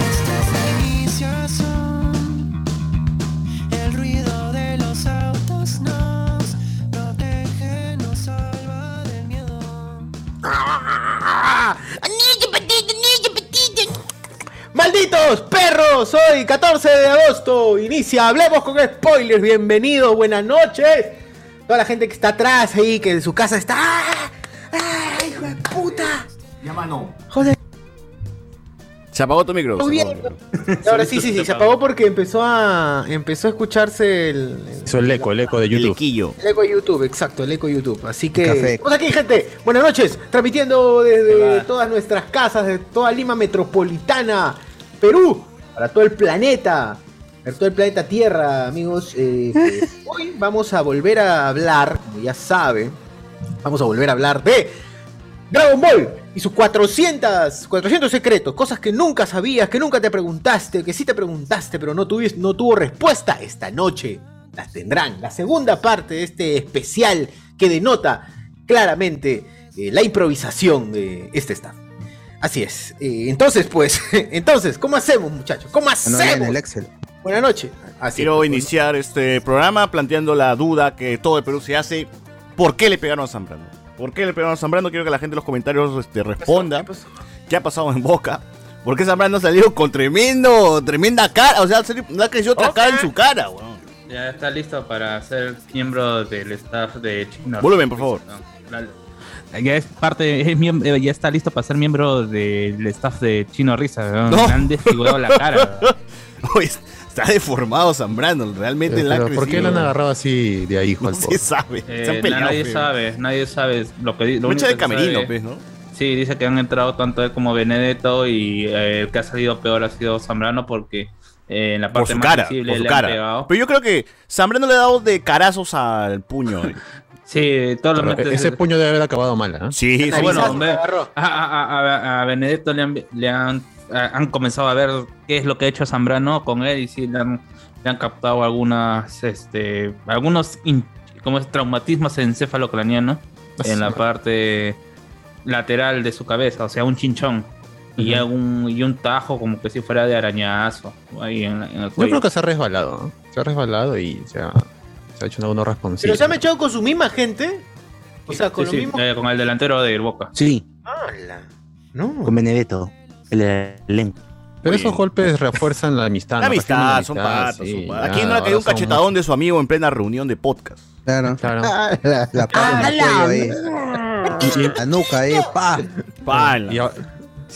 Esta Este es la iniciación, el ruido de los autos nos protege, nos salva del miedo. Anillo petito, anillo petito. ¡Malditos perros! Hoy 14 de agosto inicia Hablemos con Spoilers. Bienvenidos, buenas noches. Toda la gente que está atrás ahí, que en su casa está. ¡Ah! ¡Ah! ¡Hijo de puta! Se apagó tu micro. Muy se bien. apagó tu micro. Ahora sí, sí, sí, se apagó porque empezó a empezó a escucharse el, el- Hizo el eco, el eco de este, El YouTube. equillo. el eco de YouTube, exacto, el eco de YouTube. Así que. Café. Estamos aquí, gente. Buenas noches, transmitiendo desde todas nuestras casas, de toda Lima metropolitana, Perú, para todo el planeta, para todo el planeta Tierra, amigos. Eh, eh, hoy vamos a volver a hablar, como ya saben, vamos a volver a hablar de Dragon Ball y sus 400, 400 secretos, cosas que nunca sabías, que nunca te preguntaste, que sí te preguntaste, pero no, tuviste, no tuvo respuesta esta noche. Las tendrán. La segunda parte de este especial que denota claramente eh, la improvisación de este staff. Así es. Eh, entonces, pues, entonces, ¿cómo hacemos, muchachos? ¿Cómo No en el hacemos? Excel. Buenas noches. Así Quiero iniciar este programa planteando la duda que todo el Perú se hace. ¿Por qué le pegaron a Zambrano? ¿Por qué le pegaron a Zambrano? Quiero que la gente en los comentarios este, responda. ¿Qué ha pasado en Boca? ¿Por qué Zambrano salió con tremendo, tremenda cara? O sea, salió- no ha crecido otra cara en su cara, weón. Ya está listo para ser miembro del staff de Chino. Volumen, por favor. Ya es parte, es miemb- eh, ya está listo para ser miembro del staff de Chino Risa. ¿no? No. Le han desfigurado la cara. Oye, está deformado Zambrano. Realmente la ha Eh, Pero, ¿Por qué crecido, lo han weón. agarrado así de ahí, No Juan? se sabe. Eh, se han peleado. nadie fe. sabe, nadie sabe lo que dice. Lucha eh. de camerino, pues, ¿no? Sí, dice que han entrado tanto él como Benedetto y eh, el que ha salido peor ha sido Zambrano porque eh, en la Por parte su más cara, visible por su le han cara. pegado. Pero yo creo que Zambrano le ha dado de carazos al puño. eh. Sí, todos los Pero meses- Ese puño debe haber acabado mal, ¿ah? Sí, Ah, sí, bueno, sí. ve- a, a- a- a Benedetto le han, le han- a- han comenzado a ver qué es lo que ha hecho Zambrano con él y sí le han, le han captado algunas, este, algunos in- como es, traumatismos encéfalo-craniano en la parte lateral de su cabeza, o sea, un chinchón. Y, un, y un tajo como que si fuera de arañazo ahí en, la- en el Yo cuello. creo que se ha resbalado. ¿no? Se ha resbalado y se ha, se ha hecho una uno Pero responsable. se han echado con su misma gente. O sea, con Sí, lo sí, mismo. eh, con el delantero de Boca. Sí, ¡Hala! No. con Beneveto. El elenco. Pero Oye. esos golpes refuerzan la amistad. La ¿no? Refuerzan la amistad, son patas. sí, son patas. ya, Aquí no le ahora cayó un son- cachetadón de su amigo en plena reunión de podcast. Claro. Claro. Ah, la, la pata en el cuello ahí. La nuca ahí, pa. Pala. Y, ahora-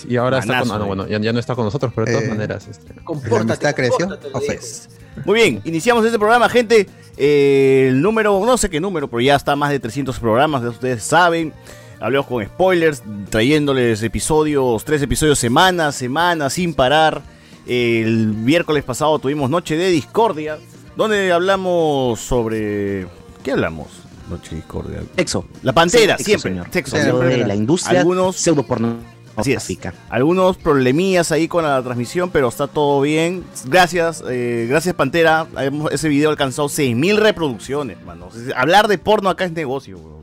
y ahora está con, Manazo, ah, no, eh. bueno, ya, ya no está con nosotros, pero de todas Eh. maneras. este, La amistad creció. compórtate, le Ofes. Muy bien, iniciamos este programa, gente. Eh, el número, no sé qué número, pero ya está más de 300 programas, ya ustedes saben. Hablamos con spoilers, trayéndoles episodios, tres episodios semana a semana, sin parar. El miércoles pasado tuvimos Noche de Discordia, donde hablamos sobre... ¿Qué hablamos? Noche de Discordia. Sexo. La Pantera, Sexo, siempre. señor. Sexo, Claro, siempre. de la industria Algunos- Así es. pseudopornográfica. Algunos problemillas ahí con la transmisión, pero está todo bien. Gracias, eh, gracias Pantera. Hemos- Ese video alcanzó 6.000 reproducciones, mano. Hablar de porno acá es negocio, bro.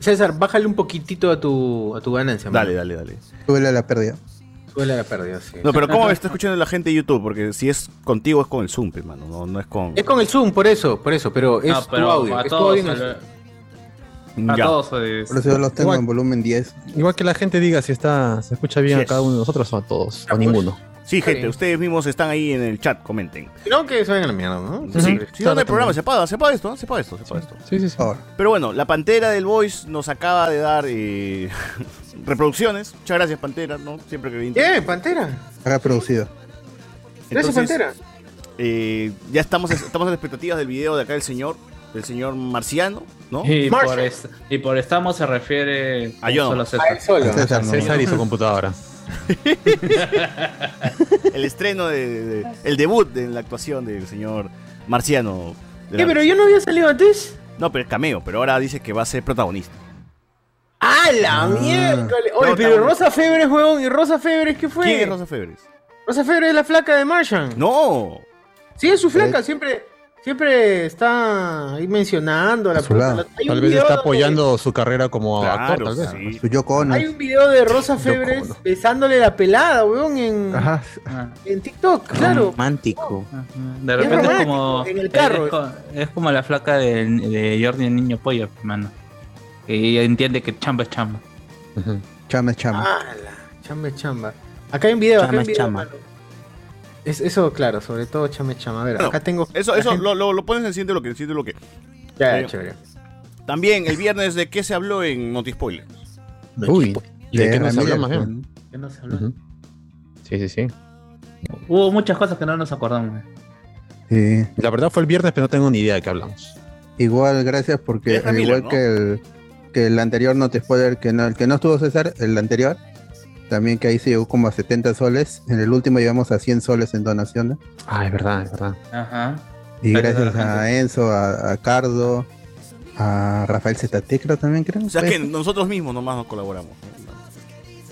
César, bájale un poquitito a tu, a tu ganancia. Dale, dale, dale. Súbele a la pérdida. Suele la pérdida, sí. No, pero ¿cómo me está escuchando la gente de YouTube? Porque si es contigo es con el Zoom, pe, mano. No, no es con... Es con el Zoom, por eso, por eso, pero es No, tu pero audio. a Es tu todos, audio en el a- Zoom. a Ya. todos, eh, Por eso yo los tengo Igual. en volumen 10. Igual que la gente diga si está, se escucha bien Sí a cada es. Pues, uno de nosotros o a todos, o a ninguno. Sí, gente, bien. ustedes mismos están ahí en el chat, comenten. Si no, que se vayan a la mierda, ¿no? Sí, Si no, no hay programa, se apaga, se apaga esto, ¿eh? se apaga esto, se apaga esto. Sí, sí, sí. Ahora. Pero bueno, la Pantera del Voice nos acaba de dar eh, reproducciones. Muchas gracias, Pantera, ¿no? Siempre que viene. Bien, Pantera. Reproducido. Gracias, Pantera. eh, ya estamos, estamos en expectativas del video de acá del señor, del señor Marciano, ¿no? Y por, Marshall. est- y por estamos se refiere A yo. solo A él César. solo. César, no. César y su computadora. El estreno, de, de- de- el debut de la actuación del señor Marciano. de la- ¿Qué, pero yo no había salido antes? No, pero es cameo, pero ahora dice que va a ser protagonista. ¡Ah, la miércoles! Oye, No, pero estamos- Rosa Febres, huevón, ¿y Rosa Febres qué fue? ¿Quién es Rosa Febres? Rosa Febres es la flaca de Martian. ¡No! Sí, es su flaca, siempre, siempre está ahí mencionando a la A su lado. persona. Hay un Tal vez video está donde- apoyando su carrera como actor, Claro, tal vez. sí. pues. Su Yoko Ono. Hay un video de Rosa Febres Loco, ¿no? besándole la pelada, weón, en, Ajá. Ah, en TikTok, claro. Romántico. ah, De repente es romántico, como. en el carro. Es, co- es como la flaca de, de Jordi el niño pollo, mano. Y ella entiende que chamba es chamba. Ujú. Chama, chama. ¡Hala! Chamba, chamba. Acá hay un video, acá hay Chama un es video. chama. hermano. Es, eso, claro, sobre todo chame chama. A ver, Bueno, acá tengo. Eso, la eso, gente- lo, lo, lo pones en siguiente bloque, en siguiente bloque. Ya, chévere. También el viernes de qué se habló en NotiSpoiler. Uy, ¿y de qué nos eh? habló Ramírez, más bien? ¿no? Que no se habló. Ujú. Sí, sí, sí. Hubo muchas cosas que no nos acordamos. Sí. La verdad fue el viernes, pero no tengo ni idea de qué hablamos. Igual, gracias porque Es al Ramírez, igual ¿no? que el que el anterior no te spoiler que no, el que no estuvo César, el anterior también que ahí se llegó como a 70 soles, en el último llegamos a 100 soles en donaciones Ah, es verdad, es verdad. Ajá. y Gracias a la gracias a Enzo, a, a Cardo, a Rafael Zetaté creo también creo. O sea pues. que nosotros mismos nomás nos colaboramos.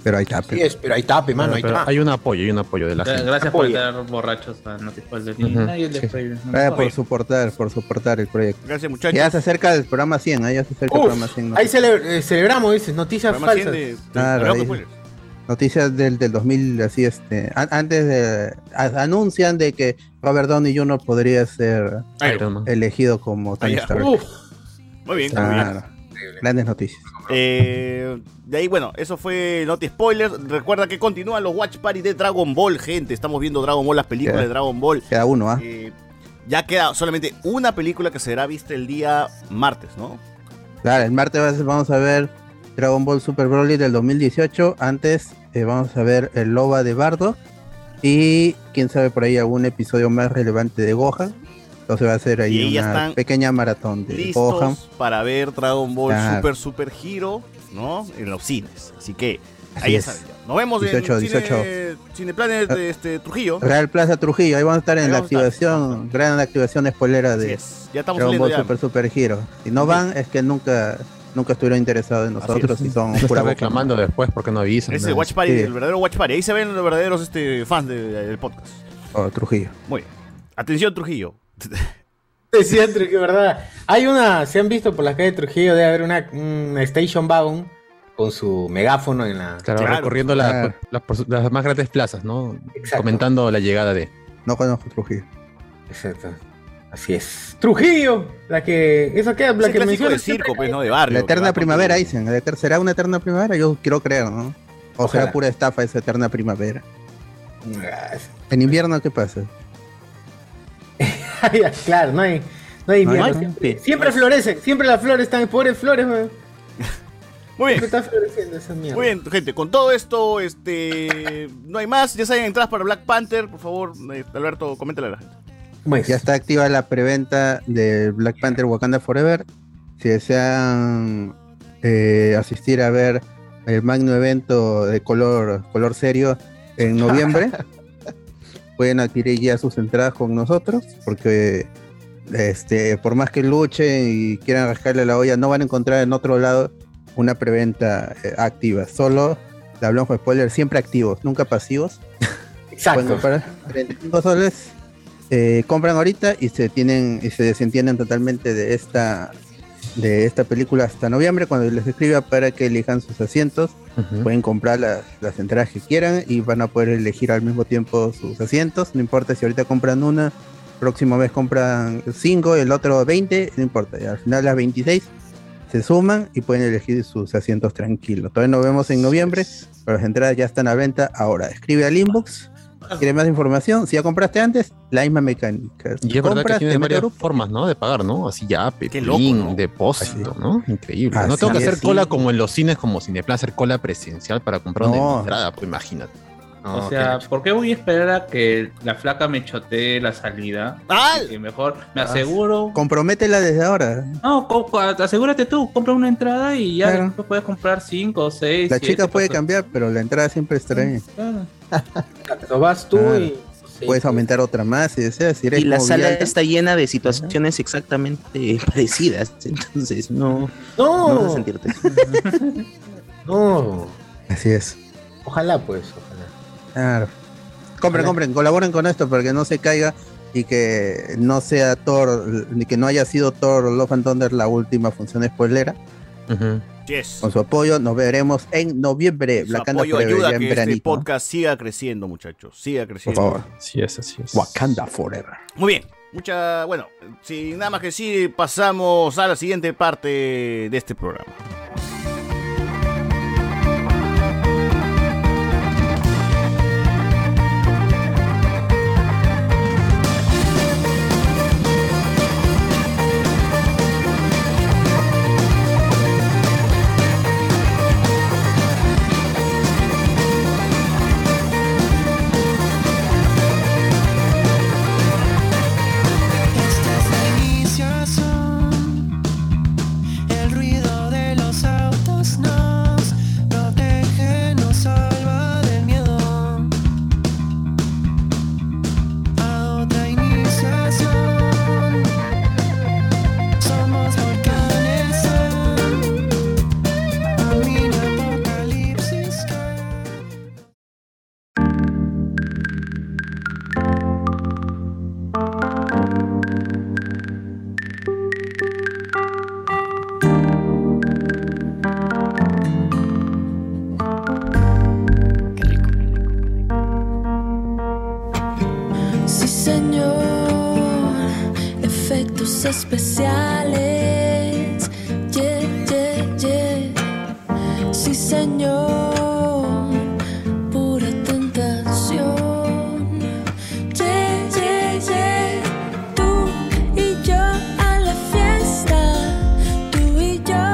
Pero ahí está. Sí, es, pero ahí tape, mano, ahí Pero- pero está. hay un apoyo, hay un apoyo de la gente. Gracias por Apoya. estar borrachos ah, a NotiSpoiler. Ujú. Nadie le Sí. fue bien. Gracias por soportar, por soportar el proyecto. Gracias, muchachos. Ya se acerca el programa 100, ¿no? ya se acerca Uf, el programa 100. ¿no? Ahí cele- eh, celebramos, dices, noticias Programa 100 falsas. de- pues. de- Claro, hablamos ahí. spoilers. Noticias del, del 2000, así este. an- antes de. a- anuncian de que Robert Downey Jr. podría ser Iron Man. elegido como Tony Ah, ya. Stark. Uf, Muy bien, muy bien. Claro. Grandes noticias. Eh, de ahí, bueno, eso fue Noti Spoilers. Recuerda que continúan los Watch Party de Dragon Ball, gente. Estamos viendo Dragon Ball, las películas Ya. de Dragon Ball. Queda uno, ¿ah? Eh, ya queda solamente una película que será vista el día martes, ¿no? Claro, el martes va a ser- vamos a ver Dragon Ball Super Broly del 2018. Antes eh, vamos a ver el Loba de Bardo. Y quién sabe por ahí algún episodio más relevante de Gohan. Entonces va a ser Y ahí ya una están pequeña maratón de Listos Gohan. para ver Dragon Ball Claro. Super Super Hero, ¿no? En los cines. Así que Así ahí ya es. saben. ya. Nos vemos 18, en 18. Cine, Cineplanet de este, Trujillo. Real Plaza Trujillo, ahí vamos a estar Ahí en la vamos a estar, activación, gran activación spoilera Así de es. Ya estamos Dragon saliendo Ball ya. Super Super Hero. Si no van, es que nunca, nunca estuvieron interesados en es. nosotros y son Se está pura boca. reclamando después porque no avisan. Es el nada. Watch Party, Sí. el verdadero Watch Party. Ahí se ven los verdaderos este, fans de- del podcast. Oh, Trujillo. Muy bien. Atención, Trujillo. decía Trujillo, que verdad. Hay una, se han visto por las calles de Trujillo, debe haber una, una station wagon con su megáfono en la. Claro, Claro. recorriendo la- Claro. las pers- las más grandes plazas, ¿no? Exacto. Comentando la llegada de. No conozco Trujillo. Exacto. Así es. Trujillo, la que. Esa que, la Es que el clásico menciona de circo, pues, ¿no? De barrio. La que va eterna con primavera, tu- dicen. La eter- ¿Será una eterna primavera? Yo quiero creer, ¿no? O Ojalá. será pura estafa esa eterna primavera. siempre- En invierno, ¿qué pasa? claro, no hay. No hay No hay, invierno, ¿no? siempre, siempre florecen, siempre las flores están, pobres flores, weón. Muy Siempre bien. está floreciendo esa mierda. Muy bien, gente, con todo esto, este no hay más. Ya saben, entradas para Black Panther, por favor, eh, Alberto, coméntale a la gente. Bueno, Ya está activa la preventa de Black Panther Wakanda Forever. Si desean eh, asistir a ver el magno evento de color, color serio en noviembre, pueden adquirir ya sus entradas con nosotros, porque este, por más que luchen y quieran rascarle la olla, no van a encontrar en otro lado una preventa eh, activa. Solo la Blanco Spoiler, siempre activos, nunca pasivos. Exacto. Bueno, para 35 soles eh, compran ahorita y se tienen y se desentienden totalmente de esta de esta película hasta noviembre cuando les escriba para que elijan sus asientos pueden comprar las, las entradas que quieran y van a poder elegir al mismo tiempo sus asientos no importa si ahorita compran una próximo mes compran 5 el otro 20 no importa y al final las 26 se suman y pueden elegir sus asientos tranquilos todavía nos vemos en noviembre pero las entradas ya están a venta ahora escribe al inbox ¿Quieres más información? Si ya compraste antes, la misma mecánica. Y es verdad que Compras, tiene te varias metes- formas, ¿no? De pagar, ¿no? Así ya, Qué loco, ¿no? depósito, ¿no? Increíble. no Así tengo que es, hacer sí. cola como en los cines, como Cineplan, hacer cola presencial para comprar No. una entrada, pues imagínate. No, O qué sea, gacho. ¿por qué voy a esperar a que la flaca me chotee la salida? ¡Al! Que mejor Ah. me Ah. aseguro. Comprométela desde ahora. No, co- co- asegúrate tú, compra una entrada y ya Claro. después puedes comprar cinco o seis. siete, La este chica puede ocho. cambiar, pero la entrada siempre estará ahí. Claro. Nos vas tú Claro. y. pues, sí, Puedes sí. aumentar otra más si deseas. Si eres Y la sala jovial. está llena de situaciones exactamente parecidas. Entonces, no, no vas a No, sentirte. no. Así es. Ojalá, pues, ojalá. Claro. Compren, Ojalá. compren, colaboren con esto para que no se caiga y que no sea Thor, ni que no haya sido Thor Love and Thunder la última función spoilera. Ujú. Yes. Con su apoyo nos veremos en noviembre. Su Black Panther apoyo Forever, ayuda ya a en que este veranito. podcast siga creciendo, muchachos. Siga creciendo. Por favor. Así es, así es. Wakanda Forever. Muy bien. Mucha, bueno, sin nada más que decir, pasamos a la siguiente parte de este programa. Este es el inicio razón. El ruido de los autos nos protege, nos salva del miedo. A otra iniciación. Somos volcanes. en Un mini apocalipsis. Sí, señor. Efectos especiales. Yeah, yeah, yeah. Sí, señor. Pura tentación. Yeah, yeah, yeah. Tú y yo a la fiesta. Tú y yo.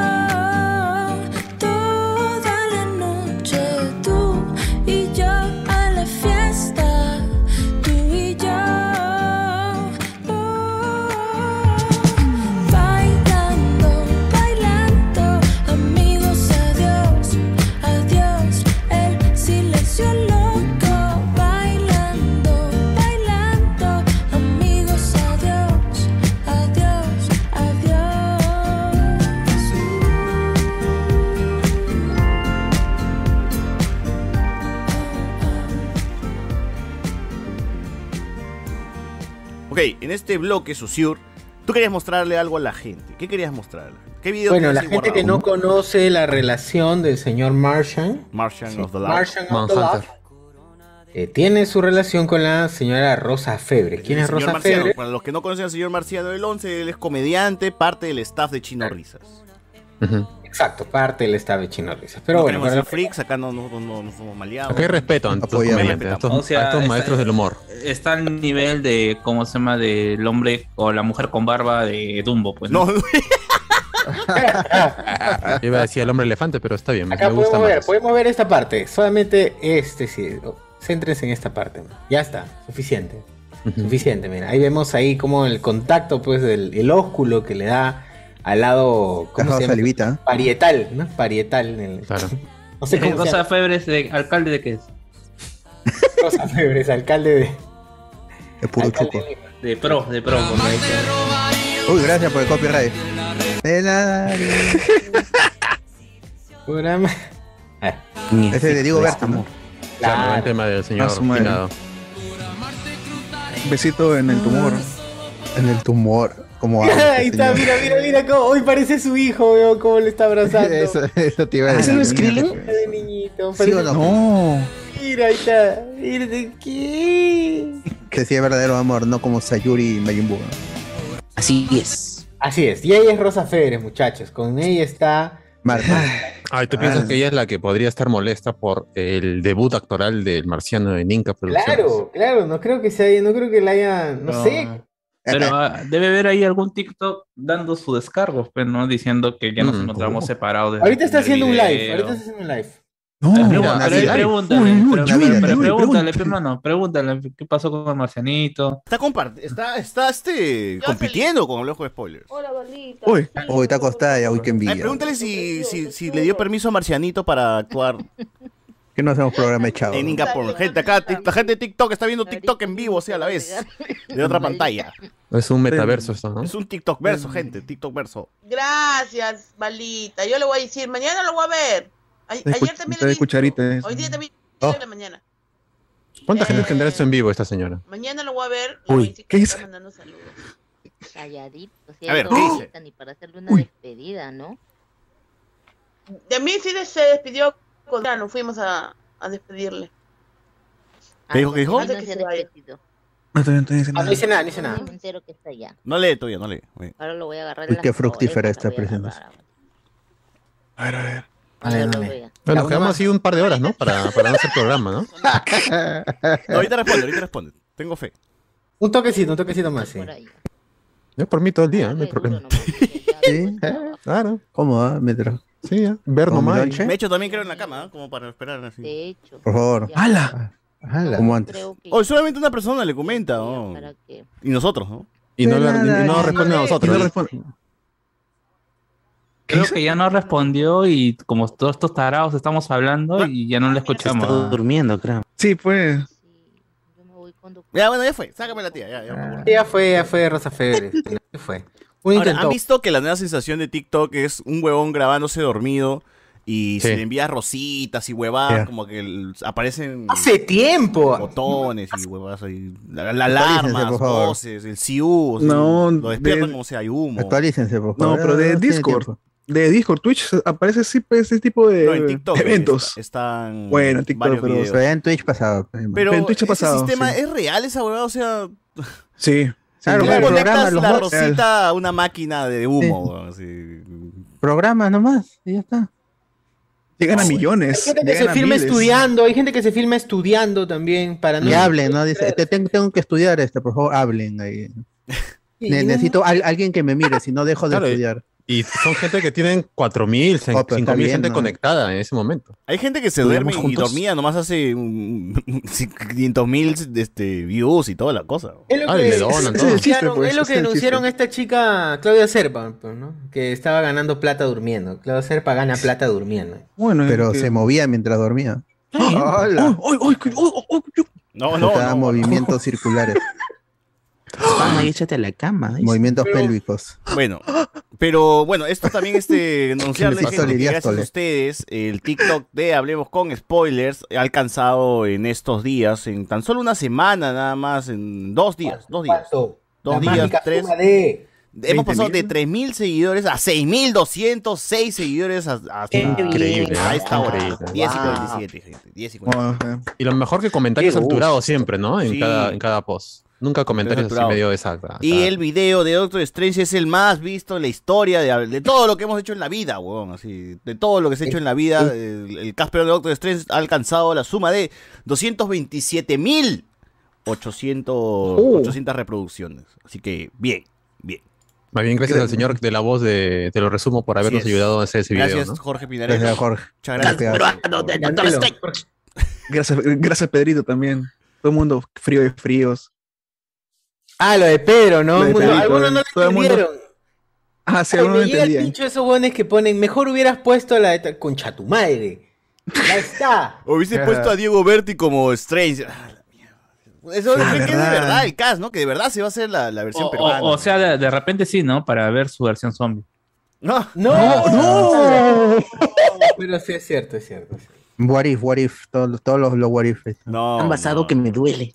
Toda la noche. Tú y yo a la fiesta. Tú y yo, bailando, bailando, amigos, adiós, adiós, el silencio loco, bailando, bailando, amigos, adiós, adiós, adiós. Ok, en este bloque, Susur, tú querías mostrarle algo a la gente. ¿Qué querías mostrarle? ¿Qué video Bueno, tienes la ahí gente que no guardado? conoce la relación del señor Martian, Martian of the Loud. Martian of the Manhunter. Love, eh, tiene su relación con la señora Rosa Febre. ¿Quién El es señor Rosa Marciano. Febre? Para los que no conocen al señor Marciano del 11, él es comediante, parte del staff de Chino Risas. Ujú. Exacto, parte del estado de Chino Risas. Pero no bueno, tenemos para el freak, acá no, no, no- no somos maleados. Acá hay respeto a estos Apoyamos. comediantes, a estos, O sea, a estos esta- maestros del humor. Está al nivel de, ¿cómo se llama? Del hombre o la mujer con barba de Dumbo, pues. No, ¿no? no, Yo iba a decir el hombre elefante, pero está bien. Acá me gusta podemos ver, más. podemos ver esta parte. Solamente este sí. Céntrense en esta parte. Ya está, suficiente. Ujú. Suficiente, mira. Ahí vemos ahí como el contacto, pues, del el ósculo que le da al lado. ¿Cómo Cajado se llama? salivita. Parietal, ¿no? Parietal. en el- Claro. No sé cómo se Rosa llama. Febre es de- alcalde de qué es? Rosa Febre es alcalde de. Es puro alcalde chuco. de Lima. De pro, de pro. correcto. Uy, gracias por el copyright. De nada. Programa- Ese es de Diego Este, Bertamo. Claro, Eh. el Claro. tema del Ah, señor su madre. Finado. Besito en el tumor. En el tumor. Como habla Ahí este está, señor. mira, mira, mira cómo. Hoy parece su hijo, veo cómo le está abrazando. Eso, eso te iba a Ah, decir. ¿ese no es Mira, De niñito. ¿Sí o no? No. Mira, ahí está. Mira, ¿de ¿qué? Que sí es verdadero amor, no como Sayuri y Majin Buu. Así es. Así es, y ella es Rosa Férez, muchachos. Con ella está Marta. Ah, ¿y ¿tú piensas que ella es la que podría estar molesta por el debut actoral del marciano en Inca Producciones? Claro, claro, no creo que se haya, no creo que la haya, no, sé. Pero ah, debe haber ahí algún TikTok dando su descargo, pues, ¿no? Diciendo que ya nos Mm. encontramos separados. desde Ahorita está el haciendo un live, video. ahorita está haciendo un live. No, Ah, mira, pregúntale, así, pregúntale, uy, uy, pero- uy, pero- uy, pero uy, pregúntale, hermano, pregúntale qué pasó con el marcianito. Está comparte, está, está este compitiendo con el ojo de spoilers. Uy, uy, está acostada ya, uy, qué Ay, envidia. pregúntale si, si, si le dio permiso a Marcianito para actuar Que no hacemos programa echado. en Inca por gente acá, tic- la gente de TikTok está viendo TikTok en vivo, o sea, a la vez de otra pantalla. Es un metaverso esto, ¿no? Es un TikTok verso, gente, TikTok verso. Gracias, Balita. Yo le voy a decir, mañana lo voy a ver. A- Te escu- ayer también te le Oh. vi. escucharita, ¿eh? es- Hoy día también en la mañana. ¿Cuánta gente tendrá esto en vivo esta señora? Mañana lo voy a ver. Uy, ¿qué es? Calladito. A ver, ¿qué dice? Ni para hacerle una despedida, ¿no? De mí sí se despidió con nos fuimos a, a despedirle. Ah, ¿Qué dijo? ¿Qué dijo? Antes que se vaya. Ah, no dice nada, no dice nada. Sincero que está allá. No lee todavía, no lee. Oye. Ahora lo voy a agarrar. Uy, en qué las fructífera orejas, esta lo voy a agarrar. presentación. Yo lo dale. veo. Bueno, nos quedamos así un par de horas, ¿no? Para, para no hacer programa, ¿no? No, ahorita responde, ahorita responde. Tengo fe. Un toquecito, un toquecito más, sí. Yo por mí todo el día, ¿eh? no hay problema. Sí, claro. ¿Cómo va? Me trajo. Sí, ya. Ver ¿Con nomás. lonche? De hecho, también creo en la cama, ¿eh? como para esperar así. De hecho. Por favor. ¡Hala! Como antes. Hoy solamente una persona le comenta. ¿no? Y nosotros, ¿no? Y no, De le- nada, y no ya. responde a nosotros. Y no Creo que ya no respondió y como todos estos tarados estamos hablando y Ah, ya no le escuchamos. Está durmiendo, creo. Sí, pues. Ya, bueno, ya fue. Sácame la tía. Ya, ya, por favor. Ya fue, ya fue Rosa Febre. Ya fue. Un Ahora, intento. ¿han visto que la nueva sensación de TikTok es un huevón grabándose dormido y se le envía rositas y huevadas, Ya. como que el- aparecen Ah, Hace tiempo. botones y huevadas ahí, la, la Actualícense, alarmas, por favor. voces, el siu, o sea, No, lo despiertan de- como sea, hay humo. Actualícense, por No, favor. pero de No tiene Discord. tiempo. De Discord, Twitch aparece siempre ese tipo de No, en TikTok de eh, eventos. está- están Bueno, en TikTok, varios pero- videos. Pero ya en Twitch pasado. Pero en Twitch ha ese pasado, sistema sí. es real esa huevada, o sea, Sí. Claro, ¿cómo pero programa conectas los la bots. rosita a una máquina de humo? huevón? Así. Programa nomás. Y ya está. Llegan a Hay millones. gente que llegan se a filma miles. estudiando, hay gente que se filma estudiando también para no. Y hablen, ¿no? Dice, te tengo, tengo que estudiar esto, por favor, hablen ahí. Sí, Ne- no. necesito al- alguien que me mire, si no dejo de Claro, y- estudiar. Y son gente que tienen 4.000, Oh, pero 5.000 está bien, gente ¿no? conectada en ese momento. Hay gente que se duerme ¿Estudiamos y juntos? dormía nomás hace 500 mil este, views y toda la cosa. Es lo Ah, que le donan todo. denunciaron, pues, es lo ese que es el denunciaron a esta chica Claudia Serpa, pues, ¿no? que estaba ganando plata durmiendo. Claudia Serpa gana plata durmiendo. Bueno, Pero que- se movía mientras dormía. ¡Ay, ay, ay, ay, ay, ay! No, no, Soltaba no. movimientos circulares, Vamos, ahí, échate a la cama. dice. movimientos pélvicos. Bueno, pero bueno, esto también este anunciarles Me pasó gente, el que gracias a diástole. ustedes el TikTok de Hablemos con Spoilers ha alcanzado en estos días, en tan solo una semana nada más, en dos días, dos días. ¿Cuánto? Dos La días, mágica tres. suma de- Hemos pasado 20.000. de 3.000 seguidores a 6.206 seguidores a- hasta Increíble, a esta hora. increíble. 10 y 47, gente. 10 y 47. Ah, ok. Y lo mejor que comentarios Qué gusto. alturados siempre, ¿no? En, Sí. cada, en cada post. Nunca comentarios así Alturados. medio exacta. Y el video de Doctor Strange es el más visto en la historia de, de todo lo que hemos hecho en la vida, weón. Así, de todo lo que se ha hecho en la vida, el, el Casper de Doctor Strange ha alcanzado la suma de 227 mil 800, 800 reproducciones. Así que, bien, bien. Más bien gracias al señor de la voz de Te lo resumo por habernos Así es. ayudado a hacer ese video, Gracias, ¿no? Jorge Pinarello. Gracias, Jorge. Muchas gracias. Gracias. Mándalo. Gracias, gracias, Pedrito, también. Todo el mundo frío de fríos. Ah, lo de Pedro, Lo ¿no? de Algunos- Pedrito, algunos no todo lo el mundo- entendieron. Ah, sí, Ay, algunos me no llega el entendían. pincho de esos buenos que ponen, mejor hubieras puesto la de ta- concha tu madre. Ahí está. Hubiese puesto a Diego Berti como Strange. Ah, la mierda. Eso La es que es de verdad. verdad el cast, ¿no? Que de verdad se va a hacer la, la versión O, peruana. o- o sea, de, de repente sí, ¿no? Para ver su versión zombie. no. No, no. Pero sí es cierto, es cierto. es cierto. What if, what if, todos, todos los, los what if. No, Tan basado no. que me duele.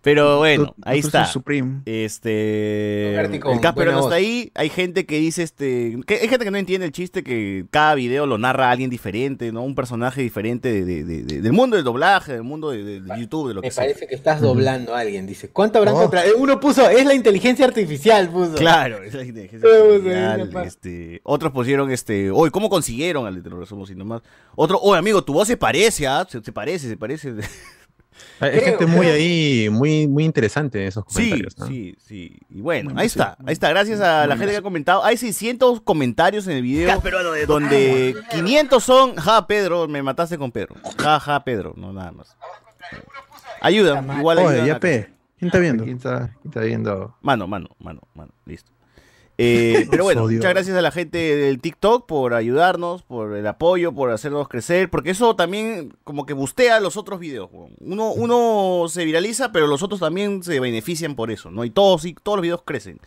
Pero bueno, Doctor ahí está. Supreme. Este. Vertigo, el Casper buena no voz. está ahí. Hay gente que dice este. que- hay gente que no entiende el chiste que cada video lo narra alguien diferente, ¿no? Un personaje diferente de- de- de- de- del mundo del doblaje, del mundo de, de- de YouTube, de lo Me que sea. parece que estás doblando a alguien, dice. ¿Cuánto Oh. habrán contra- eh, Uno puso, es la inteligencia artificial, puso. Claro, es la inteligencia artificial, este, otros pusieron este, hoy cómo consiguieron al de los somos y nomás. Otro, oye amigo, tu voz se parece, ¿ah? Se, se parece, se parece. Hay hay gente muy ahí, muy, muy interesante en esos Sí, comentarios. sí, sí. Y bueno, Bueno, ahí sí, está, ahí está. Gracias a la bueno, gente que gracias. ha comentado. Hay 600 comentarios en el video donde 500 son, ja, Pedro, me mataste con Pedro. Ja, ja, Pedro, no nada más. Ayuda, igual ayuda. Oye, ya pe. ¿Quién está viendo? Ah, está viendo? Mano, mano, mano, mano, listo. Eh, pero bueno, Odio. muchas gracias a la gente del TikTok por ayudarnos, por el apoyo, por hacernos crecer, porque eso también como que bustea los otros videos. weón. Uno, uno se viraliza, pero los otros también se benefician por eso, ¿no? Y todos, y todos los videos crecen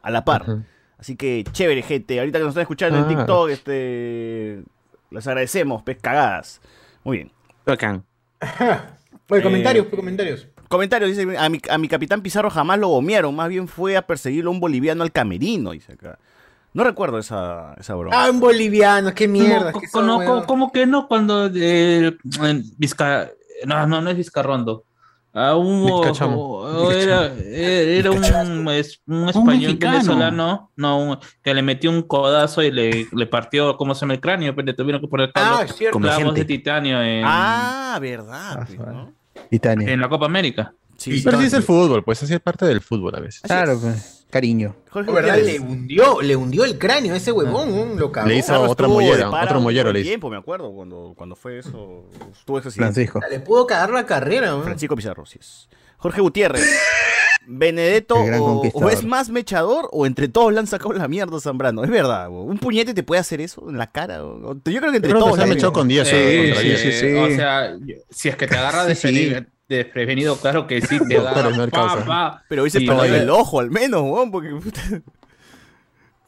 a la par. Así que chévere, gente. Ahorita que nos están escuchando en Ah. TikTok, este, les agradecemos, pez cagadas. Muy bien. Bacán. Oye, Eh, comentarios, pues, comentarios. Comentario, dice, a mi, a mi capitán Pizarro jamás lo gomearon, más bien fue a perseguirlo un boliviano al camerino, dice acá. No recuerdo esa, esa broma. Ah, un boliviano, qué mierda. ¿Cómo, no, cómo- cómo que no? Cuando el, en Vizca- no, no, no es Vizcarrondo. Ah, hubo- Vizcachamo. o- era, era un, es- un español mexicano. venezolano no, un- que le metió un codazo y le, le partió, ¿cómo se llama el cráneo? Pero le tuvieron que poner clavos, cierto. clavos Gente. de titanio Em, en, Ah, verdad. pues, ¿no? Titania. en la Copa América. Sí, Pero sí es el fútbol, pues así es parte del fútbol a veces. Claro, pues, cariño. Jorge ¿Verdad? Gutiérrez. Le hundió, le hundió el cráneo a ese huevón, un lo cagó. Ah. Le hizo Claro, otra estuvo de mollera, para otro un mollero buen le hizo. tiempo, me acuerdo, cuando, cuando fue eso, estuvo ese accidente. Francisco. Le pudo cagar la carrera, weón. Francisco Pizarro, sí es. Jorge Gutiérrez. Benedetto El gran o, conquistador. o es más mechador o entre todos le han sacado la mierda a Zambrano. Es verdad, bo. un puñete te puede hacer eso en la cara. bo. Yo creo que entre creo que todos se ha le- mechado con 10, Sí, eh, contra sí, Eh, 10. sí, sí. O sea, si es que te agarra Sí, sí. desprevenido, desprevenido, claro que sí, te da. Doctor Osmer pa, Causa. pa. Pero hoy se Y perdió oye, el ojo al menos, weón, porque puta.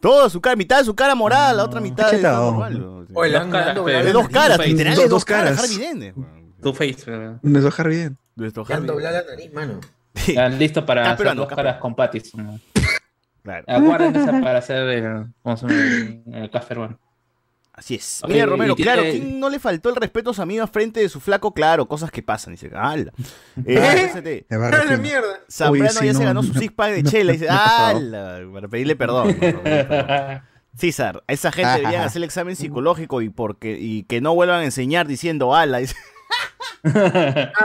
Todo su cara, mitad de su cara morada, la otra mitad de Chetado. normal, weón. Oye, le han Dos caras, dado pero- De dos caras, literal, de Dos- dos dos caras. caras. Harvey Dent, weón. Tu face, ¿verdad? Nos dejar bien. Nuestro Le han Harvey doblado la nariz, mano. Ya listo para Acá hacer Ah, peruano, dos acá caras con patis. ¿no? Claro. Aguarden esa para hacer el, ¿cómo se llama? el café peruano. Así es. Ok, Mira, Romero, y ti- claro, eh, ¿quién no le faltó el respeto a su amigo frente de su flaco? Claro, cosas que pasan. Dice, ¡hala! Eh, ¿Eh? RCT. Te va a ¡Ah, la refinar. mierda! Zambrano Oye, sí, ya se no, ganó su no, six pack de no, chela. Y dice, no, no, ¡hala! Para pedirle perdón. para pedirle perdón. César, a esa gente Ajá. deberían hacer el examen psicológico y porque y que no vuelvan a enseñar diciendo ¡hala! Dice,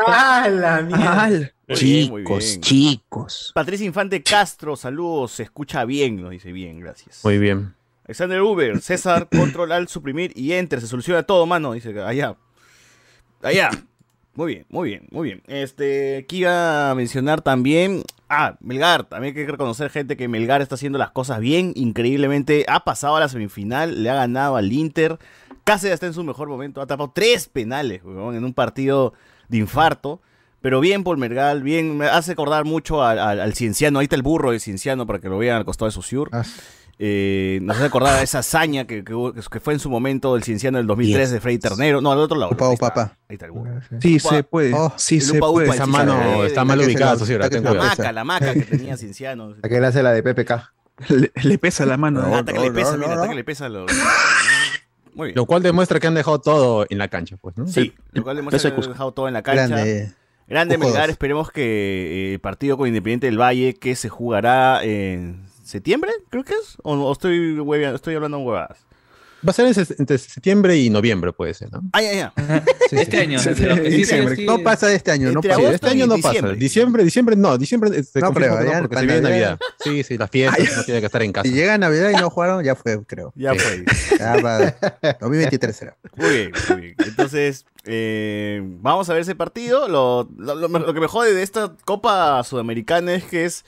¡Ah, la mierda! Al. Muy bien, muy Chicos, bien. chicos. Patricia Infante Castro, saludos, se escucha bien, nos dice bien, gracias. Muy bien. Alexander Uber, César, control al suprimir y enter, se soluciona todo, mano, dice allá. Allá. Muy bien, muy bien, muy bien. Este, aquí iba a mencionar también, ah, Melgar, también hay que reconocer gente que Melgar está haciendo las cosas bien, increíblemente, ha pasado a la semifinal, le ha ganado al Inter, Cáceres está en su mejor momento, ha tapado tres penales, weón, en un partido de infarto. Pero bien por Mergal, bien, me hace acordar mucho al, al- al Cienciano, ahí está el burro de Cienciano para que lo vean al costado de Sociur. Ah. Eh, nos hace acordar a esa hazaña que, que hubo- que fue en su momento el Cienciano del 2003 de Freddy Ternero. No, al otro lado. Upa, ahí, upa, está, upa. ahí está el burro. Sí Upa- se puede. Oh, Sí el se upa, upa, puede. el Esa Cienciano. mano Eh, está la mal que se ubicada, la- socio, ahora la que ten se la- La cuidado. maca, la maca que tenía Cienciano. La que le hace la de PPK. Le, le pesa la mano. Ah, Hasta que le no, pesa, no, mira, no. hasta que le pesa. lo- Muy bien. Lo cual demuestra que han dejado todo en la cancha, pues, ¿no? Sí, lo cual hemos Peso de Cusco. dejado todo en la cancha. Grande. Grande Ojo, Melgar, dos. esperemos que eh, el partido con Independiente del Valle que se jugará en septiembre, creo que es, o, o estoy huevea- estoy hablando huevadas. Va a ser en se- entre septiembre y noviembre, puede ser, ¿no? Ay, ay, ay. Este año. Sí, de sí, lo que sí, sigue, diciembre. sí. No pasa este año, no Entre pasa. agosto este año y no diciembre. pasa. Diciembre, diciembre no. Diciembre eh, se No confirma creo, que no, ya porque para se viene Navidad. Navidad. Sí, sí, las fiestas, no tiene que estar en casa. Si llega Navidad y no jugaron, ya fue, creo. Ya Sí. fue. Ya va. 2023 será. Muy bien, muy bien. Entonces, eh, vamos a ver ese partido. Lo, lo- lo- lo que me jode de esta Copa Sudamericana es que es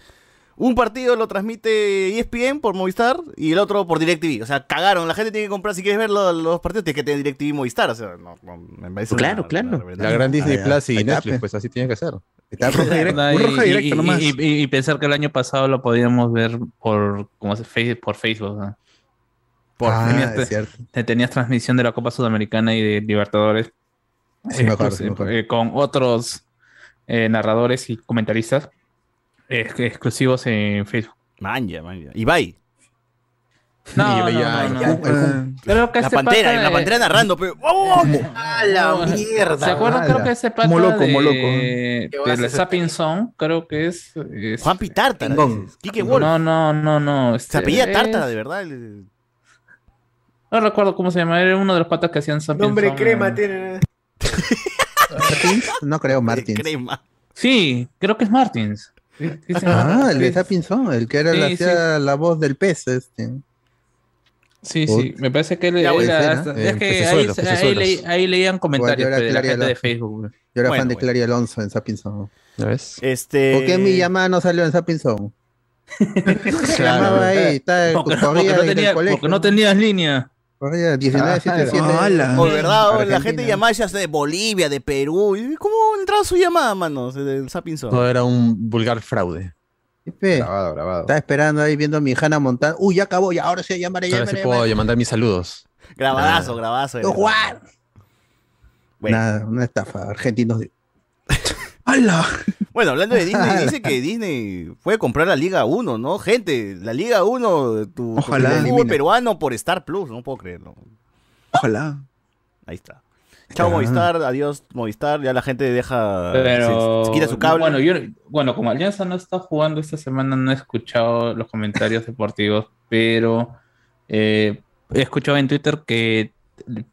un partido lo transmite E ESPN por Movistar y el otro por DirecTV. O sea, cagaron. La gente tiene que comprar, si quieres ver lo- los partidos, tienes que tener DirecTV y Movistar. O sea, no, no, me Pues parece Claro, una- claro. una reverenda. La gran Disney Ah, ya. Plus y Ahí está, Netflix, pe. pues así tiene que ser. Está roja Y, directa. Un rojo y- directo y- nomás. y- y- y pensar que el año pasado lo podíamos ver por, como se- Face- por Facebook. ¿no? Por Ah, tenías, es cierto. te- tenías transmisión de la Copa Sudamericana y de Libertadores Sí, me acuerdo, eh, sí, me acuerdo. eh, con otros eh, narradores y comentaristas. ex- exclusivos en Facebook. Manja, manja. Ibai. No, Ibai, no, ya, no, el no. Kun, el Kun. Creo que La este pantera, pata la de- pantera narrando, ¡Oh! pero. ¡A la Ah, mierda! Ah, ¿Se acuerdan? Ah, Creo que ese pata Moloco, de, Moloco. de vas a hacer? la Sapping Song, creo que es... es- Juan Pitártara, dices. Quique Wolf. No, no, no, no. este, Se apellida Tártara, de verdad. el- No recuerdo cómo se llama, era uno de los patas que hacían Sapping Nombre Song. crema tiene. No creo, Martins. Crema. Sí, creo que es Martins. Ah, el de Sapinson, el que era Sí, la, sí. hacía la voz del pez, este. Sí, sí, me parece que él Ya, él puede era- ser, ¿eh? es Eh, que ahí, Pecesuelos, ahí Pecesuelos. leí- ahí leían comentarios pues, Igual yo era de la Clary gente de Alonso. Facebook. güey. Yo era Bueno, fan de bueno. Clary Alonso en Sapinson. Este. ¿Por qué mi llamada no salió en Sapinson? Llamaba ahí, está Porque, corría porque no en el tenía- colegio. porque no tenías línea. Ah, Corría 1977. O de verdad, o la gente llamaba ya sea de Bolivia, de Perú. ¿y ¿Cómo entraba su llamada, mano? Del Sapinson. Todo era un vulgar fraude. Grabado, grabado. Estaba esperando ahí viendo a mi Hannah Montana. Uy, ya acabó, ya ahora sí llamaré, Ahora llamaré. sí puedo llamaré. mandar mis saludos. Grabadazo, grabadazo. de ¡No, verdad. Juan! Nada, una estafa. Argentinos. de- Bueno, hablando de Disney, dice que Disney fue a comprar la Liga 1, ¿no? Gente, la Liga 1, tu, tu Ojalá. fútbol Elimina. peruano por Star Plus, no puedo creerlo. Ojalá. Ahí está. Chao Ah. Movistar, adiós Movistar, ya la gente deja, Pero, se, se quita su cable. Bueno, yo, bueno, como Alianza no está jugando esta semana, no he escuchado los comentarios deportivos, pero eh, he escuchado en Twitter que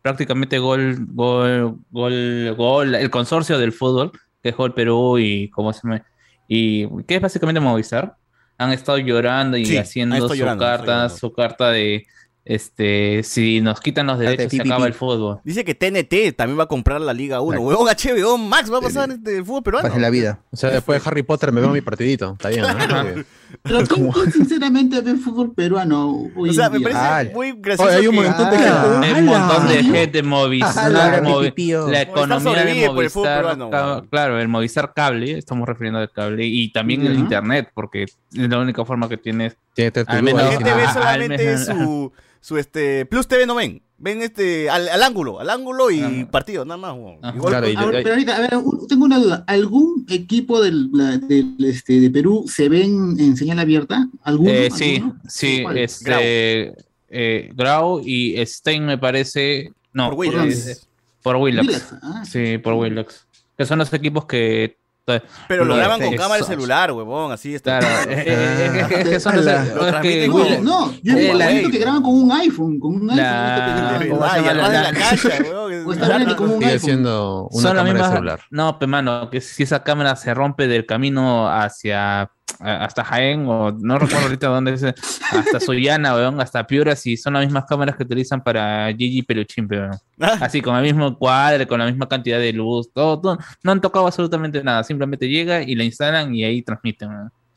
prácticamente gol, gol, gol, gol, el consorcio del fútbol, que es Gol Perú y cómo se me, y que es básicamente Movistar, han estado llorando y Sí, han haciendo estado su llorando, han estado carta, llorando. su carta de este si nos quitan los derechos se PPP. acaba el fútbol. Dice que TNT también va a comprar la Liga Ah. 1. Claro. Huevón, HBO Max va a pasar este, el fútbol peruano. Pase la vida. O sea, después de Harry Potter me veo mi partidito. Está bien, ¿no? Pero ¿quién, quién sinceramente ve fútbol peruano? hoy O sea, en me día? parece Ah, muy gracioso. Oye, hay un que- montón de Ah, Hay un montón de gente Movistar, Ala, Movi- pipipío. la Movistar economía sobrevive de por el fútbol Movistar, peruano, ca- weón. claro, el Movistar cable, estamos refiriendo al cable y también el Ujú. internet, porque es la única forma que tienes. La al menos- gente ve a- Ah, al solamente menos- su, su este Plus TV no ven. Ven este al, al ángulo, al ángulo y partido, nada más. huevón. Y gol- Claro, y- ahora- y- pero ahorita, a ver, un- tengo una duda. ¿Algún equipo del, la- del, este, de Perú se ven en señal abierta? ¿Alguno? Eh, sí, ¿Alguno? sí, ¿Cuál? este eh, Grau y Stein me parece, no, Por Willax. eh, por Willax. Willax, ah. Sí, por Willax. Que son los equipos que eh, este, Pero lo graban con Exacto. cámara de celular, huevón, así este. está. Claro, eh, eh, eh, es que son Ala. los- Ah. Lo es transmiten que con- Willax- No, yo Eh, he la- visto que graban con un iPhone, con un iPhone. he visto que La- graban. ¿cómo se Ah, y llama? además de la La- cancha, huevón. Pues está grande como un Sigue iPhone. siendo una son las cámara mismas. de celular. No, pero mano, que si esa cámara se rompe del camino hacia a- hasta Jaén o no recuerdo ahorita dónde es, hasta Sullana, weón, hasta Piura, si son las mismas cámaras que utilizan para Gigi Peluchín, weón. Ah. Así, con el mismo cuadro, con la misma cantidad de luz, todo, todo. No han tocado absolutamente nada, simplemente llega y la instalan y ahí transmiten,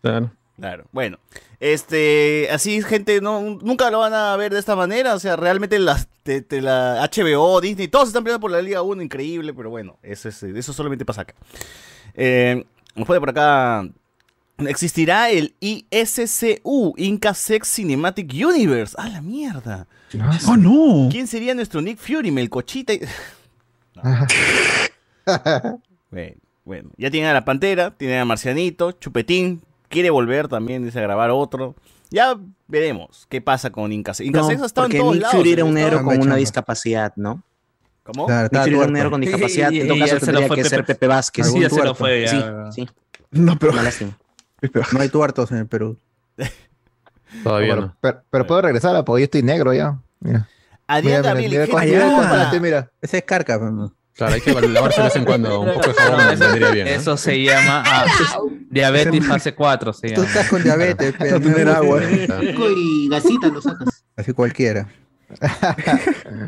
weón. Claro, bueno. Este, así gente, no, nunca lo van a ver de esta manera. O sea, realmente las, te- te la HBO, Disney, todos están peleando por la Liga 1, increíble, pero bueno, eso, es- eso solamente pasa acá. Eh, nos pone por acá. Existirá el ISCU, Inca Sex Cinematic Universe. ¡A la mierda! ¡Oh, no! ¿Quién sería nuestro Nick Fury, Melcochita? y- Bueno, bueno. Ya tienen a la Pantera, tienen a Marcianito, Chupetín, quiere volver también, dice a grabar otro. Ya veremos qué pasa con Incas. Incas No, ha estado en porque todos Nick lados. ¿eh? Fury en era un todos negro con lados. una discapacidad, ¿no? ¿Cómo? Nick Fury era un negro con discapacidad. En todo Y- y caso ya se lo tendría fue que Pepe- ser Pepe Vázquez. Sí, ya Algún se lo tuerto. fue, ya, Sí, weón. sí. No, pero. Una lástima. No hay tuertos en el Perú. Todavía pero, no. pero- pero puedo regresar, ah, porque yo estoy negro ya. Mira. Adrián Mira, mira, Gabriel, mira, qué cómo- mierda. mira, espérate, mira. Ese es Carca. pues, mano. Claro, hay que lavarse de vez en cuando. Un poco de jabón Eso- vendría bien. ¿eh? Eso se llama ah, diabetes fase 4, se Tú llama. estás con diabetes, pero No tener agua. Ah. Pico y gasita lo sacas. Así cualquiera.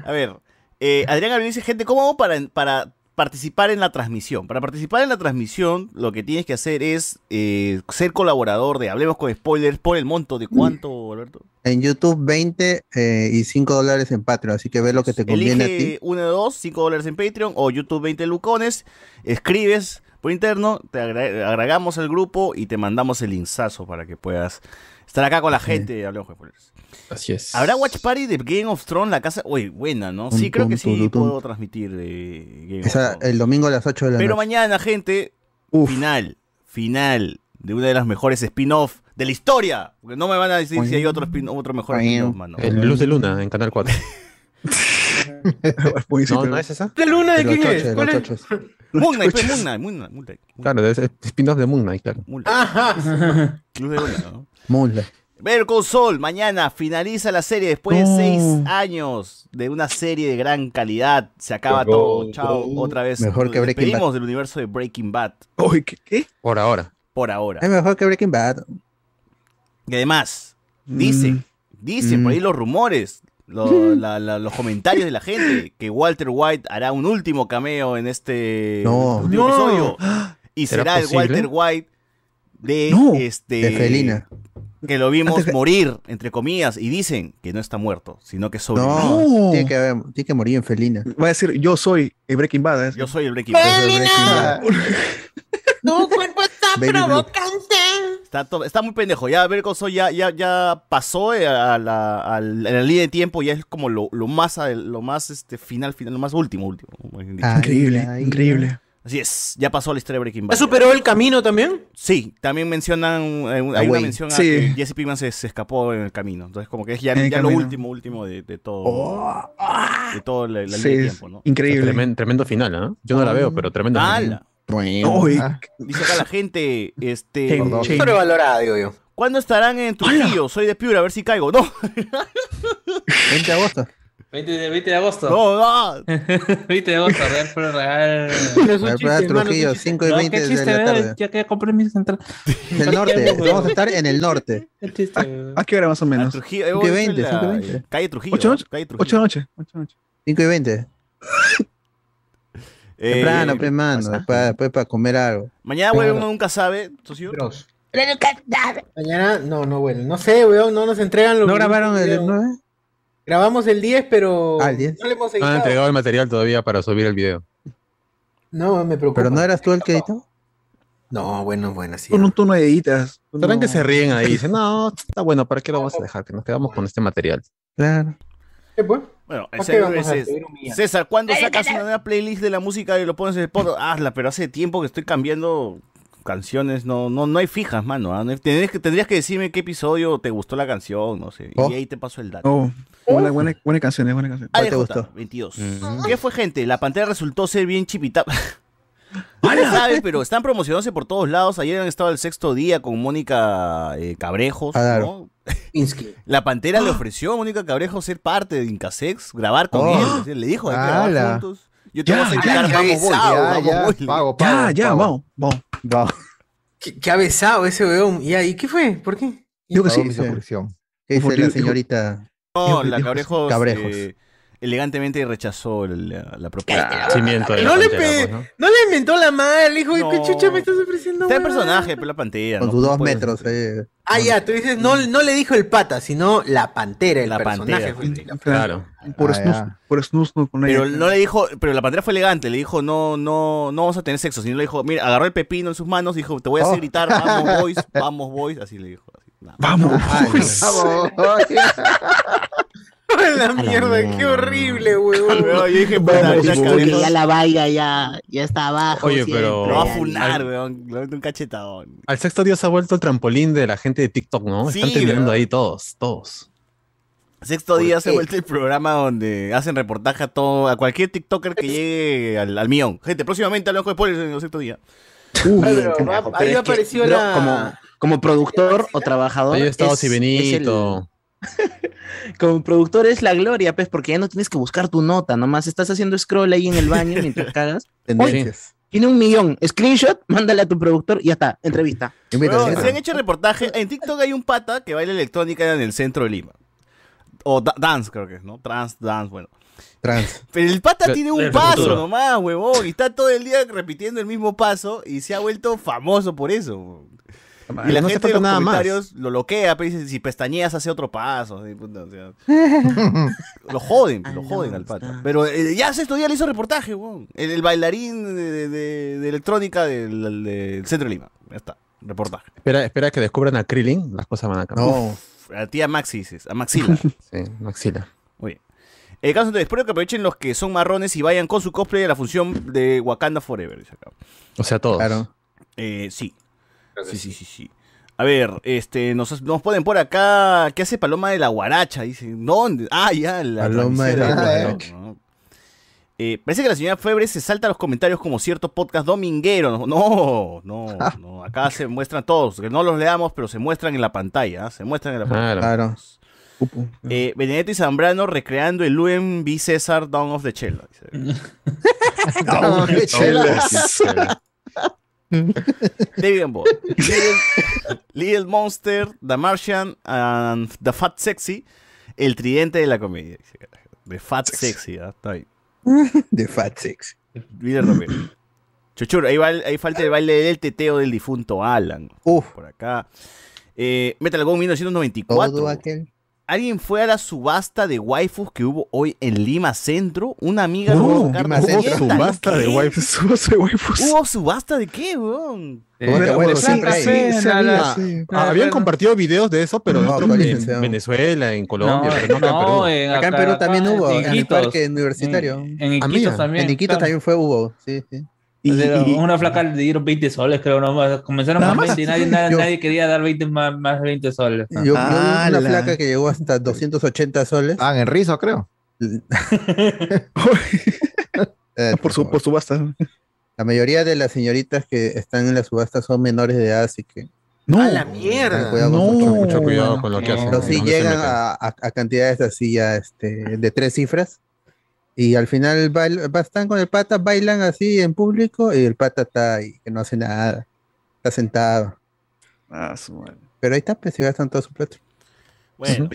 A ver, eh, Adrián Gabriel dice, gente, ¿cómo hago para, para participar en la transmisión? Para participar en la transmisión, lo que tienes que hacer es eh, ser colaborador de Hablemos con Spoilers por el monto de cuánto, Alberto. En YouTube 20 eh, y 5 dólares en Patreon, así que ve lo que te conviene a Elige ti. 1 de 2, 5 dólares en Patreon o YouTube 20 lucones, escribes por interno, te agra- agregamos al grupo y te mandamos el linkazo para que puedas estar acá con la gente y hablemos con spoilers. Así es. ¿Habrá Watch Party de Game of Thrones la casa? Uy, buena, ¿no? Sí, creo que sí puedo transmitir eh, Game of Esa, el domingo a las 8 de la Pero noche. mañana, gente, final, final de una de las mejores spin-off de la historia. Porque no me van a decir si hay otro spin otro mejor spin-off, mano. El Luz de Luna en Canal 4. no, no es esa. ¿La luna de quién es? ¿Cuál es? Moon Knight, Chochos. pues, Moon Knight, Moon Knight, Moon Knight. Claro, es es spin-off de Moon Knight, claro. Moon Knight. Luz de Luna, ¿no? Better Call Saul, mañana finaliza la serie después de seis años de una serie de gran calidad. Se acaba Bro, todo. Chao, otra vez. Mejor que Nos Breaking despedimos Bad. del universo de Breaking Bad. ¿Qué? Por ahora. Por ahora. Es mejor que Breaking Bad. Y además, dicen, dicen Mm. por ahí los rumores, lo- la- la- los comentarios de la gente, que Walter White hará un último cameo en este No. último No. episodio. Y ¿Será será el posible? Walter White de este. De Felina. Que lo vimos morir, entre comillas, y dicen que no está muerto, sino que sobrevivió. No, Tiene, que, haber- tiene que morir en Felina. Va a decir, yo soy el Breaking Bad. ¿eh? Yo soy el Breaking Bad. Tu cuerpo está Baby Blue. provocante. Está, to- está muy pendejo. Ya ver ya, ya, ya pasó eh, a la, a la- a la línea de tiempo, ya es como lo, lo más, adel- lo más este, final, final, lo más último, último. como bien dicho. Increíble, increíble. Así es, ya pasó la historia de Breaking Bad. ¿Ya superó el camino también? Sí, también mencionan, eh, un- La hay una Wayne. mención a Sí. que Jesse Pinkman se, se escapó en el camino. Entonces como que es ya, En el ya lo camino. Oh, ah. último, último de, de todo. De todo la, la Sí, línea de es tiempo, ¿no? increíble. Tremendo, tremendo final, ¿ah? Yo no la veo, pero tremendo ¡Hala! final. Ah. Dice acá la gente, este... Shame, shame. Sobrevalorada, digo yo. ¿Cuándo estarán en Trujillo? Soy de Piura, a ver si caigo. No. 20 de agosto. 20 de, 20 de agosto. No, no. 20 de agosto, Real Pro Real. Real Pro Real Trujillo, 5 y 20 ¿qué de chiste, la eh? tarde. Ya que compré mis entradas. Del norte. Vamos a estar en el norte. El Ah, chiste. ¿A qué hora más o menos? Trujillo, eh, 5 voy y a 20, la- 5 y 20. Calle Trujillo. Ocho ¿no? noches. Calle Trujillo. Ocho noches. ocho noches. 5 y 20. Eh, Temprano, pues, mano. Para, después para comer algo. Mañana, güey, Claro. uno nunca sabe, socio. Mañana, no, no, bueno, no sé, weón, no nos entregan los ¿No grabaron el 9? Grabamos el 10, pero Ah, no le hemos No han editado. entregado el material todavía para subir el video. No, me preocupa. ¿Pero no eras tú el que editó? No, bueno, bueno, sí. Tú no, tú no editas. Tú Sabrán no- que se ríen ahí. Dicen, no, está bueno, ¿para qué lo vas a dejar? Que nos quedamos con este material. Claro. Bueno, ¿Para el qué señor vamos a es- subir un día? César, ¿cuándo sacas una nueva playlist de la música y lo pones en Spotify? Hazla, pero hace tiempo que estoy cambiando canciones, no, no, no hay fijas, mano. ah, no hay- Tendrías que, tendrías que decirme qué episodio te gustó la canción, no sé. Oh. Y ahí te paso el dato. No, buenas, buenas, buenas canciones, buenas canciones. ADJ, 22. Mm. ¿Qué fue, gente? La pantalla resultó ser bien chipita. No se sabe, pero están promocionándose por todos lados. Ayer han estado el sexto día con Mónica eh, Cabrejos. ¿no? La Pantera ¡Ah! le ofreció a Mónica Cabrejo ser parte de Incasex, grabar con Oh. él. o sea, Le dijo, hay que grabar ¡Hala! juntos. Yo te Ya, voy a invitar, ya, vamos, ya, voy, ya, vamos, ya, voy. pago, pago, Ya, ya, pago. vamos, vamos. ¿Qué, qué ha besado ese weón? ¿Y ahí qué fue? ¿Por qué? Yo que sí, dice- ¿Qué dice la señorita? No, la Cabrejos, Cabrejos. eh, elegantemente rechazó la, la propuesta. de No le, pe- pues, no le inventó la madre, le dijo, ¿qué chucha me estás ofreciendo? Está el weón?" personaje, pero la Pantera. Con ¿no? sus dos Puede- metros. eh. Ah, ya, tú dices, no, no le dijo el pata, sino la pantera, el La personaje. Pantera. güey. Claro. Por snus, Ah, por snus, no con Pero ella. no le dijo, pero la pantera fue elegante, le dijo, no, no, no vamos a tener sexo, sino le dijo, mira, agarró el pepino en sus manos, dijo, te voy a hacer Oh. gritar, vamos boys, vamos boys, así le dijo. así, nada. Vamos, Vamos. la mierda, qué horrible, weón. Yo dije, Vamos, puta, ya boys. cabezas. ya la valla ya, ya está abajo. Oye, siempre, pero- Lo va a ahí. funar, weón, le va a meter un cachetadón. Al sexto día se ha vuelto el trampolín de la gente de TikTok, ¿no? Sí, Están terminando ¿verdad? ahí todos, todos. Sexto día se ha qué? vuelto el programa donde hacen reportaje a todo, a cualquier TikToker que llegue al, al millón. Gente, próximamente hablamos de spoilers en el sexto día. Uy, Pero carajo, va- pero ahí es que, apareció bro, la- Como, como productor o trabajador. Ahí ha estado es- es el- Sibenito. como productor es la gloria, pues, porque ya no tienes que buscar tu nota, nomás estás haciendo scroll ahí en el baño mientras cagas. Tendencias. Oye, Tiene un millón. Screenshot, mándale a tu productor y ya está. Entrevista. Weón, se han hecho reportaje. En TikTok hay un pata que baila electrónica en el centro de Lima. O da- dance, creo que es, ¿no? Trans, dance, bueno. Trans. Pero el pata Pero- tiene un del paso futuro. nomás, huevón. Y está todo el día repitiendo el mismo paso y se ha vuelto famoso por eso. huevón. Y la no hace gente falta en los nada más. comentarios lo loquea, pero dice, si pestañeas hace otro paso. así, puta, o sea, lo joden, lo joden al pata. Pero eh, ya sexto día le hizo reportaje, huevón. El, el bailarín de, de- de- de electrónica del, del- del centro de Lima. Ya está, reportaje. Espera, espera que descubran a Krillin, las cosas van a cambiar. Uf, a tía Maxi dices, a Maxila. Sí, Maxila. Muy bien. El caso entonces, espero que aprovechen los que son marrones y vayan con su cosplay a la función de Wakanda Forever. dice acá. O sea, todos. Eh, sí. Sí, sí, sí, sí. A ver, este, nos, nos ponen por acá, ¿qué hace Paloma de la Guaracha? Dicen, ¿dónde? Ah, ya, la Ah, Paloma de la transmisora. Guaracha. No, no. Eh, parece que la señora Febre se salta a los comentarios como cierto podcast dominguero. No, no, Ah. no. Acá se muestran todos. que No los leamos, pero se muestran en la pantalla. ¿ah? Se muestran en la pantalla. Claro. Eh, Benedetto y Zambrano recreando el UMB César Dawn of the Chela. Dawn of the Chela. David and Bob. Little, Little Monster, The Martian, and The Fat Sexy. El tridente de la comedia. The Fat Sexy, ¿ah? está ahí. eh, De Fat Six. Mira, Romero. Chuchur, ahí, va el- ahí falta el baile del teteo del difunto Alan. Por acá. Eh, Metal Gun 1994. Todo aquel. ¿Alguien fue a la subasta de waifus que hubo hoy en Lima Centro? Una amiga No, robó Uh, Lima cartas Centro. viejas. subasta de ¿Qué? waifus, subasta de waifus. ¿Hubo subasta de qué, weón? Bueno, bueno, siempre hay. Sí, sí había, sí. Ah, Habían compartido videos de eso, pero no, en Venezuela, en Colombia, No, pero no, acá en no, Perú. en- Acá en acá- Perú también acá en hubo, en el Iquitos. parque universitario. En- en Ah, Iquitos mira, también, En Iquitos claro. también fue hubo, sí, sí. O sea, una flaca le dieron 20 soles, creo, nomás. Comenzaron Nada con más. 20 y nadie, na- Yo- nadie quería dar 20 más, más de 20 soles. Yo, yo vi una placa que llegó hasta 280 soles. Eh, Ah, en Rizo, creo. por, su, por subasta. La mayoría de las señoritas que están en la subasta son menores de edad, así que. No. A la mierda. Cuidado con No. mucho, Mucho cuidado con lo que hacen, Pero sí ¿dónde se llegan meten? a, a- a cantidades así ya este, de tres cifras. Y al final bail- va- están con el pata, bailan así en público y el pata está ahí, que no hace nada. Está sentado. Ah, Pero ahí está, pues se gastan todo su plato. Bueno,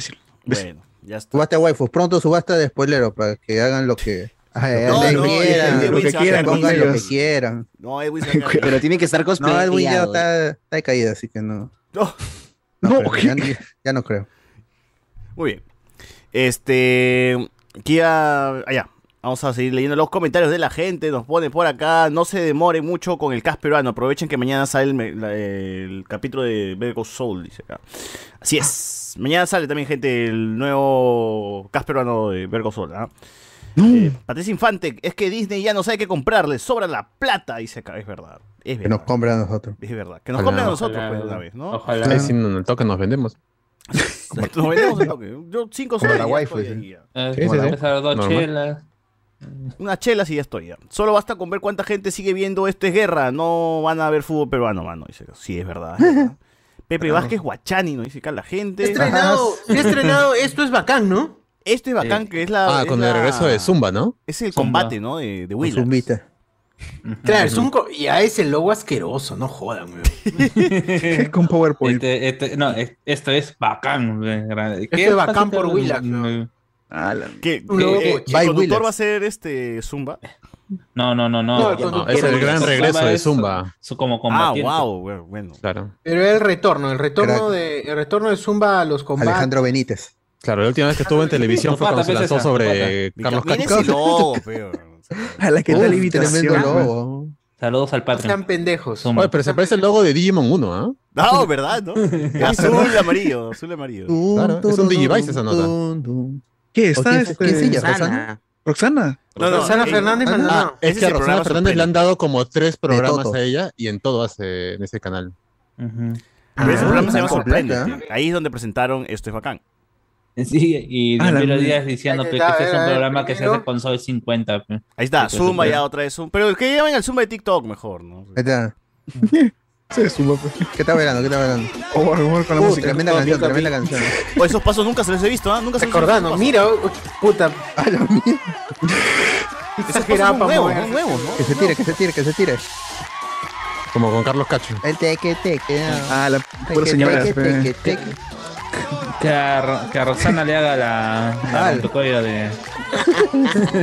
bueno, ya está. Subasta waifus, pronto subasta de spoilero para que hagan lo que no, les no, quieran, Edwin lo que se va a quedar quieran, con pongan lo que ellos. quieran. No, Edwin se va a quedar- Pero tiene que estar No, Edwin ya cosplayado. está, está de caída, así que no. No. No, pero ya, ya no creo. Muy bien. Este. Kia. Allá. Vamos a seguir leyendo los comentarios de la gente. Nos pone por acá. No se demore mucho con el cast peruano. Aprovechen que mañana sale el, me- la- el capítulo de Better Call Soul. Dice acá. Así es. Mañana sale también, gente, el nuevo cast peruano de Better Call Soul. ¿ah? Eh, Patricia Infante. Es que Disney ya no sabe qué comprarle. Sobra la plata. Dice acá. Es verdad. Es Que verdad. nos compren a nosotros. Es verdad. Que nos compren a nosotros, pues, de una vez, ¿no? Ahí sí, en el toque nos vendemos. Nos vendemos el toque. Yo cinco Como soles la y ya waifu, estoy sí. ahí, ya. Eh, Sí, sí, sí. empezaron dos Normal. chelas. Unas chelas y ya estoy. ya. Solo basta con ver cuánta gente sigue viendo este guerra. No van a ver fútbol peruano, mano. Dice, sí, es verdad. es verdad. Pepe Vázquez Guachani, nos dice acá la gente. Estrenado, ya estrenado, esto es bacán, ¿no? Esto es bacán, que es la. Ah, es con el la- regreso de Zumba, ¿no? Es el combate, ¿no? De, de Willax. Claro, es un co- ya es el logo asqueroso, no jodan, weón. con PowerPoint. Este, no, es- esto es bacán. güey, grande. Esto es bacán por Willax, No, Que, Un que, nuevo- eh, By el conductor Willax. va a ser este Zumba. no, no. no, No, el Ya conductor es el gran Zumba regreso de es Zumba. Su, su como combatiente. Ah, wow, güey, bueno. Claro. Pero el retorno, el retorno de el retorno de Zumba a los combates. Alejandro Benítez. Claro, la última vez que estuvo en televisión fue Zapata, cuando se pues, lanzó esa, sobre Carlos Mira ese Castro. Oh, lobo, A la que Uf, tal tremendo invitación. lobo. Saludos al Patreon. Están pendejos. Oye, pero se parece el logo de Digimon 1, ¿ah? No, ¿verdad? ¿No? Azul, amarillo, azul, amarillo. Claro, es un Digivice esa nota. ¿Qué? ¿O quién- ¿Está este... quién sigue? Roxana? ¿Roxana? No, no, eh, Ah, Maldonado. es Ese es que a el Rosana programa Fernández le han dado como tres programas Toto. a ella y en todo hace en ese canal. Pero ese Ah, programa se está llama completa. Sorprende. Ahí es donde presentaron este Esto es bacán. Sí, y Ah, la Dios mierda. Díaz diciendo Ahí pe, que está, este a es ver, un a ver, programa que se hace primero. con Sol 50. pe. Ahí está, Sí, Zumba pues, ya otra vez Zumba. Pero que lleven el Zumba de TikTok mejor, ¿no? Ahí está. ¿Qué está bailando? ¿Qué está bailando? con la Uh, música. Tremenda Todo canción, bien, tremenda canción. O esos pasos nunca se los he visto, ¿ah? Nunca se los he visto. Recordando, esos mira, oh, puta. pasos. Esos pasos son Exagerado para nuevos, mover. son nuevos, ¿no? Que se tire, que se tire, que se tire. Como con Carlos Cacho. El teque, teque. Ah, la pues. Teque, señora. teque, teque, teque. Que a, Ro- que a Roxana le haga la, la rompecuello de.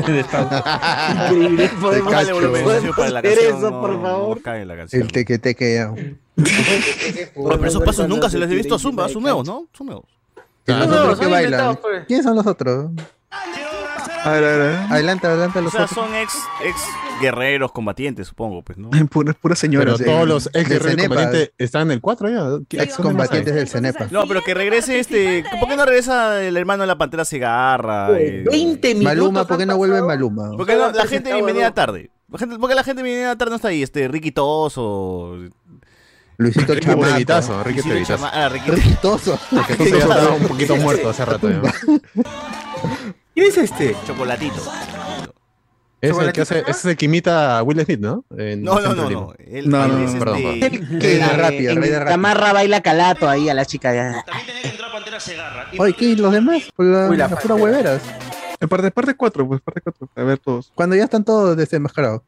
de esta- Increíble, podemos darle volumen, socio, para la canción, no, no nos cae la canción. El teque, teque. ya. Oye, pero esos pasos nunca se los he visto a Zumba, son nuevos, ¿no? Son nuevos. ¿Los no, otros son que bailan? inventados, pues. ¿Quiénes son los otros? Adelante, adelante O los sea, otros. son ex, ex guerreros combatientes, supongo, pues, ¿no? Pura, pura señora. Pero todos los ex guerreros combatientes están en el 4 ya. Excombatientes del Cenepa. No, pero que regrese este. ¿Por qué no regresa el hermano de la pantera cigarra? eh? 20 minutos. Maluma, ¿por qué no vuelve Maluma? Porque no- la gente bienvenida tarde. La gente- Porque la gente bienvenida tarde no está ahí, este Ricky Toso. Luisito Ricky Chamaco. Trevitazo, Ricky Luisito Trevitazo. Chama- ah, Ricky- Riquitoso. Ah, Riquitoso Sí, estaba claro. un poquito muerto hace rato ya. ¿Quién es este? Chocolatito. Es el que hace, ese es el que imita a Will Smith, ¿no? No, no, no, no. Él- él es este- Que Rey de Rappi, en Rey de Rappi. Gamarra baila calato ahí a la chica. ya. Oye, ¿qué? ¿Y los demás? Pues La, Uy, la las puras hueveras. Parte, parte 4, pues, parte 4. A ver todos. Cuando ya están todos desenmascarados.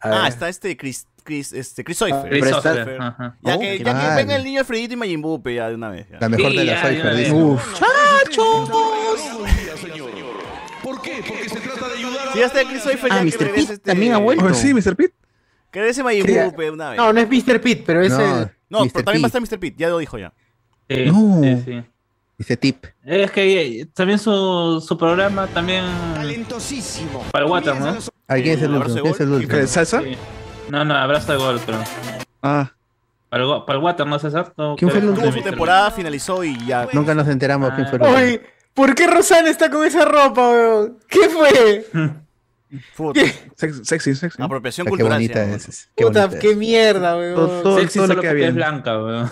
Ah, está este Chris, Chris, este, Ah, Chris Seufer. Chris Chris Seufer, Seufer. ajá. Ya Oh, que, qué ya que mal. venga el niño Alfredito y Majin Buu, pues, ya de una vez. ya. La mejor de las Cypher. dice. Uf. ¿Por qué? Porque se trata de ayudar Si ya está Chris Seufer, Ah, ya que Mr. regrese Pete este... también ha vuelto. Ah, Oye, sí, Mr. Pit. Que regrese Majin Sí. Buu, pues, de una vez. No, no es Mr. Pit, pero es No, el- No, Mr. pero también va a Pete. estar Mr. Pete, ya lo dijo ya. Sí, No. sí, sí. Ese tip. Es que eh, también su, su programa también. Talentosísimo. Para el Water, ¿no? Ahí es el último. ¿Quién es el último? ¿Salsa? No, no, abrazo de gol, pero. Ah. Para el, go- para el Water, ¿no, César? No, ¿Quién fue el creo. último? Su temporada finalizó y ya. pues. Nunca nos enteramos quién fue el último. Oye, ¿por qué Rosana está con esa ropa, weón? ¿Qué fue? Puta. ¿Qué? Sex- Sexy, sexy. Apropiación Ah, qué cultural. bonita se llama. es. Qué Puta, bonita qué es. mierda, weón. Todo, todo, Sexy todo le solo queda porque bien. es blanca, weón.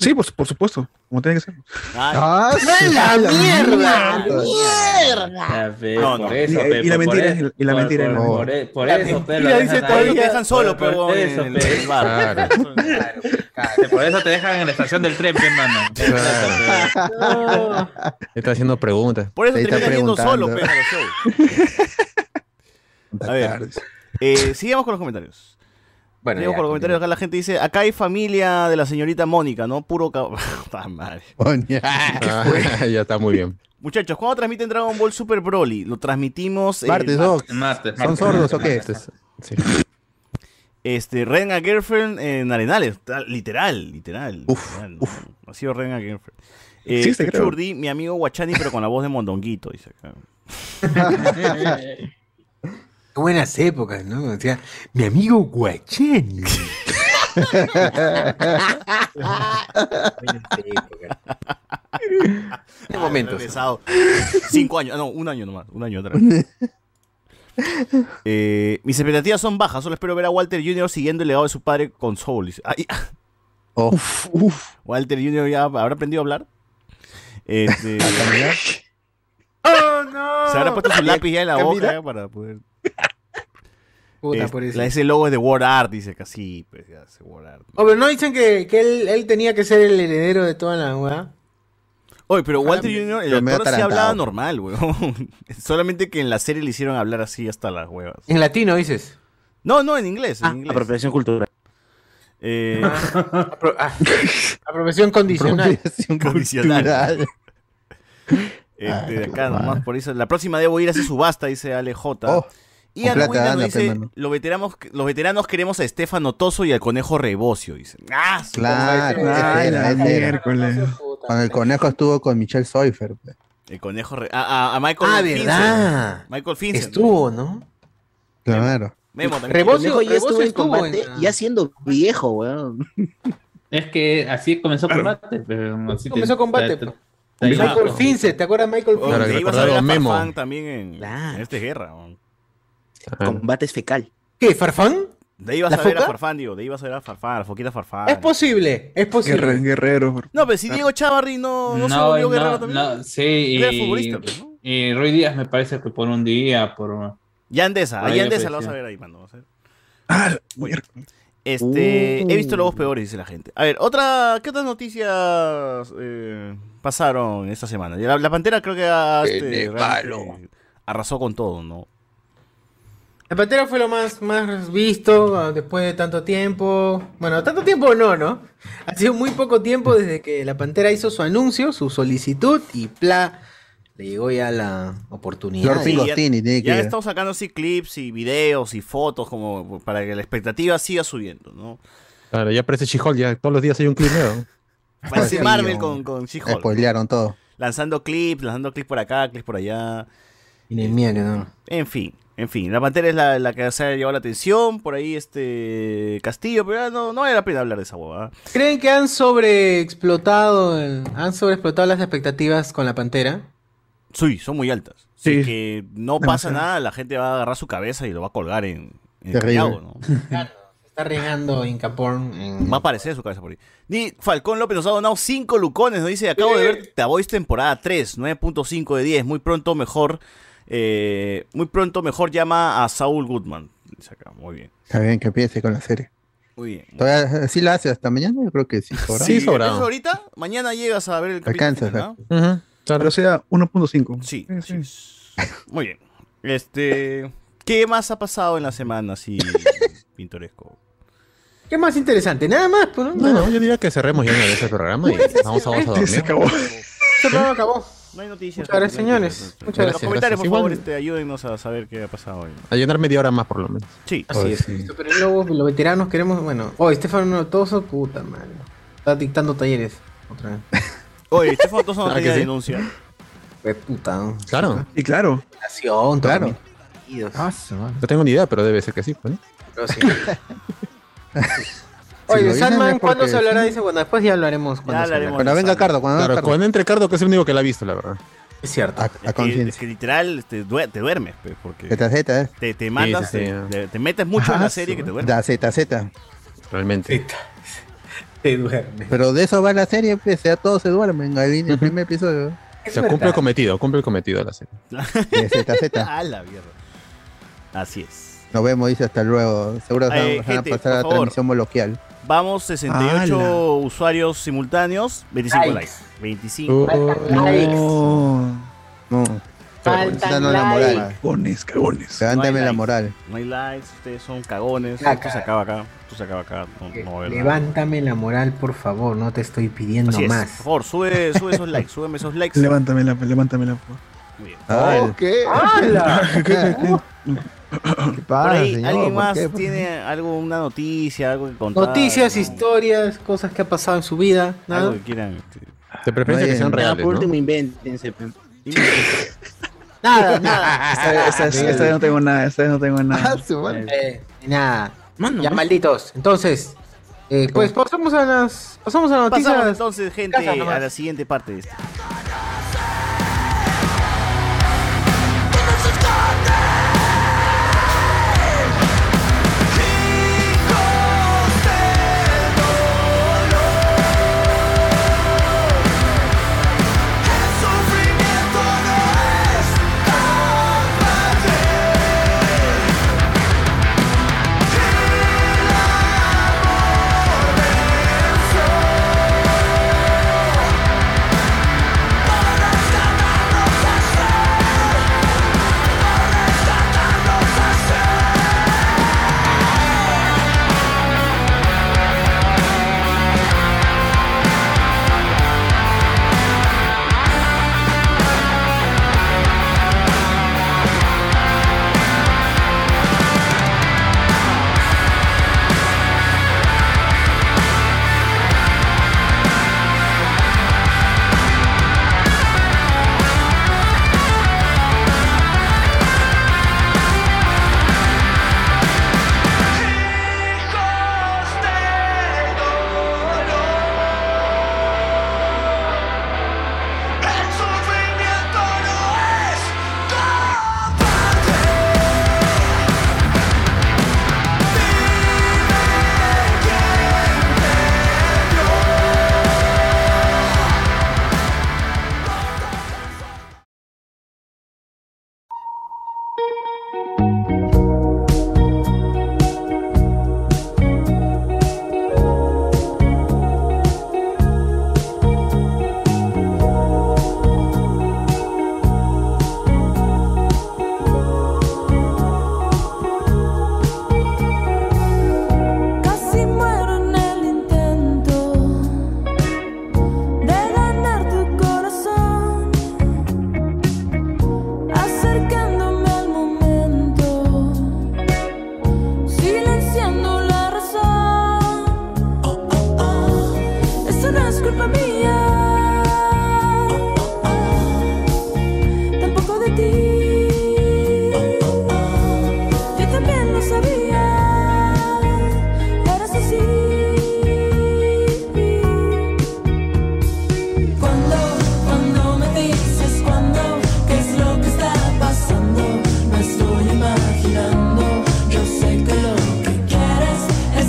Sí, pues, por supuesto. Como tiene que ser. Ah, ¡A la Ya, mierda! ¡Mierda! fe, No, no. por eso, Y- fe, y la por- mentira, por- y la por- mentira, por- no. Por, e- por La eso, pe, lo mentira dejan dice ahí. todavía- Dejan solo, Por- pero por en eso, el- pe. en el bar. Claro. Por eso te dejan en la estación del tren, pe, hermano. Claro. Está haciendo preguntas. Por eso Ahí está termina yendo solo, preguntando. pero a los shows. A ver, eh, sigamos con los comentarios. Bueno, sigamos ya, con los comentarios. Acá la gente dice, acá hay familia de la señorita Mónica, ¿no? Puro cabrón. madre. Ah, ya está muy bien. Muchachos, ¿cuándo transmiten Dragon Ball Super Broly? Lo transmitimos... eh, Martes, mar- Doc. ¿Son sordos o qué? Este Este, Renga Girlfriend en Arenales. Tal- Literal, literal. literal. Ha sido Renga Girlfriend. Eh, Existe, creo. Churdi, mi amigo Guachani, pero con la voz de Mondonguito, dice acá. Qué buenas épocas, ¿no? O sea, mi amigo Guachani. Qué momento. Cinco años, ah, no, un año nomás, un año atrás. Eh, mis expectativas son bajas, solo espero ver a Walter Jr. siguiendo el legado de su padre con Soul. dice. Ay, ah. Uf, uf. Walter Jr. ya habrá aprendido a hablar. Este, ¡Oh, no! se habrá puesto su lápiz ya en la boca eh, Camila. ya para poder. Puta, Es- por eso. la- ese logo es de Word Art, dice que así, pues ya, ese Word Art. Oh, pero no dicen que, que él, él tenía que ser el heredero de toda la weá. Oye, pero Walter Ah, Jr., el pero medio actor sí atarantado. hablaba normal, weón. Solamente que en la serie le hicieron hablar así hasta las huevas. En latino dices. No, no, en inglés, en inglés. Apropiación cultural. Eh, Apropiación condicional. condicional. Este, de acá nomás, por eso. La próxima debo ir a esa subasta, dice Ale J. y con Alwina plata, nos anda, pe, dice, mano. los veteranos, los veteranos queremos a Estefano Toso y al conejo Rebocio, dice. ¡Ah! su madre! Claro, ese era, ese era. Cuando el conejo estuvo con Michelle pues. Seufer. pe. El conejo Re- a, a- a Michael Ah, Vincent. ¿verdad? Michael Vincent. Estuvo, ¿no? Claro. Memo también. Conejo ya estuvo en combate, en- ya siendo viejo, weón. Es que así comenzó combate. pero así Comenzó te- combate, te- po. te- te- Michael Fince, ¿te acuerdas de Michael Oh, Fince? que ibas a ver a Memo. Farfán también en, en este guerra. weón. Combate es fecal. ¿Qué, Farfán? De ahí ibas ¿La a ver a foca? Farfán, digo. De ahí ibas a ver a Farfán, a la Foquita Farfán. Es posible, es posible. Guerre- Guerrero. por- No, pero si Diego Chavarri no, no, se No, volvió no, guerrero también. no, sí, y, Era futbolista, pues, y Roy Díaz me parece que por un día, por... Ya Andesa, ahí Andesa lo la vas a ver ahí, mando. vas a ver. Este, Uh. he visto Mm. lobos peores, dice la gente. A ver, otra, ¿qué otras noticias eh, pasaron esta semana? La, la pantera creo que ah, este, realmente arrasó con todo, ¿no? La Pantera fue lo más, más visto ah, después de tanto tiempo. Bueno, tanto tiempo no, ¿no? Ha sido muy poco tiempo desde que la Pantera hizo su anuncio, su solicitud y pla. Le llegó ya la oportunidad. Lord Pingostini tiene Ya que han estado sacando así clips y videos y fotos como para que la expectativa siga subiendo, ¿no? Claro, ya parece She-Hulk, ya todos los días hay un clip nuevo. Parece Sí, pues. Marvel o- con, con She-Hulk. spoilearon todo. Lanzando clips, lanzando clips por acá, clips por allá. Ni mía que no. En fin, en fin, la pantera es la, la que se ha llevado la atención, por ahí este Castillo, pero ya no, no vale la pena hablar de esa huevada. ¿Creen que han sobreexplotado, el- han sobreexplotado las expectativas con la Pantera? Sí, son muy altas. Si es que no pasa nada, la gente va a agarrar su cabeza y lo va a colgar en, en el Terrible. callao, ¿no? Está regando Inca Porn en... Va a aparecer su cabeza por ahí. Di- Falcón López nos ha donado 5 lucones. Nos dice, acabo de ver The Voice temporada 3, 9.5 de 10. Muy pronto mejor. eh, muy pronto mejor llama a Saul Goodman. Dice acá, Muy bien. Está bien que empiece con la serie. Muy bien. Todavía- ¿Sí la hace hasta mañana? Yo creo que sí. sobrado. Y eso ahorita, mañana llegas a ver el capítulo. Alcanza, final, ¿no? Pero sea 1.5. Sí, Muy bien. Este, ¿Qué más ha pasado en la semana así pintoresco? ¿Qué más interesante? Nada más, pues, ¿no? No, no, yo diría que cerremos ya una vez el este programa y Pues vamos a, vamos a dormir. Se acabó. Este programa acabó. No hay noticias. Muchas gracias, señores. Muchas En los gracias. comentarios, por gracias. favor, Igual- este, ayúdennos a saber qué ha pasado hoy. A llenar media hora más por lo menos. Sí. Así es. Listo, Pero luego los veteranos queremos, bueno, oh, Estefano Toso, puta madre. Está dictando talleres otra vez. Oye, Estefano Toso no ¿Verdad que tenía sí? denuncia. Pues puta. ¿no? Claro. Y claro. Nación, Claro. No tengo ni idea, pero debe ser que sí. pues, ¿no? Oye, lo de dicen Sandman, es ¿cuándo porque se hablará? sí. Dice, bueno, después ya hablaremos. Cuando se hablará. Cuando venga Cardo, cuando venga Claro, Cardo. cuando entre Cardo, que es el único que la ha visto, la verdad. Es cierto. A, Es que- Es que literal te, due- te duermes, pues, porque De tarjeta, ¿eh? te, te mandas, Sí, sí, sí. te, te- te metes mucho en la serie que te duermes. La Z, Z. Realmente. Te duerme. Pero de eso va la serie, pues, ya todos se duermen. Ahí viene el primer episodio. O sea, cumple el cometido, cumple el cometido la serie. De Z, Z. A la mierda. Así es. Nos vemos, dice, hasta luego. Seguro se van, Ay, se van gente, a pasar por a favor. transmisión moloquial. Vamos, 68 usuarios simultáneos, 25 likes. 25 Oh, Uh, No. Faltan Dándonos la likes. moral. Cagones, cagones. Levántame la likes. moral. No hay likes, ustedes son cagones. La Esto se cara. acaba acá, esto se acaba acá. No, no, ¿verdad? Levántame la moral, por favor, no te estoy pidiendo Así es. Por más. favor, sube, sube esos likes, súbeme esos likes. Levántame la, levántame la. Muy bien. ¿Qué Por pasa, ahí, señor? ¿alguien ¿Por más qué? ¿Por qué? tiene algo, una noticia, algo que contar? Noticias, historias, cosas que ha pasado en su vida. Algo ¿no? que quieran. este, De preferencia que sean reales. por ¿no? último, invéntense. pe. Nada, nada. Esta vez- esta vez- esta vez no tengo nada, esta vez no tengo nada. Ah, Eh, nada. ya malditos. Entonces, eh, pues pasamos a las. Pasamos a las noticias. Pasamos entonces, gente, Casa nomás. a la siguiente parte de esto. Casi muero en el intento de ganar tu corazón, acercándome al momento, silenciando la razón. Esto no es culpa mía, tampoco de ti. Yo también lo sabía. Eres así Cuando, cuando me dices cuando ¿Qué es lo que está pasando? No estoy imaginando Yo sé que lo que quieres es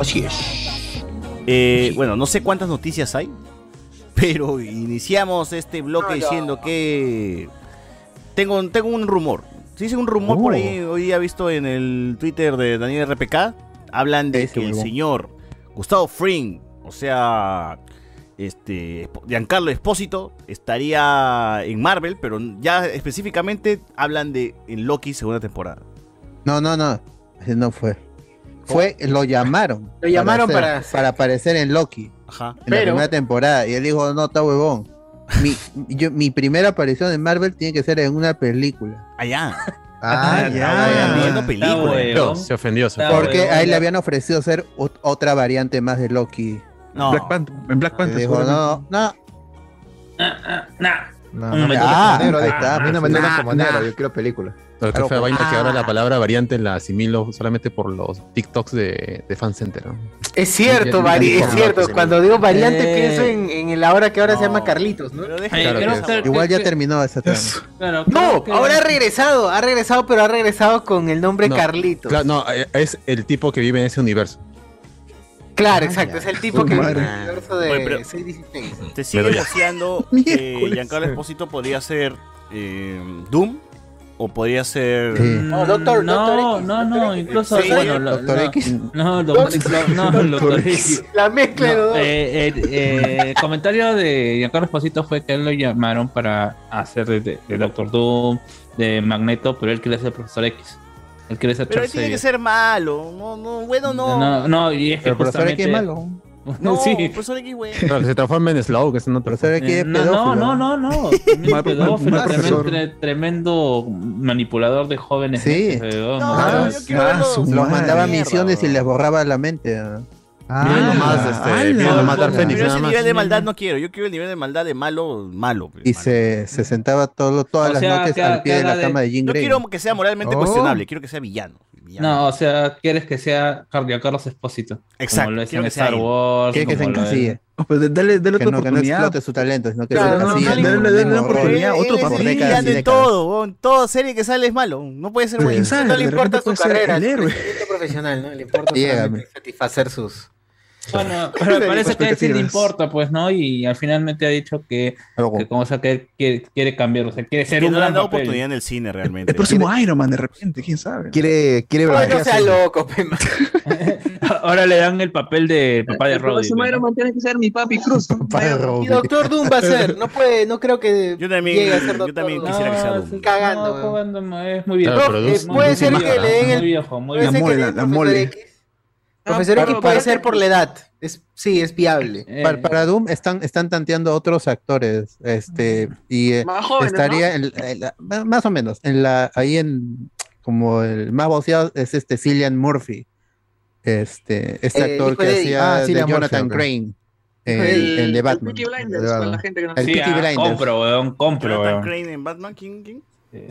Así es. Eh, bueno, no sé cuántas noticias hay, pero iniciamos este Ah, bloque diciendo que tengo, tengo un rumor. Se dice un rumor por ahí, Oh. hoy día visto en el Twitter de Daniel RPK. Hablan de que el huevón. señor Gustavo Fring, o sea, este Espo- Giancarlo Espósito, estaría en Marvel, pero ya específicamente hablan de en Loki segunda temporada. No, no, no. Ese No fue. Fue, lo llamaron. Lo llamaron hacer- para hacer- aparecer en Loki. Ajá. En la primera temporada. Y él dijo, no, está huevón. Mi, yo- mi primera aparición en Marvel tiene que ser en una película. Allá. Ah, ya. Viendo película. Se ofendió, se ofendió. Porque a él le habían ofrecido ser ot- otra variante más de Loki. No. Black Panther, en Black Panther. Dijo, no, seguramente. no. No, Un no me metro metas como como negro, negro, ahí ah, está. A mí no me metas nah, como negro, nah. yo quiero película. Pero qué Claro, fea pues. vaina que ah. ahora la palabra variante la asimilo solamente por los TikToks de, de Fan Center. ¿no? Es cierto, Ya- ya Vari, dijo es Marvel, cierto. sí. Cuando digo variante Eh. pienso en, en la hora que ahora se llama Carlitos, ¿no? Claro que es. Igual ya terminó esa trama. No, ahora ha regresado, ha regresado, pero ha regresado con el nombre No, Carlitos. Claro, no, eh, es el tipo que vive en ese universo. Claro, exacto. Es el tipo que vive en el universo de Oye, pero- 616. Te sigue Pero ya. boceando que Miércoles. Giancarlo Esposito podría ser eh, Doom o podría ser. No, doctor, Mm, no, no, no, incluso Sí, bueno, lo- Doctor lo- X. No, lo- Doctor- no, Doctor Doctor X. X. La mezcla de No, los dos. eh, el, eh, el comentario de Giancarlo Esposito fue que él lo llamaron para hacer de, de- de Doctor Doom, de Magneto, pero él quiere ser Profesor X. Él quiere ser Pero él Charles tiene que Xavier. ser malo. No, no, bueno, no. No, no, y es que Pero el profesor justamente... X es malo. No, sí. profesor X, güey. Claro, que se transforma en Slow, que es un otro. Eh, no, no, no, no, no. Tremendo pedófilo, tremendo, tre- tremendo manipulador de jóvenes. Sí. este, weón, No, o sea, Ah, yo quiero verlo. Los mandaba a misiones y les borraba la mente. ah. Mira nomás, este, mira nomás Dark Phoenix, Pero nada ese más. nivel de maldad no quiero. Yo quiero el nivel de maldad de malo, malo. Y se, se sentaba todo, todas O las sea, noches que- al pie que de la haga de- cama de Jean No Grey. quiero que sea moralmente Oh. cuestionable, quiero que sea villano. No, o sea, quieres que sea Carlos, Carlos Espósito. Exacto, Como lo es quiero en que sea Star él. Wars. Quiere que se como lo es- encasille. No, pues de- dale, dale otra Que no, que no oportunidad. explote su talento, sino que Claro, se no, encasille. dale, dale, dale una Por- oportunidad, por- otro por papel. décadas y Villano en décadas. todo, en toda serie que sale es malo. No puede ser bueno. ¿Quién sabe? No De le importa repente su puede ser carrera. el héroe. profesional, ¿no? Le importa solamente satisfacer sus. Bueno, Pero pues, parece que a él sí le importa, pues, ¿no? Y al finalmente ha dicho que, que como o sea, que él quiere, quiere cambiar, o sea, quiere ser Que un no le gran han dado papel. oportunidad en el cine realmente. El próximo Iron Man, de repente, quién sabe. Quiere, quiere blanquear no sea su- loco, Ahora le dan el papel de papá de El Roddy. próximo Iron Man tiene que ser mi papi Cruz. Y Doctor Doom va a ser, no puede, no creo que. Yo también, yo también quisiera que sea Doom. Cagando. No, jugando, es muy bien. Claro, pero Eh, Doom- Doom sin máscara. Muy viejo, muy La viejo. mole, la- la mole. Profesor Ah, X claro, puede claro. ser por la edad. Es, sí, es viable. Para, para Doom están, están tanteando otros actores. Este, y eh, Más jóvenes, estaría en- en la- ma- más o menos. En la, ahí en como el más boceado es este Cillian Murphy. Este, este Eh, actor hijo que de- hacía ah, de Cillian Murphy, Jonathan ok. Crane eh, en, El- en The el Batman. Peaky Blinders, De para Batman. la gente que no El Sí, Peaky ah, Blinders. Compro, weón, compro, Jonathan weón. Crane en Batman King King.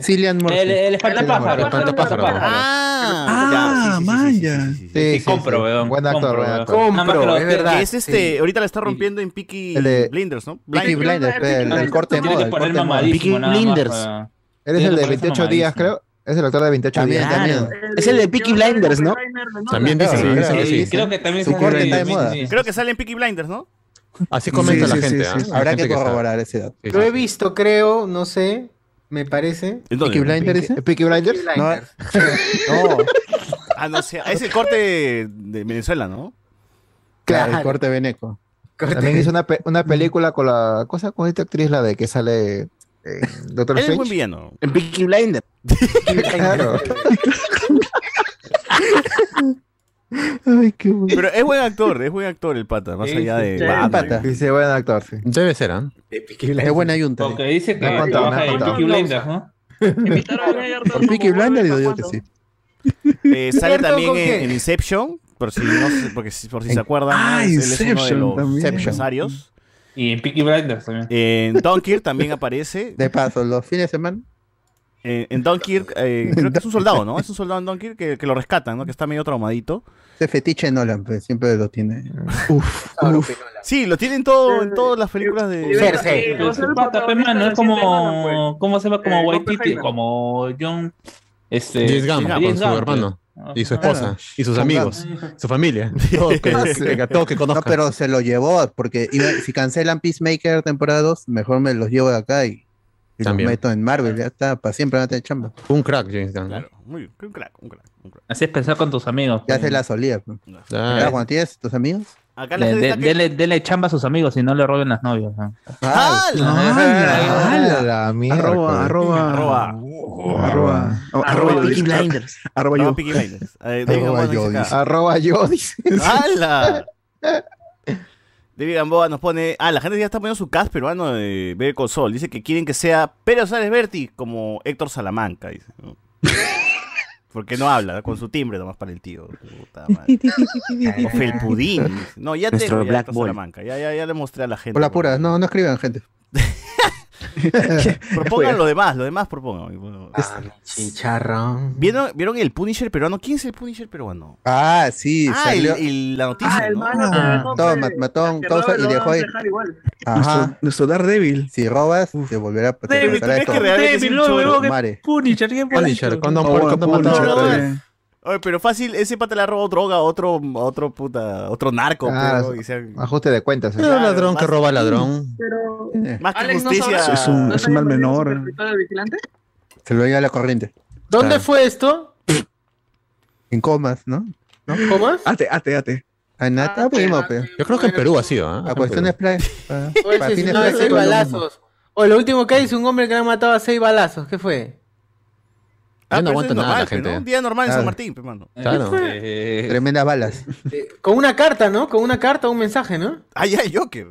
Cillian Murphy. El, el espantapájaro. El espantapájaro. Ah, Ah, Maya. Sí, compro, weón. Buen actor, compro, buen weón. actor. Nada más que lo- que- Que es este, ahorita la está rompiendo en Peaky El de- Blinders, ¿no? Peaky Blinders, el, el corte de Tiene moda. que poner el corte de moda. mamadísimo Peaky nada más, Blinders. ah. Eres Tiene el que de ponerse 28 días, creo. Es el actor de 28 También, días. también. Es el de Peaky Blinders, ¿no? También Claro, dicen, claro, dicen que sí, sí. sí. Creo que también Su está corte en está de Disney. moda. Creo que sale en Peaky Blinders, ¿no? Así comenta Sí, la sí, sí, gente. sí, ¿ah? sí. La Habrá gente que sabe. corroborar ese dato. Sí, Lo sí. he visto, creo, no sé, me parece. ¿Peaky Blinders? ¿eh? dice? ¿Peaky Blinders? Peaky No, Blinders. Ah, no, o sea, es el corte de- de Venezuela, ¿no? claro, el corte veneco. También hizo una, pe- una película con la cosa con esta actriz, la de que sale eh, Doctor Él es Strange. buen villano. En Peaky Blinders. Claro. Ay, qué bueno. Pero es buen actor, es buen actor el pata, más Sí, allá sí, de. sí. Batman. Pata. Dice buen actor, sí. Debe ser, ¿ah? Es buena yunta. Porque dice que Me ha contado, trabaja me ha en contado. Peaky Blinders, ¿no? Por Peaky Blinders digo yo que sí. Eh, sale ¿Cierto? también ¿Con en, qué? en Inception, por si, no sé, porque si- por si se acuerdan. Ah, él es uno de Inception los también. empresarios. Eh, Y en Peaky Blinders también. En Dunkirk también aparece. De paso, los fines de semana. Eh, en Dunkirk, eh, creo que es un soldado, ¿no? Es un soldado en Dunkirk que, que lo rescatan, ¿no? Que está medio traumadito. Ese fetiche Nolan, pues, siempre lo tiene. Uf, uf. Sí, lo tienen todo en todas las películas de. Cersei. Pero su pata, pe, mano, es como. ¿Cómo se llama? Como Eh, Waititi. Oppenheimer. Como John. Este, James Gunn, con su pe. hermano. Y Ah. su esposa, y sus amigos, su familia. Todos que, que- todos que No, conozcan. pero se lo llevó, porque iba- si cancelan Peacemaker temporada 2, mejor me los llevo de acá y, y los También. meto en Marvel, ya está, para siempre van a tener chamba. Un crack, James Gunn. Muy bien, un crack, un crack, un crack. Así es pensar con tus amigos. Ya se la solía. pues. eh. Ya, Cuando tienes tus amigos. Acá Le- de- dele, dele chamba a sus amigos y no le roben las novias. ¿no? Ah, ¡Hala! mierda! Arroba, arroba. Arroba. Arroba. Arroba Arroba Peaky Peaky Blinders. Arroba No, yo. Peaky Blinders. Eh, David Arroba Gamboa nos yo, dice dice. acá. Arroba yo, dice. ¡Hala! David Gamboa nos pone. Ah, la gente ya está poniendo su cast peruano de Better Call Saul. Dice que quieren que sea Pedro Sárez Berti como Héctor Salamanca. Dice. ¿no? Porque no habla, con su timbre nomás para el tío. Puta madre. O Felpudín. dice. No, ya Nuestro tengo ya Black Héctor Ball. Salamanca. Ya, ya, ya le mostré a la gente. pues. Por la pura, no, no escriban, gente. pues. Propongan lo demás, lo demás propongan. Ah, Chicharrón. ¿Vieron, ¿Vieron el Punisher peruano? ¿Quién es el Punisher peruano? Ah, sí, Ah, salió. el- el- la noticia. Ah, el ¿no? mano que Ah. robó, Todo, pues, mat- mató a un que causa roba, y lo dejó van a ahí. dejar Ajá. Nuestro Daredevil. Si robas, te volverá a David, ¿tú crees que realmente es un no, choro? huevón, que- Mare. Punisher, ¿qué Punisher, cuando Oh, cuando Punisher, mató- está no, bien. Oye, pero fácil, ese pata le ha robado droga a otro, a otro puta, otro narco. Ah, pero, y se han- Ajuste de cuentas. ¿eh? Pero ladrón que roba ladrón. Pero. Más que Alex, ¿no justicia. sabrá- eh, Es un- no es un mal sabrá si menor. interpretó de vigilante? Se lo lleva a la corriente. ¿Dónde Ah, fue esto? En comas, ¿no? ¿No? ¿Comas? Ate, ate, ate. Ah, nata, primo, pe. Yo creo que en Perú ha sido, ¿ah? A cuestiones play. Ah, O ese para es- fines no, prácticos, seis lo mismo. balazos. O lo último que hay es un hombre que le han matado a seis balazos. ¿Qué fue? Ah, Yo no pero eso aguanto es nada, la normal, gente. ¿no? Un día normal en Claro. San Martín, pe, mano. Claro. Tremendas balas. Con una carta, ¿no? Con una carta, un mensaje, ¿no? Ay, ay, Joker.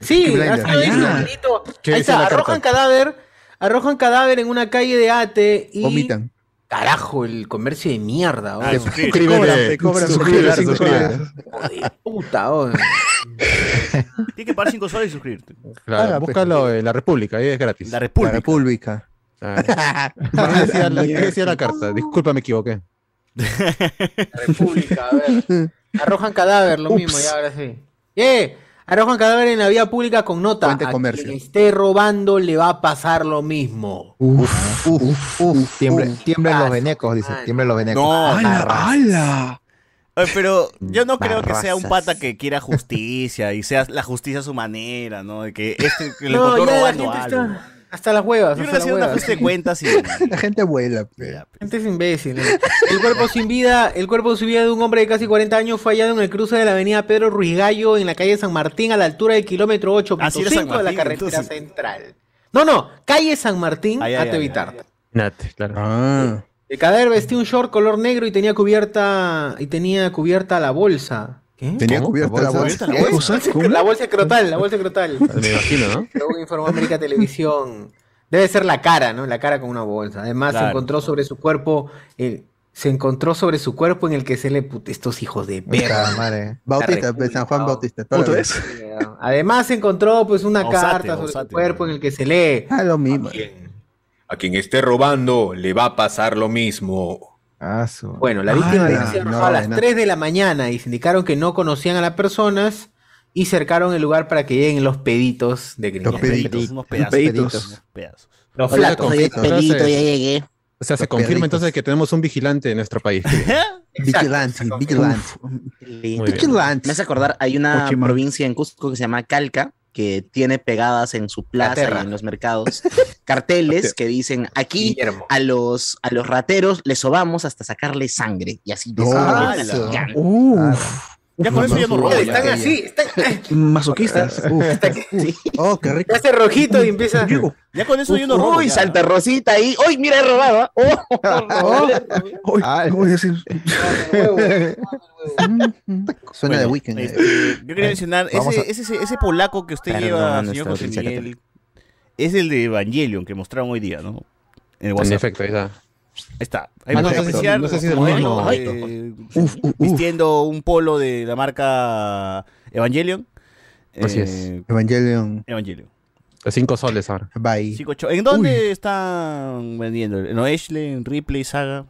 Sí, Peaky ha Blinders. sido Ah, eso, ya. bonito. ¿Qué dice Ahí está, la carta? arrojan cadáver, arrojan cadáver en una calle de Ate y. Vomitan. Carajo, el comercio de mierda. oh. Ah, Te- suscríbete, te cobran, te cobran por suscríbete, llegar, suscríbete. suscríbete. Joder, puta, oh. Tienes que pagar 5 soles y suscribirte. Ah, Claro, Ah, pues. búscalo en La República, ahí es gratis. La República. La República. Ah. ¿Qué decía la- qué decía la carta? Disculpa, me equivoqué. República, a ver. Arrojan cadáver, lo mismo, ya ahora sí. Yeah. Arrojan cadáver en la vía pública con nota. a quien esté robando le va a pasar lo mismo. Uf, uf, uf. Tiemblen, tiemblen los venecos, dice. Tiemblen los venecos. No, ¡Hala, hala! Oye, pero yo no creo que sea un Barrazas. pata que quiera justicia y sea la justicia a su manera, ¿no? De que este que le No, encontró ya la robando gente algo. está. Hasta las huevas. Yo creo hasta que ha las sido un huevas. ajuste de cuentas y. pues. La gente vuela. pe. Gente es imbécil. ¿eh? El cuerpo sin vida, el cuerpo sin vida de un hombre de casi 40 años fue hallado en el cruce de la avenida Pedro Ruiz Gallo en la calle San Martín a la altura del kilómetro Así era San 8.5 de la Martín, carretera entonces. central. No, no, calle San Martín Ay, ay, a ay, Tevitarta. Nate, claro. Ah. El cadáver vestía un short color negro y tenía cubierta y tenía cubierta la bolsa. ¿Qué? Tenía cubierta la bolsa. La bolsa, la bolsa crotal, la bolsa crotal. Me imagino, ¿no? Según informó América Televisión. Debe ser la cara, ¿no? La cara con una bolsa. Además, Claro. se encontró sobre su cuerpo. eh, se encontró sobre su cuerpo en el que se le put- estos hijos de Puta perra. madre. Bautista, pe, San Juan Bautista. toda la vida. Además, se encontró pues una Osate, carta sobre su osate, cuerpo en el que se lee. Ah, lo mismo. A quien esté robando le va a pasar lo mismo. Ah, Bueno, la víctima se arrojó a las 3 de la mañana y se indicaron que no conocían a las personas y cercaron el lugar para que lleguen los peditos de Griñán. Los peditos, unos pedazos. Peditos. unos pedazos. Los Oye, flatos. se confirma, Pedito, entonces- ya llegué. O sea, se Los confirma perritos. entonces que tenemos un vigilante en nuestro país. Vigilante, vigilante. bien. Vigilante. Me hace acordar, hay una Pochimán. provincia en Cusco que se llama Calca, que tiene pegadas en su plaza Caterra. y en los mercados carteles que dicen aquí a los, a los rateros les sobamos hasta sacarle sangre y así les No, Ah, sobamos ala. la sangre. Uf. Ya con eso ya no robo, ya. Están así, están Masoquistas. Oh, qué rico. Ya hace rojito y empieza. Ya con Eso yo no robo, Uy, Santa Rosita ahí. Uy, mira, he robado. ¿ah? Oh, Oh. Uy, Ah, ¿Qué voy a decir? Suena de weekend. eh. este, yo Eh, quería mencionar, Vamos ese, a- ese, ese polaco que usted Perdón, lleva, nuestra señor José audiencia Miguel, es el de Evangelion que mostraron hoy día, ¿no? En En WhatsApp. efecto, ahí está. Ahí está. Ahí Ah, no, no vamos a sé si- apreciar no sé si es el como él, mismo. eh, vistiendo un polo de la marca Evangelion. Así Eh, es. Evangelion. Evangelion. A cinco soles ahora. Bye. Cinco cho- ¿En dónde están vendiendo? ¿En Oeshle? ¿En Ripley? ¿Saga?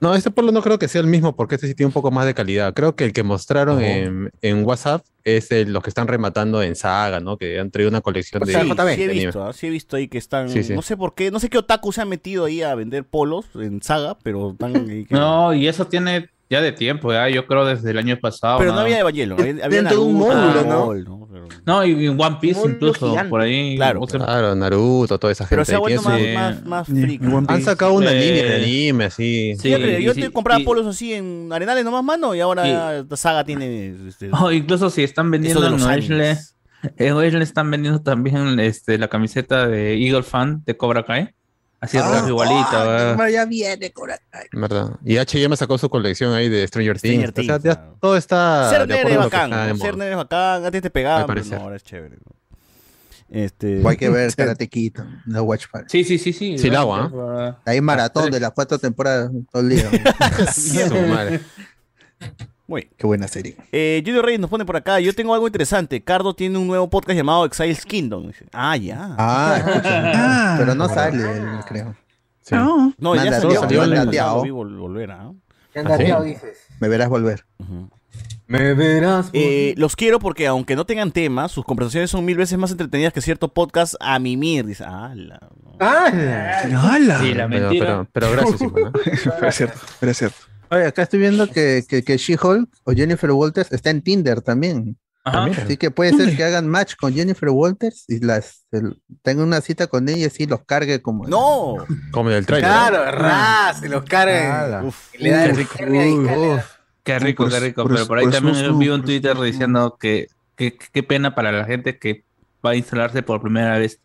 No, este polo no creo que sea el mismo porque este sí tiene un poco más de calidad. Creo que el que mostraron Ajá. en, en WhatsApp es el- los que están rematando en Saga, ¿no? Que han traído una colección de, Sí, Pues sí he de anime. visto, ah, sí he visto ahí que están. Sí, sí. No sé por qué, no sé qué otaku se han metido ahí a vender polos en saga, pero están. eh, ahí que- No, y eso tiene ya de tiempo, ya, yo creo desde el año pasado. Pero no había Evangelion, había- había Dentro de un Naruto, módulo, ¿no? Ball, No, y en One Piece incluso, gigante. por ahí. Claro, claro, Naruto, toda esa Pero gente. se ha ahí vuelto tiene más, su- más, más freak. Han sacado una Eh, línea de anime, así. Fíjate, yo te compraba polos así en arenales nomás, mano, y ahora la saga tiene. este, O incluso si están vendiendo eh, Eso de en los Oesle, animes. en Oesle están vendiendo también este, la camiseta de Eagle Fan de Cobra Kai. Así Ah, roja igualita, ¿verdad? ya viene, Cora. ¿verdad? Y H&M sacó su colección ahí de Stranger, Stranger Things. O sea, ya todo está Ser Ah, de nerd acuerdo es a lo que bacán, está de ¿no? moda. ser nerd es bacán, antes te pegaban, pero parecer. no, ahora es chévere. ¿no? Este... O hay que ver Karate Kid, la Watch Party. Sí, sí, sí, sí. Sí, la ¿eh? hago, ¿eh? Hay maratón de las cuatro temporadas todo el día. Su madre. Muy bien. Qué buena serie. Eh, Junior Reyes nos pone por acá, yo tengo algo interesante. Cardo tiene un nuevo podcast llamado Exiles Kingdom. Dice, Ah, ya. Ah, escucha. Pero no sale, el- creo. No, no ya Mandateado, salió, salió el- mandateado. lo vi vol- volver, ¿ah? Mandateado, dices. Me verás volver. Me verás. Eh, los quiero porque aunque no tengan tema, sus conversaciones son mil veces más entretenidas que cierto podcast a mimir. Dice, ah, la. Sí, la Pero- mentira. Pero, pero gracias, hijo, ¿no? Pero es cierto, pero es cierto. Oye, acá estoy viendo que, que, que She-Hulk o Jennifer Walters está en Tinder también. Ah, Ajá. Así que puede ser que hagan match con Jennifer Walters y las el- tengan una cita con ella y sí los cargue como. ¡No! Como en el trailer. Claro, ra, se los Ala. cargan. Le da Qué el rico. Qué rico, Cruz- qué rico. cruz- Pero por ahí cruz- también cruz- vi un Twitter diciendo que que- que qué pena para la gente que va a instalarse por primera vez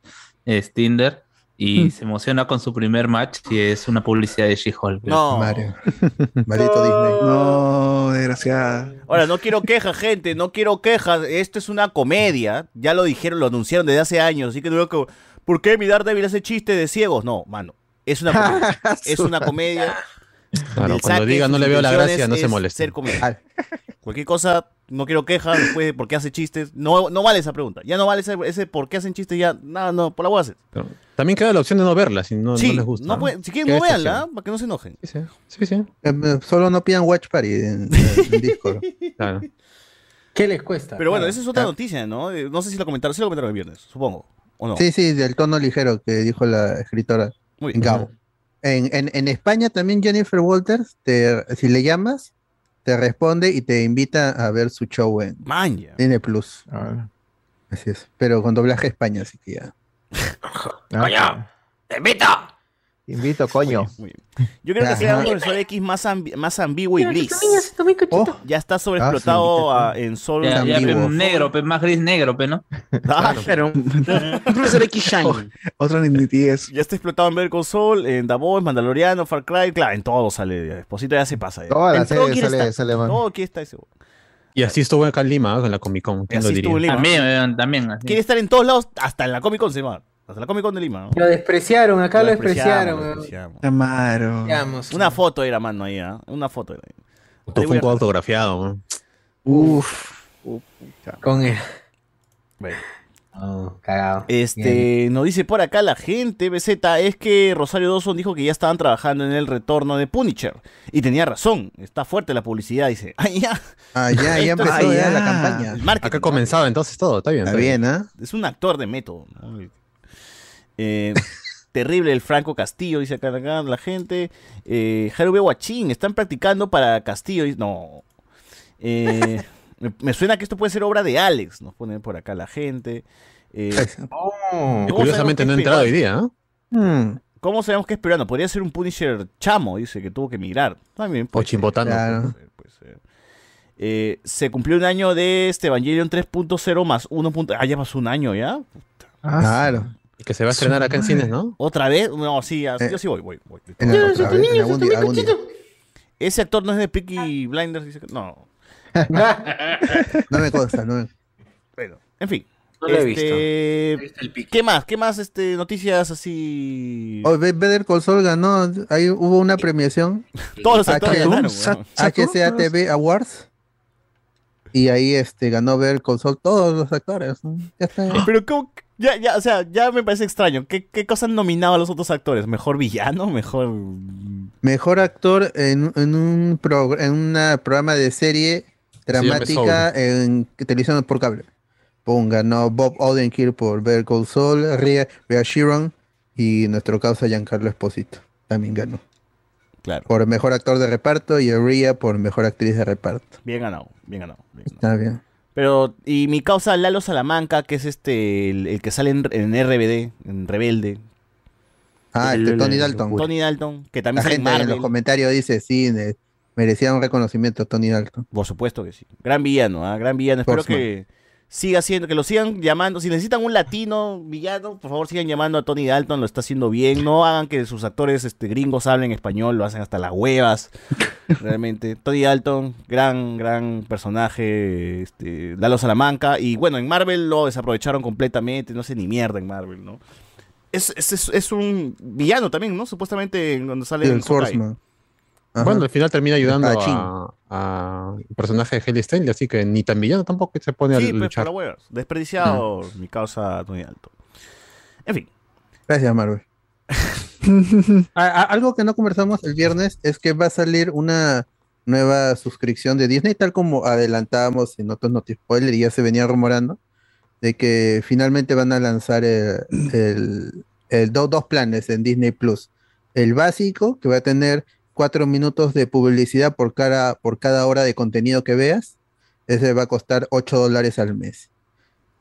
eh, Tinder y Hmm. se emociona con su primer match y es una publicidad de She-Hulk. No. Mario. Marito Disney. No, desgraciada. Ahora, no quiero quejas, gente, no quiero quejas. Esto es una comedia. Ya lo dijeron, lo anunciaron desde hace años. Así que no veo que. ¿Por qué mi Daredevil hace chiste de ciegos? No, mano. Es una comedia. es una comedia. Claro, El cuando saque, diga sus no le veo la intenciones gracia, no se es molesta. ser comedia. Cualquier cosa, no quiero quejas después de por qué hace chistes. No, no vale esa pregunta. Ya no vale ese, ese por qué hacen chistes. Ya, no, no, por la voy a hacer. Pero También queda la opción de no verla si no, Sí, no les gusta. no pueden- si quieren, Queda no esta véanla, ¿ah? para que no se enojen. Sí, sí. Eh, eh, Solo no pidan Watch Party en, en Discord. opción. Claro. ¿Qué les cuesta? Pero bueno, esa es otra noticia, ¿no? Eh, No sé si lo comentaron, sí lo comentaron el viernes, supongo. ¿O no? Sí, sí, del tono ligero que dijo la escritora Muy bien. Gabo. En, en- en España también Jennifer Walters, te- si le llamas, te responde y te invita a ver su show en Maña. N Plus. Así es, pero con doblaje a España, así que ya. Ah, Coño, ¡Te invito! Te invito, coño. Yo creo que Ajá. sea un profesor X más, ambi- más ambiguo y Mira, gris. tu niño Oh, ya está sobreexplotado Ah, a- en Ah, solo. Ya, ya, pe, negro, pe, más gris negro, pe, ¿no? Claro. Profesor X Shine. Otra nitidez. Ya está explotado en Ver Console, en The Boys, Mandaloriano, Far Cry, claro, en todo sale. ya. Esposito ya se pasa. ya. Toda la En todo serie quiere sale- estar. sale, man. Todo quiere estar ese. Y así estuvo acá en Lima, ¿eh? con la Comic Con. ¿Quién lo Así diría? estuvo en Lima. También, eh, también. así. Quiere estar en todos lados, hasta en la Comic Con se llama. Hasta la Comic Con de Lima. ¿no? Lo despreciaron, acá lo, Lo despreciaron. despreciamos, lo weón. despreciamos. Amaro. Una foto era, mano, ahí, ¿ah? Una foto era. Tu Funko autografiado. ¿no? Uf. Con él. Bueno. cagado. Este, nos dice por acá la gente, BZ, es que Rosario Dawson dijo que ya estaban trabajando en el retorno de Punisher. Y tenía razón, está fuerte la publicidad, dice. Ay, ya. Ah, ya, ya Esto empezó es- ya la Ah, campaña. el marketing, Acá comenzaba entonces todo, está bien. Está bien, ¿ah? Es un actor de método. ¿no? Eh, terrible el Franco Castillo, dice acá, acá la gente. Eh, Jarube Guachín, están practicando para Castillo. dice- no. Eh, me, me suena que esto puede ser obra de Alex, nos ponen por acá la gente. Eh, ¿cómo Que curiosamente no sabemos que he es entrado hoy peruano? día. ¿eh? Hmm. ¿Cómo sabemos que es peruano? Podría ser un Punisher chamo, dice, que tuvo que emigrar. También. O puede ser. chimbotando. Eh, se cumplió un año de este Evangelion 3.0 más 1. punto- Ah, ya pasó un año ya. Claro. Ah, Y que se va a estrenar acá en cines, ¿no? ¿Otra vez? No, sí, ya- Eh, yo sí voy, voy, voy. en la- Yo otra soy tu vez, en niño, algún soy tu día, algún día. Ese actor no es de Peaky Blinders, dice que- No. No me consta, no me- Bueno, en fin. No lo he Este, ¿Qué más? ¿Qué más este, noticias así? Oh, Be- Better Call Saul ganó, ahí hubo una premiación. Todos los actores H- ganaron, weón. HCA TV Awards. Y ahí este ganó Better Call Saul todos los actores. ¿no? Ya está. Pero ¿cómo? que- Ya, ya, o sea, ya me parece extraño. ¿Qué, qué cosa han nominado a los otros actores? ¿Mejor villano? ¿Mejor Mejor actor en, en un pro- en una programa de serie dramática en que televisión por cable. Ponga, no, Bob Odenkirk por Better Call Saul, Rhea, Rhea Sheeran y nuestro causa Giancarlo Esposito. También ganó. Claro. Por mejor actor de reparto y Rhea por mejor actriz de reparto. Bien ganado, bien ganado. bien ganado. Está bien. Pero, y mi causa Lalo Salamanca, que es este, el, el que sale en, en RBD, en Rebelde. Ah, este Tony Dalton. Tony Dalton, que La también sale en gente en los Marvel. comentarios dice, sí, ne- merecía un reconocimiento Tony Dalton. Por supuesto que sí. Gran villano, ¿ah? gran villano. Espero Postman. que siga siendo, que lo sigan llamando. Si necesitan un latino villano, por favor sigan llamando a Tony Dalton, lo está haciendo bien. No hagan que sus actores este, gringos hablen español, lo hacen hasta las huevas. Realmente. Tony Dalton, gran, gran personaje. Este, Lalo Salamanca. Y bueno, en Marvel lo desaprovecharon completamente. No sé ni mierda en Marvel, ¿no? Es, es- es- es un villano también, ¿no? Supuestamente en donde sale El Hawkeye. Swordsman. Bueno, al final termina ayudando Espadachín. a, a el personaje de Haley Stanley, así que ni tan villano tampoco se pone Sí, a pues, luchar. para huevas. Desperdiciado mi causa Tony Dalton. En fin. Gracias, Marvel. A- a- algo que no conversamos el viernes es que va a salir una nueva suscripción de Disney, tal como adelantábamos en otros noti spoiler y ya se venía rumorando, de que finalmente van a lanzar el, el- el do- dos planes en Disney Plus. El básico, que va a tener cuatro minutos de publicidad por cada, por cada hora de contenido que veas, ese va a costar 8 dólares al mes.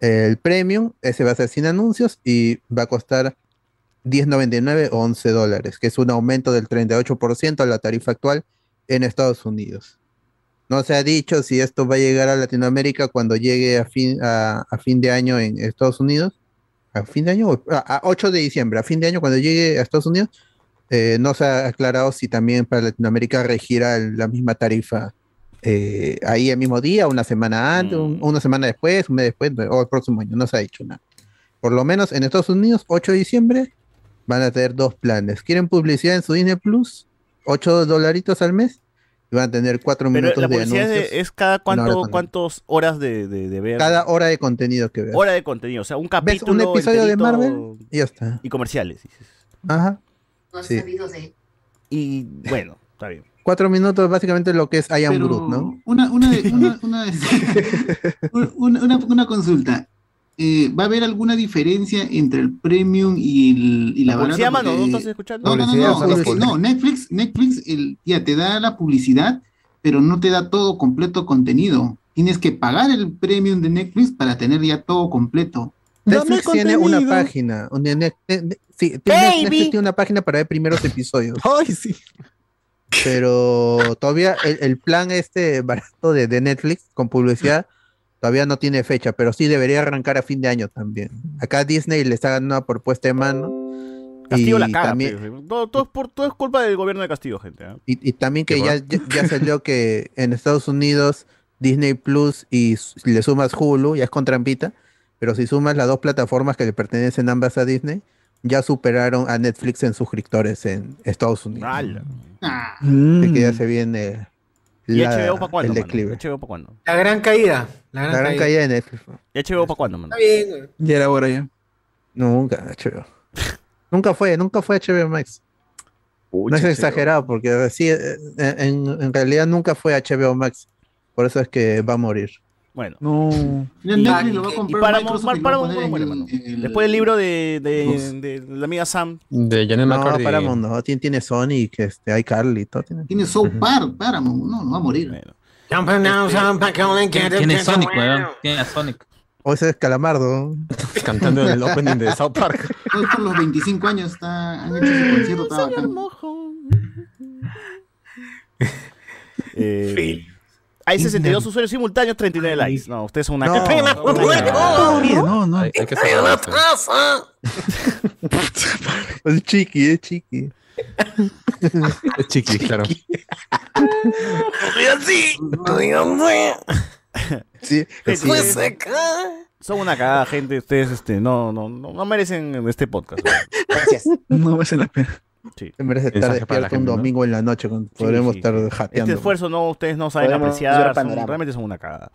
El premium, ese va a ser sin anuncios y va a costar 10.99 o 11 dólares, que es un aumento del 38% a la tarifa actual en Estados Unidos. No se ha dicho si esto va a llegar a Latinoamérica cuando llegue a fin, a, a fin de año en Estados Unidos. ¿A fin de año? o- A, a 8 de diciembre, a fin de año cuando llegue a Estados Unidos. eh, no se ha aclarado si también para Latinoamérica regirá el- la misma tarifa eh, ahí el mismo día, una semana antes, un- una semana después, un mes después, o el próximo año. No se ha dicho nada. Por lo menos en Estados Unidos, 8 de diciembre, van a tener dos planes. ¿Quieren publicidad en su Disney Plus? 8 dolaritos al mes. Y van a tener 4 Pero minutos la de publicidad anuncios. es, es cada una hora cuánto, con- cuántas horas de, de, de ver. Cada hora de contenido que veas. hora de contenido. O sea, un ¿Ves capítulo. un episodio de enterito Marvel? Y ya está. Y comerciales. Ajá. No has Sí. sabido de él. Y bueno, está bien. 4 minutos básicamente lo que es I am Pero- Groot, ¿no? Una, una, de- una, una, una- una- una consulta. Eh, ¿Va a haber alguna diferencia entre el premium y, el, y la La publicidad, barata? mano, ¿no Porque- estás escuchando? No, no, no, Publicidad, no, solo porque- publicidad. no, Netflix, Netflix el, ya te da la publicidad, pero no te da todo completo contenido. Tienes que pagar el premium de Netflix para tener ya todo completo. Netflix tiene una página. un- ne- ne- ne- sí, tiene- Baby. Netflix tiene una página para ver primeros episodios. ¡Ay, sí! Pero todavía el, el plan este barato de, de Netflix con publicidad todavía no tiene fecha, pero sí debería arrancar a fin de año también. Acá Disney le está dando una propuesta de mano. Castillo y la pues, caga. también- pe. Todo, todo es por, todo es culpa del gobierno de Castillo, gente. ¿ah? y, y también que ya, ya, ya salió que en Estados Unidos Disney Plus y s- le sumas Hulu, ya es con trampita, pero si sumas las dos plataformas que le pertenecen ambas a Disney, ya superaron a Netflix en suscriptores en Estados Unidos. Así que ya Mm. se viene ¿Y la- HBO para cuándo? el mano? declive. ¿HBO para cuándo? La gran caída. La gran, La gran caída de Netflix. ¿Y HBO para cuándo, mano? Está bien, güey. Ya era hora ya. Nunca, HBO. nunca fue, nunca fue HBO Max. no es HBO. exagerado, porque sí, eh, en, en realidad nunca fue HBO Max. Por eso es que va a morir. Bueno. No. Y- Netflix lo va a y comprar Paramount- Microsoft Mar- y lo va a Paramount poner muere, en- mano. en- Después del libro de, de, Uf. de la amiga Sam. De Janet no, McCarthy. Paramount no, tiene, tiene Sony, que este, hay Carly, todo tiene. Tiene South Park, Paramount, no, no va a morir. Este, ¿Quién es Sonic, weón? ¿Quién es Sonic? O ese es Calamardo. Cantando en el opening de South Park. Hoy por los 25 años está, han hecho ese concierto, estaba bacán. Eh, Hay 62 usuarios simultáneos, 39 likes. No, ustedes son una No. caca. Pena, Una huevo. caca. No, no. Hay, hay que salvarse. Es chiqui, es chiqui. Es chiqui, claro. así. Sí, Pues así es. Son una cagada, gente. Ustedes este, no, no, no, no merecen este podcast. Gracias. No merece la pena. Sí. merece estar Mensaje para la despierto gente, un ¿no? domingo en la noche cuando podremos sí, estar jateando. Este esfuerzo no, ustedes no saben Podemos apreciar. ver son- panorama. realmente son una cagada.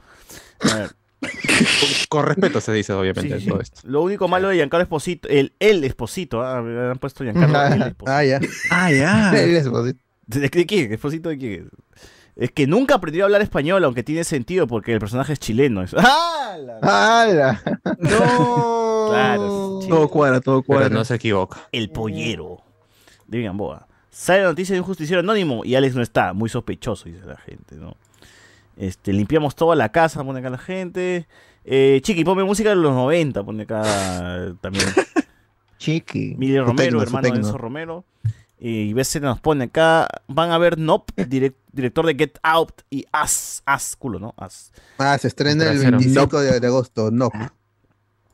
A ver. Con respeto se dice, obviamente, Sí, sí. todo esto. Lo único malo de Giancarlo Esposito, el, el Esposito, ah, me han puesto Giancarlo. el Esposito. Ah, ya. Ah, ya. Él es bonito. ¿De, de quién? ¿Esposito de quién? Es que nunca aprendió a hablar español, aunque tiene sentido porque el personaje es chileno. Es- ¡Hala! ¡Hala! Claro, Todo cuadra, todo cuadra. no se equivoca. El pollero. De Gamboa. Sale la noticia de un justiciero anónimo y Alex no está. Muy sospechoso, dice la gente, ¿no? Este, limpiamos toda la casa, pone acá la gente. Eh, Chiqui, ponme música de los 90, pone acá eh, también. Chiqui. Miguel Su Romero, tecno, su hermano de tecno. Enzo Romero. Y BC nos pone acá. Van a ver Nop, direc- director de Get Out y As, As, culo, ¿no? As. Ah, se estrena el Trasero. 25 de, de agosto, Nope. Ah.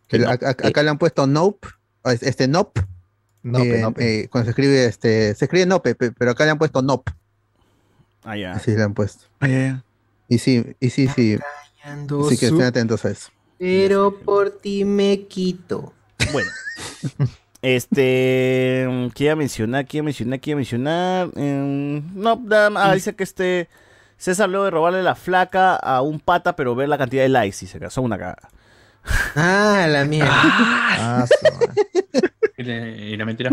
El- a- a- acá le han puesto Nope, o es- este Nope. Nope, eh, nope. eh, cuando se escribe este, se escribe Nope, pe- pero acá le han puesto Nope. Ah, ya. Así le han puesto. Y sí, y sí, sí. Así que su- estén atentos a eso. Pero por ti me quito. Bueno. Este. mm, ¿Qué iba a mencionar? ¿Qué iba a mencionar? ¿Qué iba a mencionar? Em, no, nada más. Ah, dice que este. César luego de robarle la flaca a un pata, pero ver la cantidad de likes y se casó una cagada. Ah, la mierda. Y, le- y la mentira.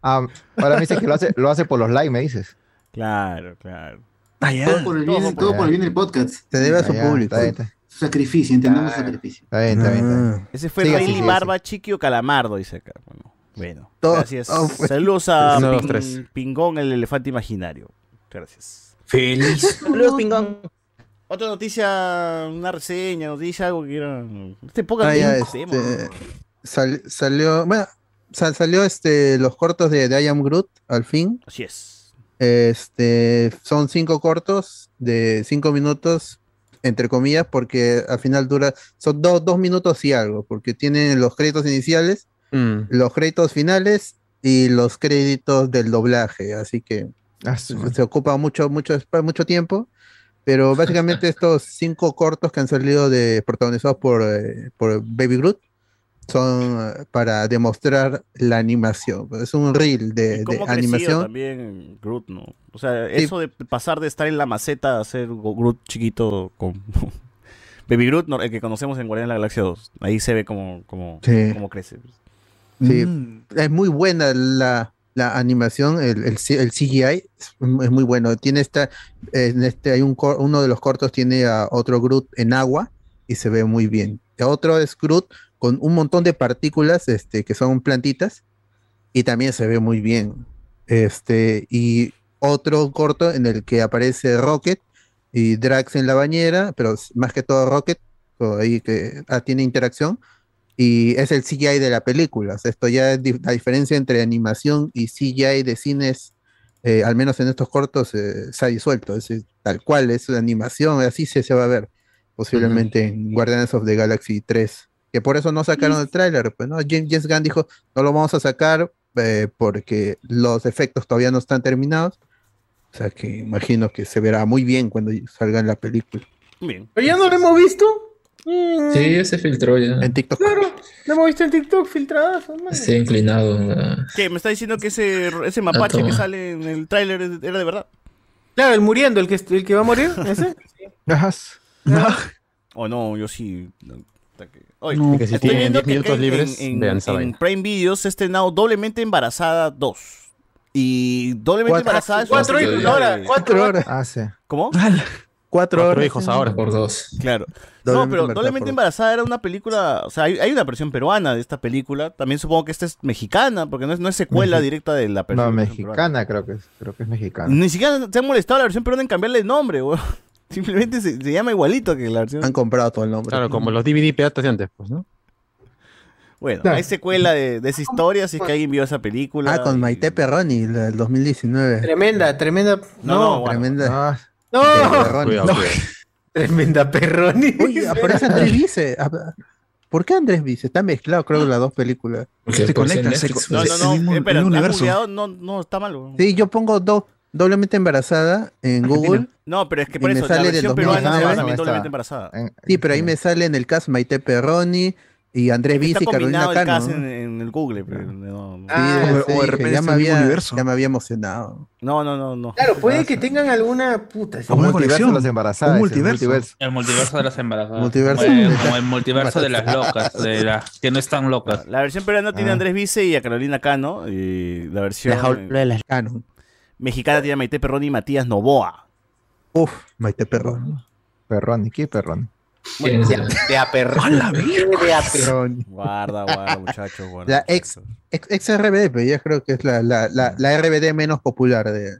Ah, ahora me dices que lo hace, lo hace por los likes, me dices. Claro, claro. Ah, Todo por el bien, todo por el bien del podcast. Se debe a su Ah, ya, público. está bien, está Su sacrificio, entendemos su sacrificio. Está bien, está bien. Está bien. Ah. Ese fue Siga, Riley siga, siga. Barba Chiqui o Calamardo, dice acá. Bueno, bueno, Todo- gracias. oh, pues. Saludos a Uno, dos, Ping- tres. Pingón, el elefante imaginario. Gracias. Feliz. Saludos, Pingón. Otra noticia, una reseña, noticia, algo que quieran. Este poca Ah, ya, tiempo este, hacemos. sal- salió, bueno, sal- salió este, los cortos de, de I Am Groot, al fin. Así es. Este, son cinco cortos de cinco minutos, entre comillas, porque al final dura, son dos, dos minutos y algo, porque tienen los créditos iniciales, los créditos finales y los créditos del doblaje, así que se ocupa mucho, mucho, espa- mucho tiempo. Pero básicamente estos cinco cortos que han salido de, protagonizados por, eh, por Baby Groot son eh, para demostrar la animación. Es un reel de, de ¿Cómo ha crecido animación. también Groot, no? O sea, Sí. eso de pasar de estar en la maceta a ser Go- Groot chiquito con Baby Groot, no, el que conocemos en Guardianes de la Galaxia 2. Ahí se ve cómo, cómo, Sí. cómo crece. Sí, Es muy buena la, la animación, el, el, C- el CGI es, es muy bueno. Tiene esta, en este, hay un cor- uno de los cortos tiene a otro Groot en agua y se ve muy bien. El otro es Groot con un montón de partículas este, que son plantitas y también se ve muy bien. Este, y otro corto en el que aparece Rocket y Drax en la bañera, pero s- más que todo Rocket, o ahí que ah, tiene interacción. Y es el CGI de la película. O sea, esto ya es di- la diferencia entre animación y CGI de cines, eh, al menos en estos cortos, eh, se ha disuelto. Es, decir, tal cual, es una animación, así se, se va a ver. Posiblemente en Guardianes of the Galaxy 3. Que por eso no sacaron el tráiler. Pues, ¿no? James, James Gunn dijo, no lo vamos a sacar eh, porque los efectos todavía no están terminados. O sea que imagino que se verá muy bien cuando salga en la película. Bien. Pero ya no lo hemos visto. Mm. se filtró ya. En TikTok. Claro, lo hemos visto en TikTok filtradazo. man. Estoy inclinado. ¿no? ¿Qué? ¿Me está diciendo que ese, ese mapache toma. que sale en el tráiler es- era de verdad? Claro, el muriendo, el que, el que va a morir, ese. Oh, no, yo sí. no, hasta que- Oye, No. Que si tienen 10 que minutos en- libres, en, vean en, esa vaina. Prime Video se ha estrenado Doblemente Embarazada 2. Y Doblemente Embarazada es una Cuatro serie hijos de- ahora, cuatro horas. Ah, sí. ¿Cómo? Cuatro horas. hijos ahora. Por dos. Claro. Doblemente no, pero Embarazada Doblemente por- Embarazada era una película. O sea, hay, hay una versión peruana de esta película. También supongo que esta es mexicana, porque no es, no es secuela Ujú. directa de la película. No, mexicana creo que es, creo que es mexicana. Ni siquiera se han molestado la versión peruana en cambiarle el nombre, weón. Simplemente se, se llama igualito que la versión. Han comprado todo el nombre. Claro, como los DVD piratas de antes, pues, ¿no? Bueno, Claro. hay secuela de, de esa historia, si es que alguien vio esa película. Ah, con Maite Perroni, la del 2019. Tremenda, tremenda. No, No, no, bueno. Ah. Tremenda. no. Perroni. No. Tremenda Perroni. Oye, aparece Andrés Vice. Ah, ¿Por qué Andrés Vice? Está mezclado, creo, las dos películas. Se conectan, se, No, se- no, el no, mismo- el espera, mismo ¿has universo. googleado? no, no, está mal. weón. Sí, yo pongo do- doblemente embarazada en Google. No, pero es que por Y me eso, la sale del versión peruana se 2019. llama también Está. doblemente embarazada. Sí, pero ahí me sale en el cast Maite Perroni y Andrés Vice Está y Carolina combinado el Cano. cast en, en el Google, pero no, no. Sí, sí, dije, ya, me había, universo. ya me había emocionado. no, no, no, no. Claro, puede que tengan alguna puta. Un multiverso de las embarazadas. Un ese, multiverso. El multiverso de las embarazadas. Multiverso. Como, como el multiverso de las locas, de las que no están locas. La versión peruana tiene a Andrés Vice y a Carolina Cano. Y la versión. La jaula de las Cano. mexicana tiene a Maite Perroni y Matías Novoa. Uf, Maite Perroni. Perroni, ¿qué Perroni? Bueno, de, a- de a Perroni. De a Perroni. Guarda, guarda, muchacho, guarda. La ex, ex, ex RBD, pero yo creo que es la, la, la, la RBD menos popular de.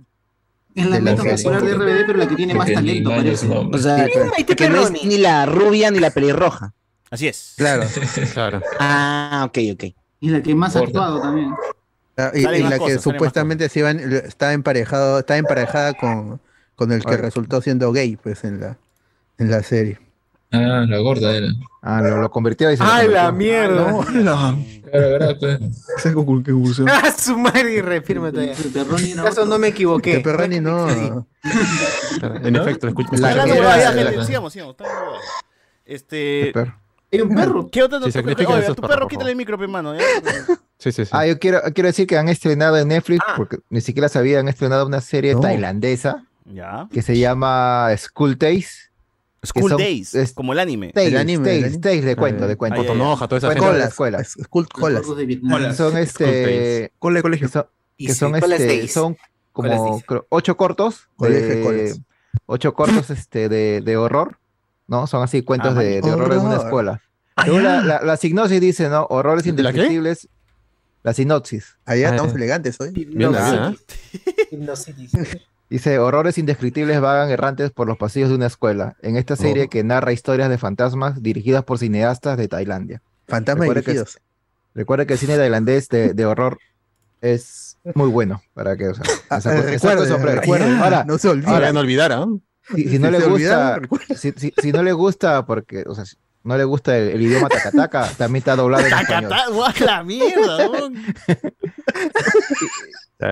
Es la de menos las- popular de RBD, pero la que tiene más Porque talento, ni nadie parece. es hombre. O sea, Sí, claro. que no es ni la rubia ni la pelirroja. Así es. Claro. claro. Ah, ok, ok. Y la que más ha actuado también. Ah, Y, Salen y más la cosas, que salen supuestamente se iban, está emparejado, está emparejada con, con el que resultó siendo gay, pues, en la, en la serie. Ah, la gorda era. Ah, lo, lo convirtió y se lo ¡Ay, la convirtió. Ah, mierda! No, la- Claro, verdad, pues. Esa conclusión. ¡Ah, su madre! Y refirme todavía. Eso no me equivoqué. De Perroni no. En efecto, escucho. Está hablando escucho. huevadas, ya, gente, Sigamos, sigamos. está hablando huevadas. Eh, Este. Hay un perro. ¿Qué otra Sí, noticia? sacrifiquen Oye, a esos tu perros, perro, por quítale el micro, hermano. Sí, sí, sí. Ah, yo quiero, quiero decir que han estrenado en Netflix, Ah. porque ni siquiera sabía, han estrenado una serie tailandesa Ya. que se llama School Days. que School son- Days, es- como el anime. Eh, Tales, tales, tales de cuento, de cuento. Cotonoja, toda esa gente. Colas, colas. School colas. Colas. Son School este. Cole, colegio. Que son, Y que sí, son, colas este, days. son Colas como days. creo, ocho cortos. Colegio, de- colas. Ocho cortos este, de, de horror, ¿no? Son así cuentos Ah, de, de horror en una horror. Ah, escuela. Según la, la, la sinopsis dice, ¿no? Horrores ¿La qué? indescriptibles. La sinopsis. Allá estamos elegantes hoy. Bien, ¿ah? Dice, horrores indescriptibles vagan errantes por los pasillos de una escuela, en Oh. esta serie que narra historias de fantasmas dirigidas por cineastas de Tailandia. Fantasmas Recuerda que- dirigidos. Recuerda que el cine tailandés de, de horror es muy bueno, para que, o sea, se acuer- eh, se acuerde, recuerden, hombre, recuerden. recuerden. Ahora, No se olviden. ahora, No olvidar, ¿ah? si, si no Si le se gusta, olvidaron, si, si- si no le gusta, porque, o sea, si no le gusta el, el idioma tacataca, también está doblado en español. la mierda!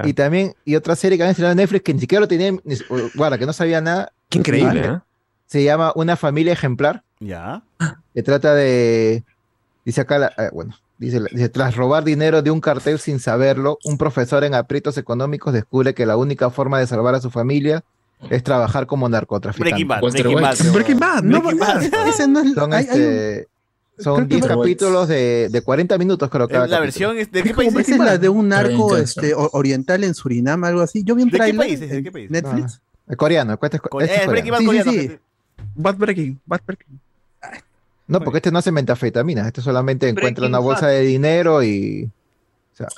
Y también, y otra serie que han estrenado en Netflix que ni siquiera lo tenía, ni- o- guarda, que no sabía nada. Qué increíble, ¿eh? Se llama Una familia ejemplar. Ya. Que trata de. Dice acá, la- eh, bueno, dice, la- dice, tras robar dinero de un cartel sin saberlo, un profesor en aprietos económicos descubre que la única forma de salvar a su familia es trabajar como narcotraficante. Breaking Bad, Walter Breaking White. Bad, no. Breaking Bad, no, ese no es- Son, hay- hay un- este, son 10 Walter White. capítulos de, de 40 minutos, creo que. La versión es de qué país Esa es la de un narco Oriental. este, o- oriental en Surinam, algo así. Yo vi un ¿De qué trailer país es? ¿De en qué país? Netflix. coreano, este es, Core- eh, Breaking Bad Sí, sí, coreano, sí. gente. este, Bad Breaking, No, porque este no hace metafetaminas, este solamente encuentra Breaking una bolsa Bad. de dinero y. o sea,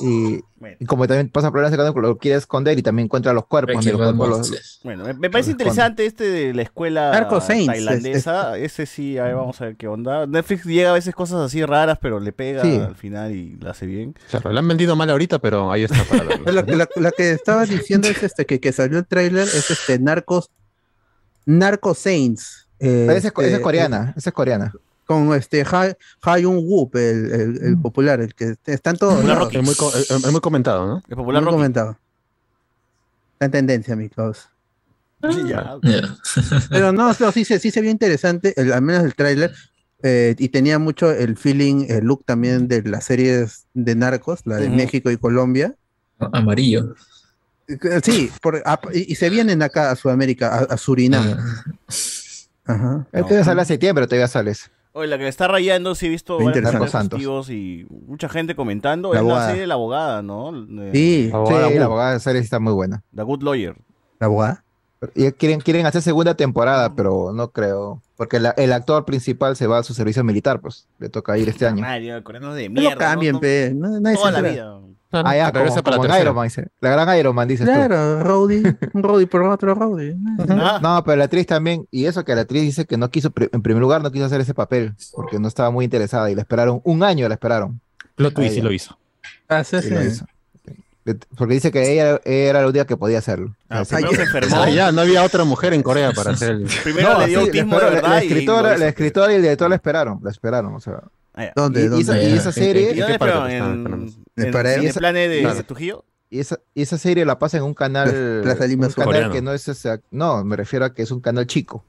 y, y como también pasa problemas económicos, lo quiere esconder y también encuentra los cuerpos. Breaking y los Bad cuerpos los- Monsters. Bueno, me, me parece Responde. interesante este de la escuela Narco Saints, tailandesa. Ese sí, a ver, vamos a ver qué onda. Netflix llega a veces cosas así raras, pero le pega Sí. al final y la hace bien. Claro, la han vendido mal ahorita, pero ahí está para verlo. La, la- la que estabas diciendo es este que, que salió el tráiler es este Narcos Narco Saints. Ah, eh, Pero esa, es, co- esa es este, coreana, esa es coreana. Con este Ha Hyun Woop, el, el- el popular, el que está en todo. Popular Rocky. Mm. Es muy co- es- es muy comentado, ¿no? Es popular muy Rocky. comentado. Está en tendencia, mi causa. ya. Pero no, no, sí, se- sí se vio interesante, el- al menos el tráiler, eh, y tenía mucho el feeling, el look también de las series de narcos, la de Ujú. México y Colombia. Amarillo. Eh, Sí, por- a- y, y se vienen acá a Sudamérica, a, a Surinam. Ajá. Este ya sale a septiembre, todavía sales. Oye, la que le está rayando, sí he visto varios Interesante. comentarios Santos. positivos y mucha gente comentando. La es la abogada. serie de la abogada, ¿no? De- Sí, la abogada de series está muy buena. The Good Lawyer. ¿La abogada? Y quieren, quieren hacer segunda Mm. temporada, pero no creo. Porque la- el actor principal se va a su servicio militar, pues le toca ir este año. Mario, coreanos de No mierda. lo cambien, ¿no? pe. no- nadie Toda se la entera. vida. Ah, ya, como, Regresa para como en tercera. Iron Man, dice. La gran Iron Man, dices tú. Claro, Rowdy, un Rowdy por otro Rowdy. No, pero la actriz también, y eso que la actriz dice que no quiso, pri- en primer lugar, no quiso hacer ese papel, porque no estaba muy interesada y la esperaron, un año la esperaron, Lo twist Ahí y ya. lo hizo. Ah, sí, sí. Le- porque dice que ella era la única que podía hacerlo. O sea, primero sí. se enfermó. Ah, ya, no había otra mujer en Corea para hacer el... Primero No, le dio sí, autismo esperaron, de la- verdad. la y lo escritora, hizo. la escritora y el director la esperaron, la esperaron, o sea. Ah, ya. Y- y ¿Dónde? esa- ¿Dónde? Y esa ¿En- en- serie... en- dónde esperaron? ¿En- en- Para- en y el esa- plane de claro. de Trujillo? Y esa, y esa serie la pasa en un canal, Plaza Lima un Sur. canal Coreano. que no es esa- no, me refiero a que es un canal chico.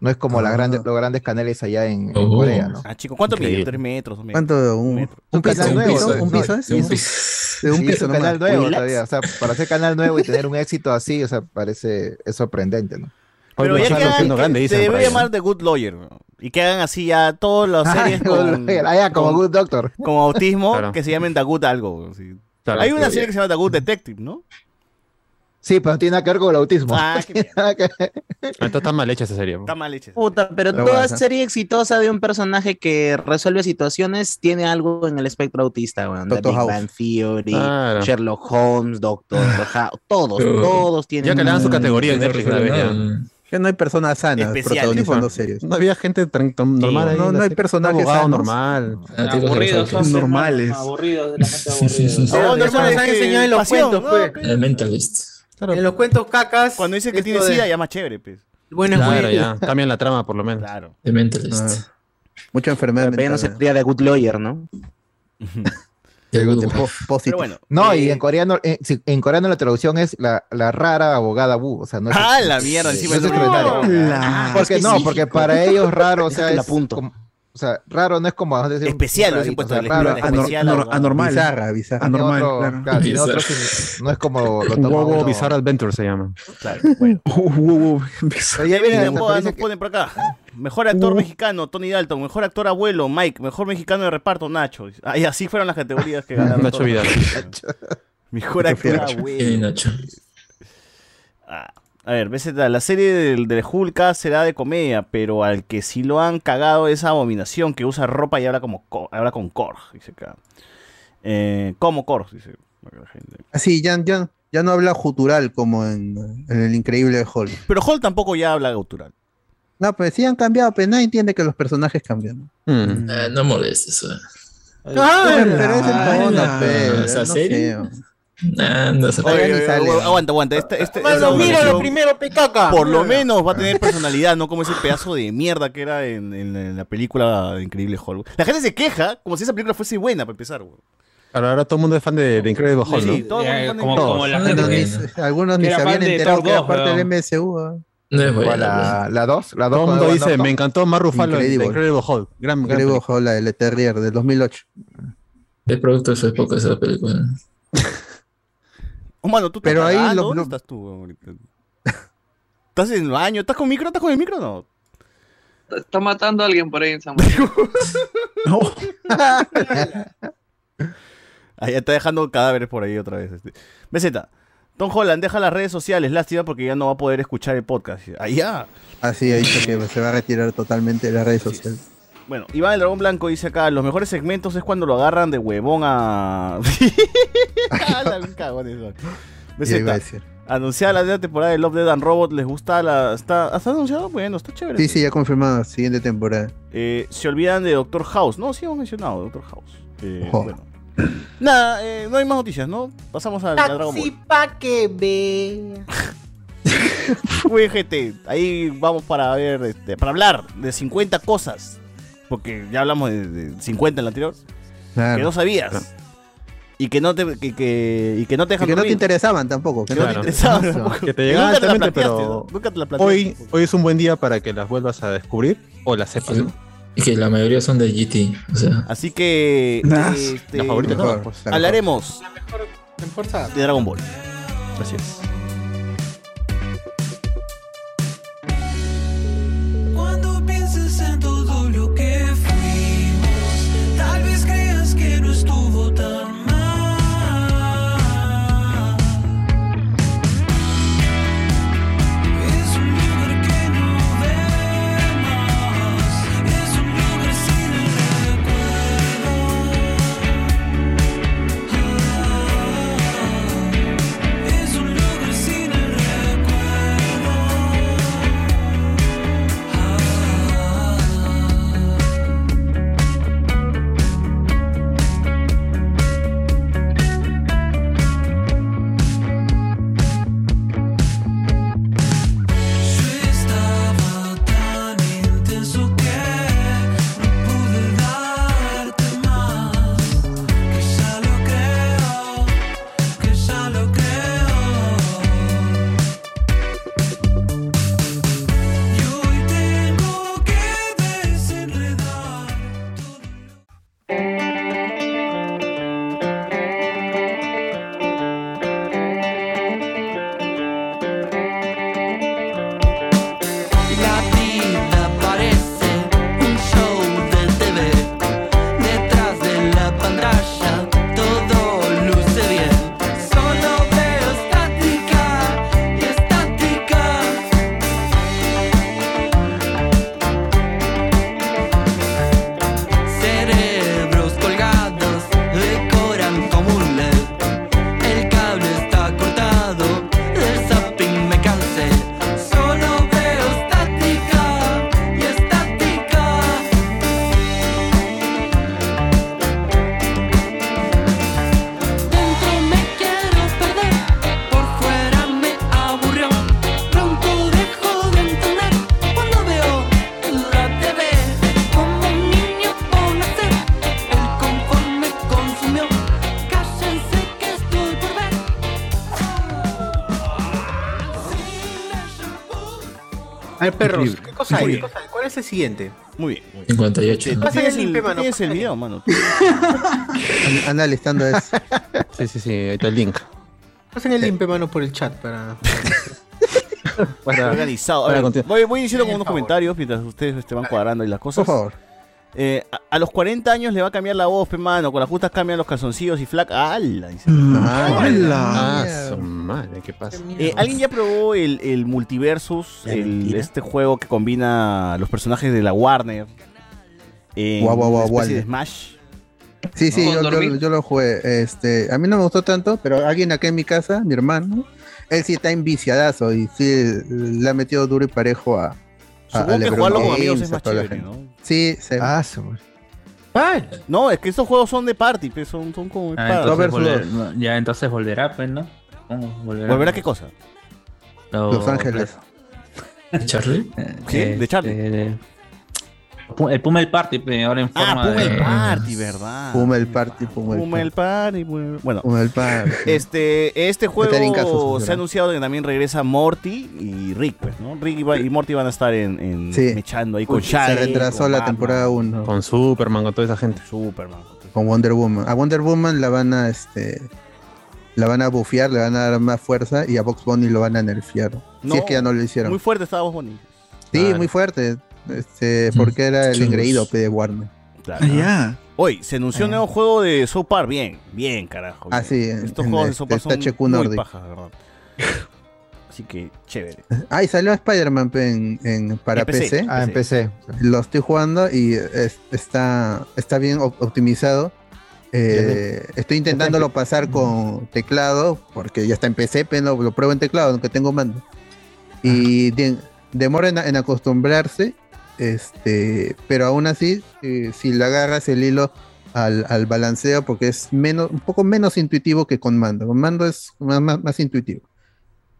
No es como las grandes, los grandes canales allá en, en Oh. Corea, ¿no? Ah, chico, ¿cuánto mide? Increíble. ¿Tres metros? dos metros? ¿Cuánto? ¿Un, Un piso? canal ¿Un nuevo, piso? ¿no? ¿Un piso? No, es? de un Sí. piso. De un Sí, es piso un nomás. canal nuevo Relax. todavía. O sea, para hacer canal nuevo y tener un éxito así, o sea, parece es sorprendente, ¿no? Pero ya que hagan, grande, se dicen por debe ahí, ¿no? llamar The Good Lawyer. ¿no? Y que hagan así ya todas las Ah, series Good con, Lawyer. Ah, ya, como con- Good Doctor. con autismo Claro. que se llamen The Good algo. sí. Hay una serie que se llama The Good Detective, ¿no? Sí, pero no tiene nada que ver con el autismo. Ah, qué mierda. Entonces está mal hecha esa serie. Está mal hecha. Puta, pero Pero toda bueno, ¿eh? serie exitosa de un personaje que resuelve situaciones tiene algo en el espectro autista, weón. The Doctor Big House. Bang Theory, Claro. Sherlock Holmes, Doctor House, todos, Pero- todos tienen. Ya que le dan su Mm, categoría en Netflix, la verdad. Ya no hay personas sanas Especiales, protagonizando ¿no? series. No había gente tran- tan normal. no, ahí en no la hay serie. personajes Un abogado sanos. normal. Aburridos, son normales. Aburridos, de la gente aburrida. No, Pero no, eso no, les es han que enseñado en los pasión, cuentos, no, pues. pe. El mentalist. En los cuentos cacas. Cuando dice que esto tiene de- sida, ya más chévere, pues. Bueno, es Claro, bueno. ya. Cambian la trama, por lo menos. Claro. The Mentalist. Mucha enfermedad. Pero ya no se sería de Good Lawyer, ¿no? De po- positive. bueno, no, y eh, en coreano, en, si- en coreano la traducción es la, la rara abogada Wu. O sea, no es- Ah, la mierda, no encima es es una secretaria. abogada. Porque no, porque Específico. para ellos raro, o sea, Déjala es como- o sea, raro no es como vamos a decir, Especial, rarito, hubiese puesto o sea, el raro, especial, especial, abogada. Bizarra, bizarra. Tiene Anormal, otro- claro. claro, tiene otro Bizarra. significado. no es como lo toma Wow, wow, uno- Bizarre Adventure se llama. Claro, Pero ya viene Miren, la boda, experiencia nos que- ponen por acá. Mejor actor mexicano, Tony Dalton. Mejor actor abuelo, Mike. Mejor mexicano de reparto, Nacho. Ah, y así fueron las categorías que ganaron. Nacho todos. Vidal. Mejor Yo actor prefiero Nacho. abuelo. Sí, Nacho. Ah, a ver, ves, la la serie del, del Hulk será de comedia, pero al que sí lo han cagado es abominación, que usa ropa y habla como co- habla con Korg, dice acá. Eh, como Korg, dice la gente. Así, Ah, ya, ya, ya no habla jutural como en, en el increíble Hulk. Pero Hulk tampoco ya habla gautural. No, pues sí han cambiado, pero nadie entiende que los personajes cambian. Mm. Eh, no molestes. eh. Ah, pero es Ah, el tono, la- pe, ¿Esa no serie? sé. Nah, no sé. Oye, oye, oye, aguanta, aguanta. Este, este, Mano, esta mira lo abominación, primero, pecaca. Por lo menos va a tener personalidad, no como ese pedazo de mierda que era en, en- en la película de Increíble Hulk. La gente se queja como si esa película fuese buena para empezar, güey. Ahora, ahora todo el mundo es fan de, de Incredible Hulk, ¿no? Sí, todo el mundo como- pone- como la Algunos gente ni, que- algunos que ni se era habían fan de enterado Thor que era 2, parte del weón. MCU. ah. No es buena, ¿Cuál, la, pues. la dos, la Todo el dos con mundo Edward dice, Norton. me encantó más Rufalo en Increíble. Incredible Hulk. Gran, gran Increíble Hulk, la de Le Terrier del 2008. Es producto de su época esa película. Oh, mano, tú estás Pero ahí cagando, lo- ¿dónde lo- estás tú, weón, ahorita? ¿Estás en el baño? ¿Estás con micro? ¿Estás con el micro o no? Está matando a alguien por ahí en San Martín. Ah, ya está dejando cadáveres por ahí otra vez. Este. BZ, Tom Holland deja las redes sociales, lástima porque ya no va a poder escuchar el podcast. Ah, ya. Así ha dicho que se va a retirar totalmente de las redes sociales. Bueno, Iván el Dragón Blanco dice acá, los mejores segmentos es cuando lo agarran de huevón a... Ah, Ala, un cagón eso. Ya iba a BZ, decir. anunciada la nueva temporada de Love, Dead and Robot, ¿les gusta la...? ¿Está, ¿Está anunciado? Bueno, está chévere. Sí, sí, ya confirmado. Siguiente temporada. Eh, se olvidan de Doctor House. No, sí hemos mencionado Doctor House. Eh, Jo. bueno. Nada, eh, no hay más noticias, ¿no? Pasamos a, a Dragon Taxi Ball. pa' que ve. VGT, ahí vamos para ver, este, para hablar de 50 cosas. Porque ya hablamos de, de 50 en la anterior. Claro. Que no sabías. Y que no te, que, que- y que no te Y dejan que no te dormir. interesaban tampoco. Que Claro. no te Interesaba, interesaban. tampoco. Que te Que llegaban nunca te la altamente, planteaste, pero ¿no? Nunca te la planteaste. hoy, hoy es un buen día para que las vuelvas a descubrir o las sepas. ¿no? Es que la mayoría son de GT. O sea, Así que Nah. este, La favorita, mejor, no, pues, la hablaremos En fuerza. de Dragon Ball. Así es. Cuando pienses en todo lo que fuimos, tal vez creas que no estuvo tan mal. Es un lugar que no vemos, es un lugar sin el recuerdo. Ah, Es un lugar ver, perros, Increíble. ¿qué cosa hay? Muy ¿Qué bien. cosa hay? ¿Cuál es el siguiente? Muy bien, muy bien. 58. Tú Pasa tienes el limpio, el- mano, Tienes el video, mano. Analizando eso. Sí, sí, sí, ahí está el link. Pasen el limpe, mano, por el chat para. Está organizado. A Para ver, continuar. voy, voy iniciando Sí, con unos por favor. comentarios mientras ustedes este, van cuadrando ahí las cosas. Por favor. Eh, a, a los 40 años le va a cambiar la voz, pe mano. Con las justas cambian los calzoncillos y flac. ¡Hala! Dice. ¡Hala! Ah, su madre, ¿qué pasa? Eh, ¿Alguien ya probó el, el Multiversus? ¿La el- mentira? este juego que combina los personajes de la Warner. en Guau, guau, guau, una especie de guau. Smash. Sí, sí, ¿Con yo, yo- dormir? yo lo jugué. Este, a mí no me gustó tanto, pero alguien acá en mi casa, mi hermano, él sí está enviciadazo y sí le ha metido duro y parejo a. a- a Supongo que LeBron jugarlo con amigos James, es a más toda la chévere, gente. ¿no? Sí, sí. Ah, No, es que estos juegos son de party, pe, son, son como. Ah, para- entonces volver- no, ya entonces volverá, pues, ¿no? ¿Cómo volverá? ¿Volverá qué cosa? Lo- Los Ángeles. ¿De Charlie? Eh, Sí, de Charlie. el Pummel Party, pe, ahora en forma Puma de... el Party, ¿verdad? Puma el party, puma el Puma Ah, el Party. Puma- Bueno, Puma el party. Este, este Meter en casos, juego se ha funcional. anunciado que también regresa Morty y Rick, pues, ¿no? Rick y, va- y Morty van a estar en, en- Sí. mechando ahí con Uy, se Shaggy. retrasó con la Batman. temporada 1. Con Superman, con toda esa gente. Superman. con Wonder Woman. A Wonder Woman la van a este la van a bufear, le van a dar más fuerza y a Box Bunny lo van a nerfear. No, si es que ya no lo hicieron. Muy fuerte estaba Bonnie. sí, muy fuerte. Este, porque era el Chus. engreído P de Warner. Claro. Hoy se anunció un nuevo juego de South Park. Bien, bien, carajo. Ah, bien. sí, Estos en juegos de este, South Park son THQ muy Nordic. pajas, de verdad. Así que, chévere. Ah, y salió Spider-Man pe, en, en- para En PC. PC. Ah, en PC. Lo estoy jugando y es- está, está bien op- optimizado. Eh, estoy intentándolo pasar con teclado, porque ya está en PC, pero lo, lo pruebo en teclado, aunque tengo mando. Y de- demora en, en acostumbrarse, este, pero aún así, eh, si le agarras el hilo al, al balanceo, porque es menos, un poco menos intuitivo que con mando. Con mando es más- más- más intuitivo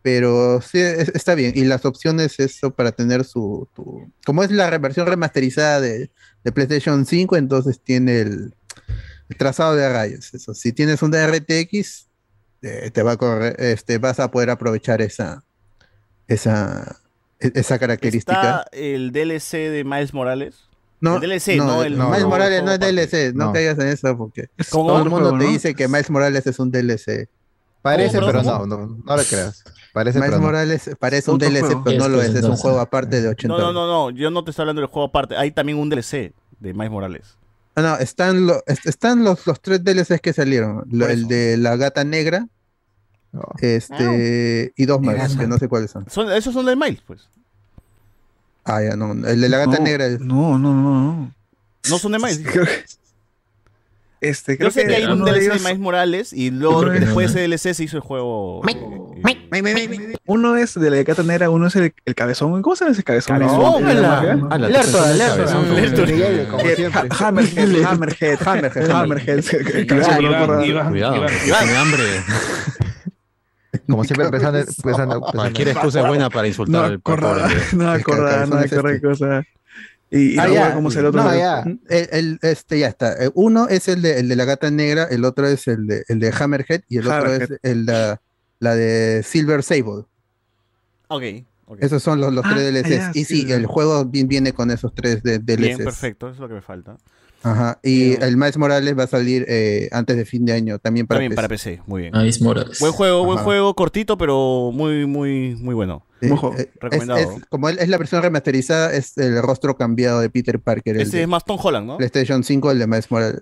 pero sí, es- está bien. Y las opciones, eso para tener su. tu- como es la re- versión remasterizada de, de PlayStation 5, entonces tiene el, el trazado de rayos. Eso. Si tienes una RTX, eh, te va a correr, este, vas a poder aprovechar esa, esa, e- esa característica. Está el DLC de Miles Morales. No, el DLC, no, el Miles nuevo Morales no juego es DLC, no, No. caigas en eso porque Como todo el otro mundo juego, te ¿no? dice que Miles Morales es un DLC. Parece, pero no, no, no lo creas. Parece, Miles pero no. Morales parece un Otro DLC, juego. pero no lo es, es un Entonces, juego aparte de 80 No, no, no, no, yo no te estoy hablando del juego aparte. Hay también un DLC de Miles Morales. Ah, no, están, lo- est- están los, los tres DLCs que salieron. Lo- el de la gata negra. Oh. Este. Y dos más, que no sé cuáles son. Son, esos son de Miles, pues. Ah, ya no. El de la gata No, negra. es- No, no, no, no. No son de Miles. Creo que- Este, creo Yo sé que, hay un uno de DLC de ellos- Miles Morales y luego Creo que- después de ese DLC se hizo el juego. Uno es de la de Cata Negra, uno es el, el cabezón. ¿Cómo se llama ese cabezón? ¿El Cabezón, de la ala. marca? Ala, El Lertor, el Lertor. cabezón. El Lertor. Miguel, como Eh, siempre. ha- Hammerhead, Hammerhead, Hammerhead, Hammerhead. El cabezón, no me acuerdo. Cuidado, Iván, que Iván. tiene hambre. Como siempre, empezando, empezando, Cualquier excusa es buena para No insultar al acordaba, pobre. no acordaba, cabezón no es este. acordaba cosa. Y, y no Ah, me ya. acuerdo cómo se el otro. No, ya. El- el- este, ya está. Eh, Uno es el de, el de la gata negra, el otro es el de, el de Hammerhead y el otro es Hammerhead. el de, la de Silver Sable. Ok, ok. Esos son los, los Ah, tres DLCs. ya, y sí, Silver. el juego vi- viene con esos tres de- Bien, DLCs. perfecto, eso es lo que me falta. Ajá, y el Miles Morales va a salir eh, antes de fin de año, también para También PC. para PC, muy bien. Miles Morales. Buen juego, buen Ajá. juego, cortito, pero muy, muy, muy bueno. Eh, eh, es- Recomendado. es- como él es la versión remasterizada, es el rostro cambiado de Peter Parker. el Este de es más Tom Holland, ¿no? PlayStation 5, el de Miles Morales.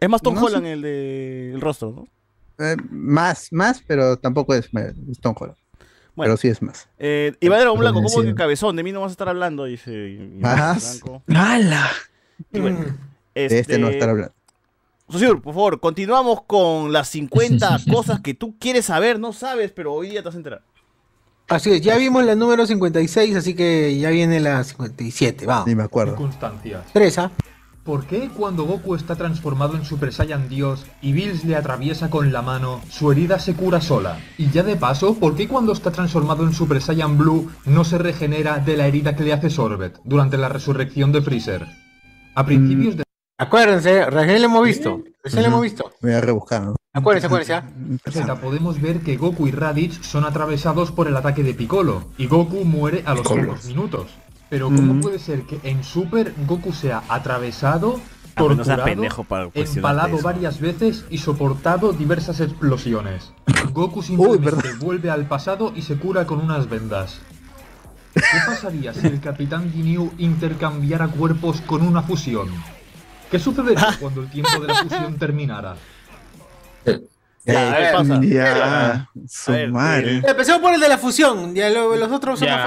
Es más Tom No, Holland el de el rostro, ¿no? Eh, más, más, pero tampoco es, ma- es Tom Holland. Bueno. pero sí es más. Eh, Iván Drago Blanco, ¿cómo Pronunciado. que cabezón? De mí no vas a estar hablando, dice Iván Ah, Blanco. ¡Hala! Y bueno, De este no va a estar hablando. Sosur, por favor, continuamos con las 50 cosas que tú quieres saber, no sabes, pero hoy día te vas a enterar. Así es, ya vimos la número 56, así que ya viene la 57, vamos. Ni me acuerdo. Constancia. Teresa. ¿Por qué cuando Goku está transformado en Super Saiyan Dios y Bills le atraviesa con la mano, su herida se cura sola? Y ya de paso, ¿por qué cuando está transformado en Super Saiyan Blue no se regenera de la herida que le hace Sorbet durante la resurrección de Freezer? A principios de Mm. Acuérdense, recién lo hemos visto. Recién Pues lo hemos visto. Me voy a rebuscar, ¿no? Acuérdense, pues, acuérdense. ¿ah? Z, podemos ver que Goku y Raditz son atravesados por el ataque de Piccolo y Goku muere a los Piccolo. pocos minutos. Pero ¿cómo Mm. puede ser que en Super Goku sea atravesado, Ah, pero no seas torturado, pendejo para cuestionarte empalado eso. varias veces y soportado diversas explosiones? Goku simplemente vuelve al pasado y se cura con unas vendas. ¿Qué pasaría si el Capitán Ginyu intercambiara cuerpos con una fusión? ¿Qué sucedería cuando el tiempo de la fusión terminara? Eh, Ya, a ver, Ya, su madre. Empecemos por el de la fusión. Ya lo- los otros son más Ya,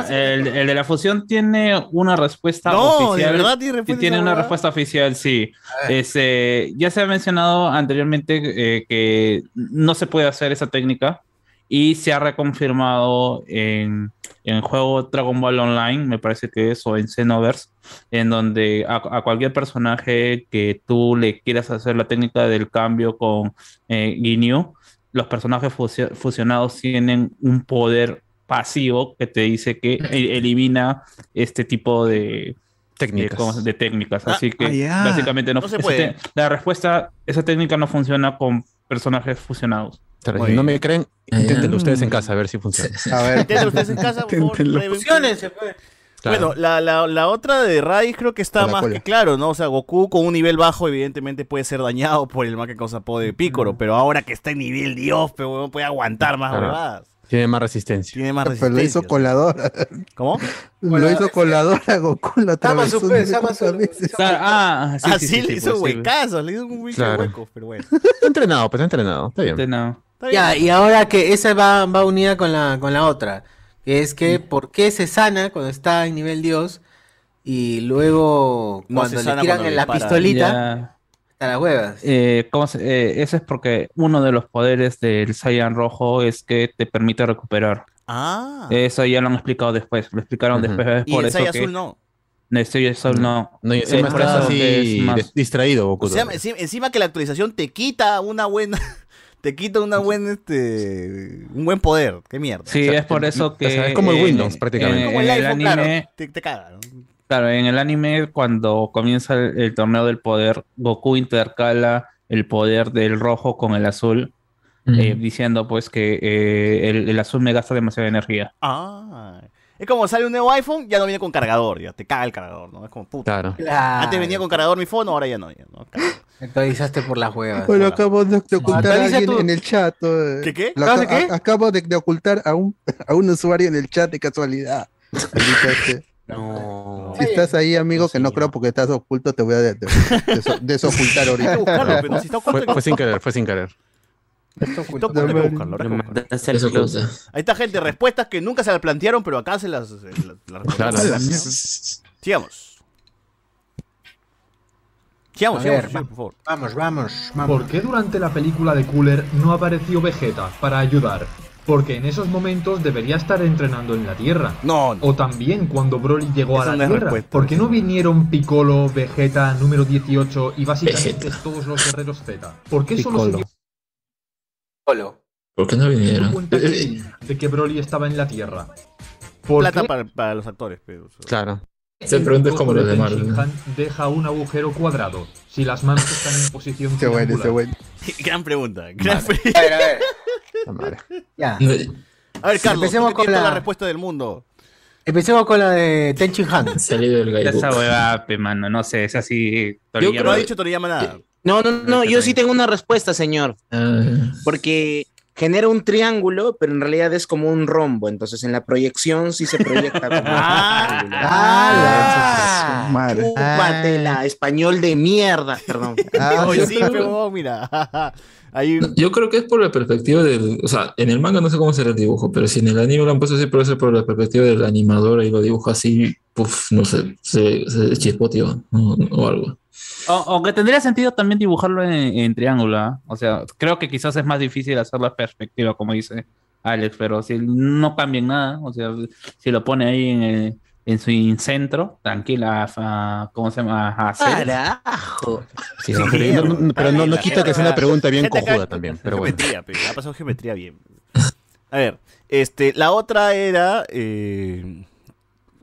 el, fáciles. el de la fusión tiene una respuesta No, oficial. ¿de verdad tiene Sí, respuesta tiene esa una huevada? respuesta oficial, sí. Este, ya se ha mencionado anteriormente eh, que no se puede hacer esa técnica y se ha reconfirmado en, en el juego Dragon Ball Online, me parece que es, o en Xenoverse, en donde a, a cualquier personaje que tú le quieras hacer la técnica del cambio con eh, Ginyu, los personajes fusio- fusionados tienen un poder pasivo que te dice que e- elimina este tipo de técnicas. De, cosas- de técnicas. Así que ah, ya. básicamente no, No se esa puede. te- La respuesta, esa técnica no funciona con personajes fusionados. Pero si no me creen, Ah, inténtenlo ustedes Mm. en casa a ver si funciona. Inténtenlo ustedes en casa, por favor. Reven- Claro. Bueno, la, la- la otra de Raditz creo que está Con la más cola. que claro, ¿no? O sea, Goku con un nivel bajo, evidentemente puede ser dañado por el mal que causa Poe Mm. de Piccolo, pero ahora que está en nivel Dios, pero huevón, puede aguantar más Claro. huevadas. Tiene más resistencia. Tiene más Pero lo hizo coladora. ¿Cómo? Lo hizo coladora, Goku. Lo atravesó muchas veces. Ah, sí, Así sí, sí, le sí, hizo pues, sí. huecazos, le hizo un hueco Claro. hueco, pero bueno. Está entrenado, pues está entrenado. Está bien. Ya, y ahora que esa va, va unida con la, con la otra, que es que Mm. ¿por qué se sana cuando está en nivel Dios y luego No se cuando le sana tiran cuando en le la disparan. pistolita, hasta las huevas? Eh, ¿cómo se- eh, ese es porque uno de los poderes del Saiyan rojo es que te permite recuperar. Ah. Eso ya lo han explicado después. Lo explicaron Ujú. después. es Y por el eso Saiyan que- azul no. No, el Saiyan azul no. Mm. No, y encima Eh, por está eso que así es más- des- distraído, Goku. O sea, enci- encima que la actualización te quita una buena. Te quita una buena, este. Un buen poder. Qué mierda. Sí, es por eso que. es como el Windows, prácticamente. en- Como el en el iPhone, anime, claro. Te, te caga, ¿no? Claro, en el anime, cuando comienza el, el torneo del poder, Goku intercala el poder del rojo con el azul, eh, diciendo pues que eh, el, el azul me gasta demasiada energía. Ah. Es como sale un nuevo iPhone, ya no viene con cargador, ya te caga el cargador, ¿no? Es como puta. Claro. Claro. Antes venía con cargador mi phone, ahora ya no. ya no. Actualizaste por las huevas. Pues lo acabo de, de ocultar a Actualiza alguien tu- en el chat. eh. ¿Qué, qué? Lo ¿Acabas de aca- qué? a- acabo de, de ocultar a un, a un usuario en el chat de casualidad. Maldita sea. Si estás ahí, amigo, que no creo porque estás oculto, te voy a de- de- deso- desocultar ahorita. fue, fue sin querer, fue sin querer. Toco, hay que buscarlo, ahora hay que buscarlo. Ahí está, gente, respuestas que nunca se las plantearon, pero acá se las. se las- las Claro. respondemos. Sigamos. Sigamos, A sigamos, ver, señor, por favor. Vamos, vamos, vamos. ¿Por qué durante la película de Cooler no apareció Vegeta para ayudar? Porque en esos momentos debería estar entrenando en la Tierra. No. O también cuando Broly llegó a Esa la no es Tierra. respuesta. ¿Por qué no vinieron Piccolo, Vegeta, número 18 y básicamente todos los guerreros Z? ¿Por qué solo se Piccolo. dio ¿Por qué no vinieron? cuenta Krillin de que Broly estaba en la Tierra? ¿Por Plata qué? para, para los actores, pero. Claro. Esta pregunta es como Goku los de demás. Tenshinhan deja un agujero cuadrado si las manos están en posición Qué bueno, triangular? qué bueno. Gran pregunta. Gran pre- A ver, a ver. Ya. A ver, Carlos, Empecemos tú que con tienes toda la- la respuesta del mundo. Empecemos con la de Tenchin Han. Salido del Esa hueva, pe, mano, no sé, es así. Yo No ha dicho Toriyama nada. No, no, no, yo sí tengo una respuesta, señor. Ah. Porque genera un triángulo, pero en realidad es como un rombo. Entonces en la proyección sí se proyecta como un Ah, triángulo. Madre. Chúpatela, español de mierda, perdón. Ah, Oye, sí, pero mira. Hay un- Yo creo que es por la perspectiva del. O sea, en el manga no sé cómo será el dibujo, pero si en el anime lo han puesto así, puede ser por la perspectiva del animador y lo dibuja así, puff, no sé, se, se chispó, tío, o, o algo. O- Aunque tendría sentido también dibujarlo en, en triángulo, ¿ah? o sea, creo que quizás es más difícil hacer la perspectiva, como dice Alex, pero si no cambian nada, o sea, si lo pone ahí en, el- en su incentro, tranquila, a- ¿cómo se llama? A Ceres. Carajo. Sí, no, pero no, no, pero no- no quita que sea una pregunta bien Gente acá- cojuda también. Pero bueno. Geometría, pe, ha pasado geometría bien. A ver, este, la otra era. eh,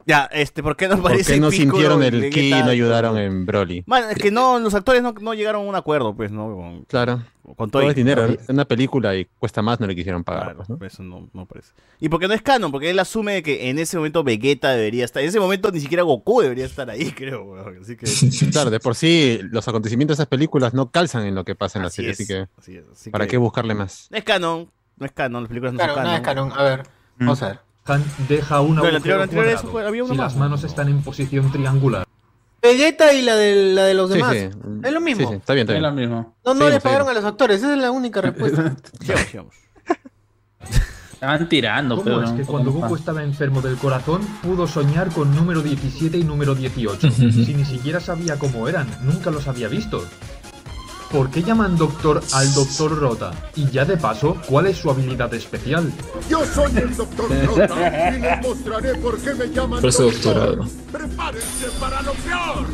Ya, este, ¿por qué no ¿Por aparece qué no Piccolo sintieron y el ki y Vegeta? no ayudaron en Broly? Man, es que no, los actores no, no llegaron a un acuerdo, pues, ¿no? Con- Claro. Con todo todo y- es dinero. Es una película y cuesta más, no le quisieron pagar. pues, ¿no? Eso no, no parece. Y porque no es canon, porque él asume que en ese momento Vegeta debería estar. En ese momento ni siquiera Goku debería estar ahí, creo, weón. Así que. Claro, de por sí los acontecimientos de esas películas no calzan en lo que pasa en la Así serie, es, así que así es, así ¿para que- qué buscarle más? No es canon, no es canon, las películas no Claro, son nada canon. es canon. A ver, vamos a ver. Han Mm. deja un No, agujero el anterior- el anterior cuadrado. eso fue- había uno si más. las manos están en posición triangular. Vegeta y la de, la de los Sí, demás. sí. Es lo mismo. Sí, sí, está bien, está Es bien. lo mismo. No, no Seguimos, le pagaron seguimos. a los actores, esa es la única respuesta. Estaban tirando, ¿Cómo pero. es que no- cuando Goku estaba enfermo del corazón pudo soñar con número 17 y número 18? si ni siquiera sabía cómo eran, nunca los había visto. ¿Por qué llaman doctor al doctor Rota? Y ya de paso, ¿cuál es su habilidad especial? Yo soy el doctor Rota y les mostraré por qué me llaman Por eso doctor. doctorado. Prepárense para lo peor.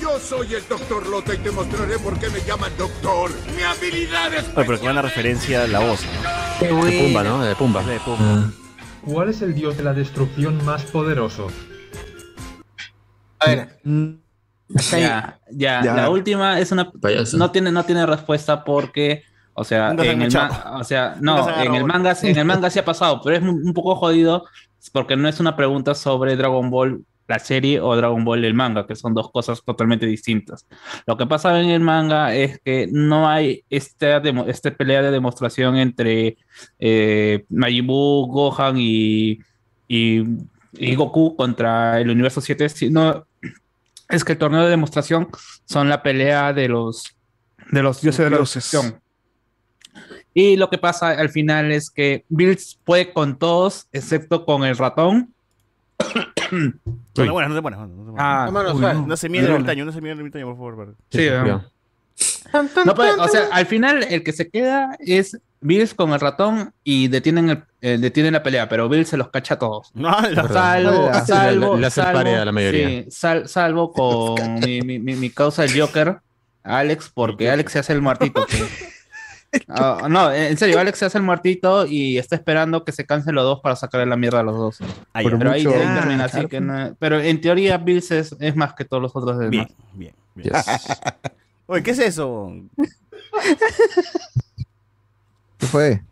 Yo soy el doctor Rota y te mostraré por qué me llaman doctor. Mi habilidad es... Oye, pero que buena referencia a la voz, ¿no? buena. De Pumba, ¿no? De Pumba. De Pumba. ¿Cuál es el dios de la destrucción más poderoso? Ah, A ver. Ya, ya, Ya. La última es una. Payaso. No tiene, no tiene respuesta porque. O sea, Nunca se en han el, ma- echado. o sea, Nunca se no, agarró en el, bola. manga, en el manga sí ha pasado, pero es un un poco jodido porque no es una pregunta sobre Dragon Ball la serie o Dragon Ball el manga, que son dos cosas totalmente distintas. Lo que pasa en el manga es que no hay esta, demo- esta pelea de demostración entre eh, Majin Buu, Gohan y, y, y Goku contra el universo 7, sino es que el torneo de demostración son la pelea de los de los dioses de la destrucción. Y lo que pasa al final es que Bills puede con todos, excepto con el ratón. No te mueras, no te mueras. No, te mueras. Ah, Uy, uy, no. No se mide el Perdón. ermitaño, no se mide el ermitaño, por favor. Bart. Sí, ¿verdad? No, pero, o sea, al final el que se queda es Bills con el ratón y detienen, el- eh, detienen la pelea, pero Bills se los cacha a todos. la- salvo, Hola. salvo, Le- le hace salvo- pared a la mayoría. sí, sal- salvo con mi, mi- mi- mi causa el Joker, Alex, porque Alex se hace el muertito. que- Ah, no, en serio, Alex se hace el muertito y está esperando que se cansen los dos para sacarle la mierda a los dos. ya. pero ahí, Mucho- ahí termina, Ah, así claro. que no- Pero en teoría Bills es, es más que todos los otros demás. Bien, bien, bien. Oye, ¿qué es eso? ¿Qué fue?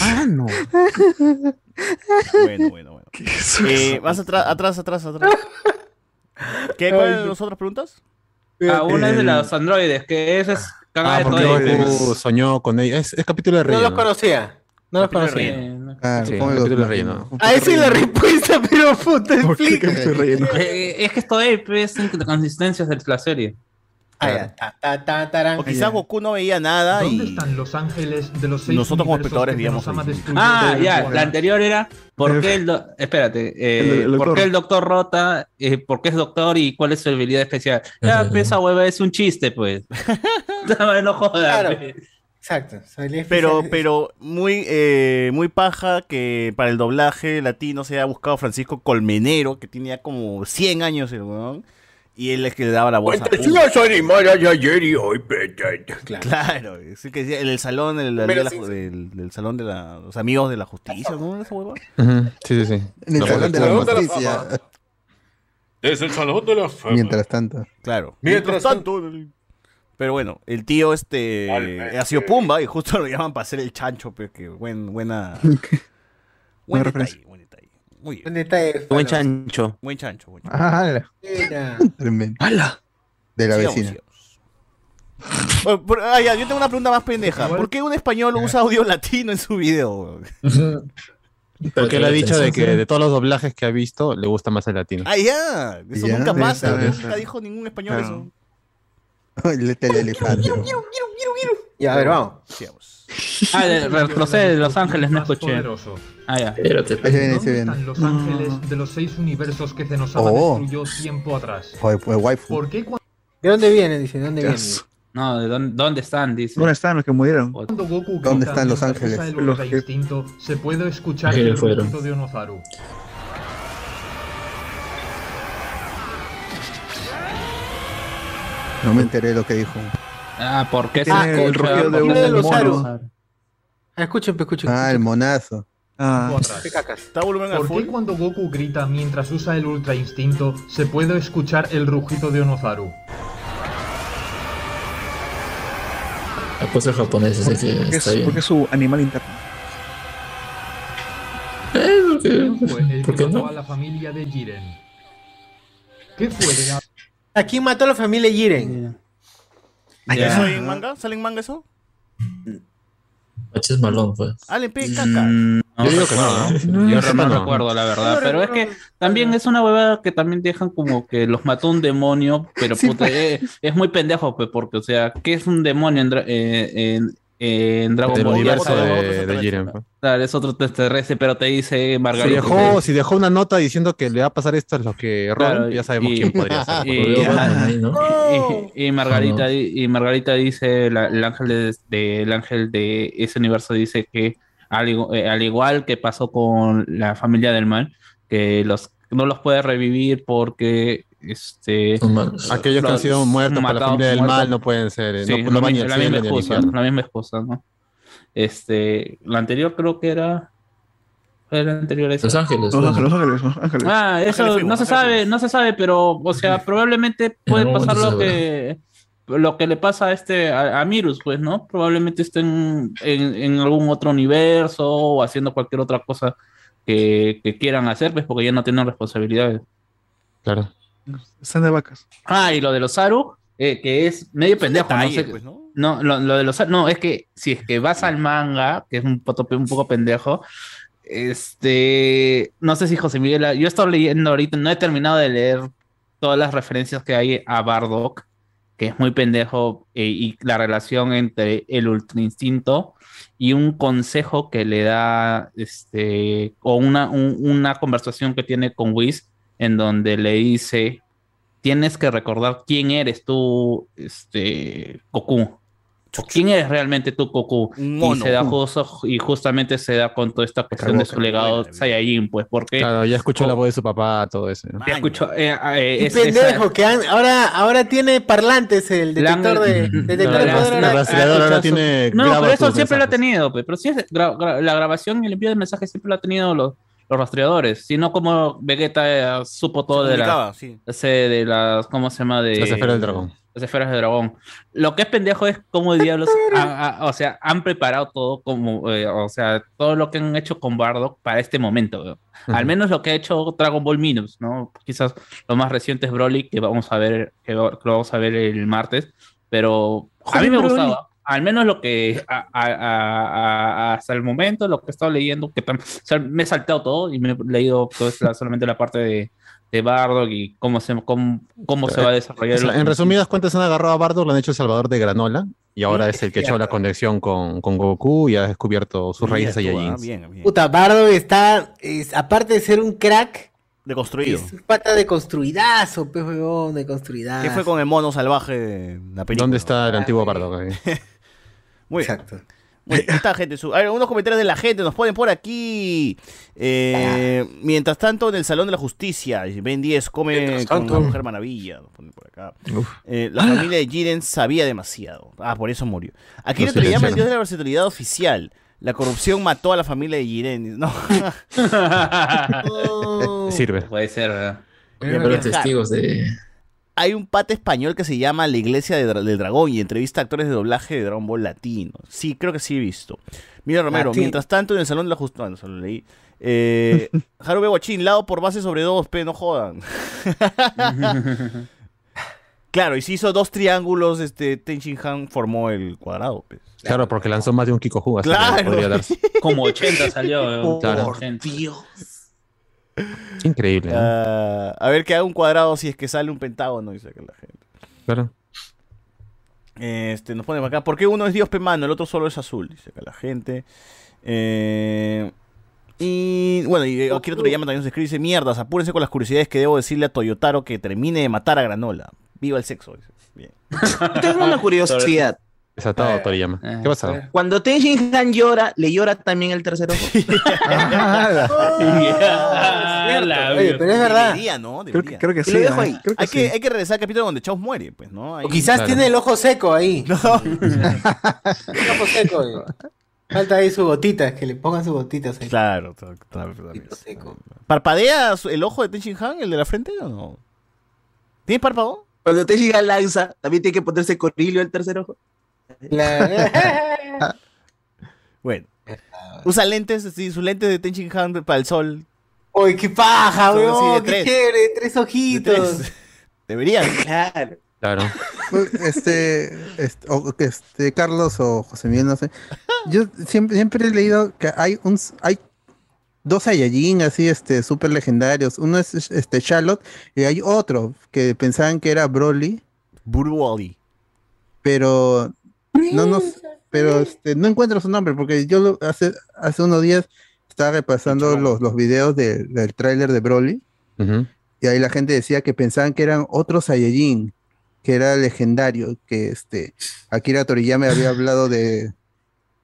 Ah, no. Bueno, bueno, bueno. Eh, vas atrás, atrás, atrás, atrás. ¿Qué? Ay, ¿Cuáles son yo- las otras preguntas? Ah, una es de El- los androides, que esa es cagada Ah, de porque todo. Goku soñó con ella. Es, es capítulo de No relleno. los conocía. No los Capítulo de conocía. relleno. Ah, Sí, supongo que capítulo de los- relleno. Ah, esa es la respuesta, pero puta, explica. Eh, es que esto es, pues, inconsistencias de la serie. Ah, O quizás Goku no veía nada ¿Dónde y están los ángeles de los seis nosotros como universos espectadores que veíamos. Kunosama ahí. destruyó Ah, del ya, Gohan? la anterior era ¿por qué el, do- espérate, eh, El- el ¿por doctor. qué el doctor rota? Eh, ¿Por qué es doctor y cuál es su habilidad especial? Ya, pues, esa hueva es un chiste, pues. no, no jodas. Claro. pues. Exacto. salía Pero, especial. pero muy, eh, muy paja que para el doblaje latino se ha buscado Francisco Colmenero, que tenía como 100 años el weón, y él es que le daba la voz a Cuentas Pumba. las animadas de ayer y hoy, pero- Claro, sí que decía, en el salón, en el, Pero de la sí, ju- del- del salón de la- los amigos de la justicia, ¿no? Esa hueva. Ujú, Sí, sí, sí. En el Lo salón de la conozco. justicia. Desde el salón de la fama. Mientras tanto. Claro. Mientras tanto. el- Pero bueno, el tío este Al- ha sido Pumba y justo lo llaman para hacer el chancho, pero que buen, buena. buen detalle, Buena referencia. buen detalle. Muy bien. Buen detalle. Buen chancho. Buen chancho, buen chancho. Ah, Mira. Tremendo. De la Sigamos, vecina. Oye, por- ah, ya, yo tengo una pregunta más pendeja. ¿Por qué un español usa audio latino en su video? weón? Porque él ha dicho de que de todos los doblajes que ha visto, le gusta más el latino. Ah, ya. Ah. Eso Ya, nunca sí, pasa. sí, sí. Nunca dijo ningún español Claro. eso. El el elefante. Ya, a ver, vamos. Ah, de- retrocede de Los Ángeles, no escuché. poderoso. Ah, ya. Ah. Espérate, espérate. Ahí viene, ahí ¿Dónde viene. están los ángeles de los seis universos que Zenosama Oh. destruyó tiempo atrás? Joder, pues waifu. ¿Por qué cuando ¿De dónde vienen? Dice, ¿de dónde vienen? No, ¿de dónde, dónde están? Dice. ¿Dónde están los que murieron? Goku grita ¿Dónde están los mientras ángeles? usa el Los Ultra que- instinto se puede escuchar que el fueron. rugido de Onozaru? No me enteré de lo que dijo. Ah, ¿por qué Tiene el rugido de un mono. Ah, Escuchen, pues, escuchen. Ah, el monazo. Ah. Tiempo atrás. ¿Por qué cuando Goku grita mientras usa el Ultra Instinto se puede escuchar el rugido de Onozaru? La cosa japonesa es que Porque está es, bien. porque es su animal interno. Eh, ¿Quién fue el ¿Por qué que mató no? a la familia de Jiren? Ah, ¿Qué fue de la ¿A quién mató a la familia Jiren? ¿Eso hay en manga? ¿Sale en manga eso? Machis malón, pues. Ale, pe, caca. Mm, No Yo digo que no, recuerdo. ¿no? Yo Ese no no. recuerdo, la verdad. Pero es que también es una huevada que también dejan como que los mató un demonio, pero puta, eh, es muy pendejo, pues, porque, o sea, ¿qué es un demonio en, Dra- eh, en, en Dragon Del Ball? universo Otro- de, de Jiren. pues. Claro, es otro extraterrestre, pero te dice Si Margarita. dejó, si dejó una nota diciendo que le va a pasar esto a los que roban, eh, ya sabemos quién podría ser. Y, y- y Margarita, di- y Margarita dice, la- el ángel de, de- el ángel de ese universo dice que al, igu- eh, al igual que pasó con la familia del mal, que los no los puede revivir porque este Aquellos que han sido muertos por la matados, familia del muertos. mal no pueden ser, eh, Sí, no, la, no van ni misma, al la cielo misma ni al excusa, infierno. la misma excusa, ¿no? Este, la anterior creo que era ¿cuál era la anterior a esa? Los Ángeles. Los ángeles, los ángeles, los ángeles. Ah, eso no se sabe, no se sabe, pero, o sea, probablemente puede algún pasar momento lo se que lo que le pasa a este a, a Mirus, pues, ¿no? Probablemente esté en, en- en algún otro universo o haciendo cualquier otra cosa que, que quieran hacer, pues, porque ya no tienen responsabilidades. Claro. Están de vacas. Ah, y lo de los Aru, eh, que es medio pendejo, no detalle, sé- pues, No, lo, lo de los Aru, no, es que si es que vas al manga, que es un, poto- un poco pendejo, este, no sé si José Miguel, ha- yo he estado leyendo ahorita, no he terminado de leer todas las referencias que hay a Bardock, que es muy pendejo, eh, y la relación entre el ultra instinto y un consejo que le da, este, o una, un- una conversación que tiene con Whis, en donde le dice, tienes que recordar quién eres tú, este, Goku. ¿Quién eres realmente tú, Goku? Y, mono. se da justo- y justamente se da con toda esta cuestión de su legado Saiyajin, pues, porque... Claro, ya escuchó la voz de su papá, todo eso. ¿no? Ya escucho, eh, eh, Y es- pendejo, esa- que han- ahora, ahora tiene parlantes el Le han- detector de, detector de la- poder. la- ahora- rastreadora ah, ahora escucha tiene- su- No, graba pero eso tus siempre lo ha tenido, pe, pero sí es gra- gra- la grabación y el envío de mensajes siempre lo ha tenido los, los rastreadores, sino como Vegeta eh, supo todo Se de la, comunicaba, sí. ese de las ¿cómo se llama? De, Las esferas del dragón. Las esferas del dragón. Lo que es pendejo es cómo diablos han- ha- o sea, han preparado todo como eh, o sea, todo lo que han hecho con Bardock para este momento. weón. Al menos lo que ha hecho Dragon Ball Minus, ¿no? Quizás lo más reciente es Broly que vamos a ver que va- que lo vamos a ver el martes, pero a mí Joder, me Broly. gustaba al menos lo que a- a- a- a- hasta el momento, lo que he estado leyendo, que tam- o sea, me he saltado todo y me he leído pues, la- solamente la parte de, de Bardock y cómo se, cómo, cómo se va a desarrollar. O sea, el- en resumidas cuentas, han agarrado a Bardo, lo han hecho el salvador de granola, y ahora es el que ha hecho la conexión con, con Goku y ha descubierto sus Mira raíces tú, ah, Saiyajins. bien, bien. Puta, Bardo está, es- aparte de ser un crack, Deconstruido. es un pata de construidazo, pues, huevón, de ¿Qué construidazo. fue con el mono salvaje de la película? ¿Dónde está el antiguo Bardo? Muy Exacto. Muy bien, ahí está, gente. Su- Hay algunos comentarios de la gente nos ponen por aquí. Eh, mientras tanto, en el Salón de la Justicia, Ben 10 come con la tanto. Mujer Maravilla. Nos ponen por acá. Eh, la familia de Jiren sabía demasiado. Ah, por eso murió. Aquí Lo te llama silenciaron. el dios de la versatilidad oficial. La corrupción mató a la familia de Jiren. No. Sirve. Puede ser, ¿verdad? Había varios testigos de. Hay un pata español que se llama La Iglesia de Dra- del Dragón y entrevista a actores de doblaje de Dragon Ball latino. Sí, creo que sí he visto. Mira Romero, Latino. mientras tanto en el Salón de la Justicia... No, solo leí. Eh, Harube Guachín, lado por base sobre dos, p, no jodan. claro, y si hizo dos triángulos, este, Ten Shin Han formó el cuadrado. pe. Claro, porque lanzó más de un Kiko Ju, así que Claro. Pues podría darse. Como 80 salió. eh, Por Claro. Dios. Increíble. ¿no? Ah, a ver que haga un cuadrado si es que sale un pentágono, dice que la gente. Claro. Este, nos ponen acá, ¿por qué uno es Dios Pemano, el otro solo es azul? Dice acá la gente. Eh, y bueno, y eh, Akira Toriyama también nos escribe, dice, mierdas, apúrense con las curiosidades que debo decirle a Toyotaro que termine de matar a Granola. Viva el sexo. dice. Bien. Tengo una curiosidad. Desatado, Toriyama. ¿Qué pasa? Cuando Ten Shin Han llora, le llora también el tercer ojo. Oye, pero es verdad. Debería, ¿no? Creo que- Debería. creo que Y sí, lo dejo ¿eh? ahí. Creo que hay, que, sí. hay que regresar al capítulo donde Chaos muere, pues, ¿no? Ahí- O quizás tiene el ojo seco ahí. El ojo seco. pues, Falta ahí sus gotitas, que le pongan sus gotitas ahí. Claro, claro, claro, claro. ¿Parpadea su- el ojo de Tenchin Han, el de la frente o no? ¿Tienes párpado? Cuando te llega lanza, también tiene que ponerse corillo el tercer ojo. eh. bueno. Usa lentes, sí, sus lentes de Tenchin Han para el sol. ¡Uy, qué paja, Son así de weón! ¡Qué tres. chévere! Tres ojitos. tres. Deberían. Claro. Claro. Este, este, o- o que este, Carlos o José Miguel, no sé. Yo siempre, siempre he leído que hay un s- hay dos Saiyajin así, este, super legendarios. Uno es este Charlotte y hay otro que pensaban que era Broly. Broly. Pero no nos, pero este, no encuentro su nombre porque yo lo- hace hace unos días estaba repasando los, los videos de- del tráiler de Broly. Y ahí la gente decía que pensaban que eran otros Saiyajin, que era legendario, que este Akira Toriyama había hablado de,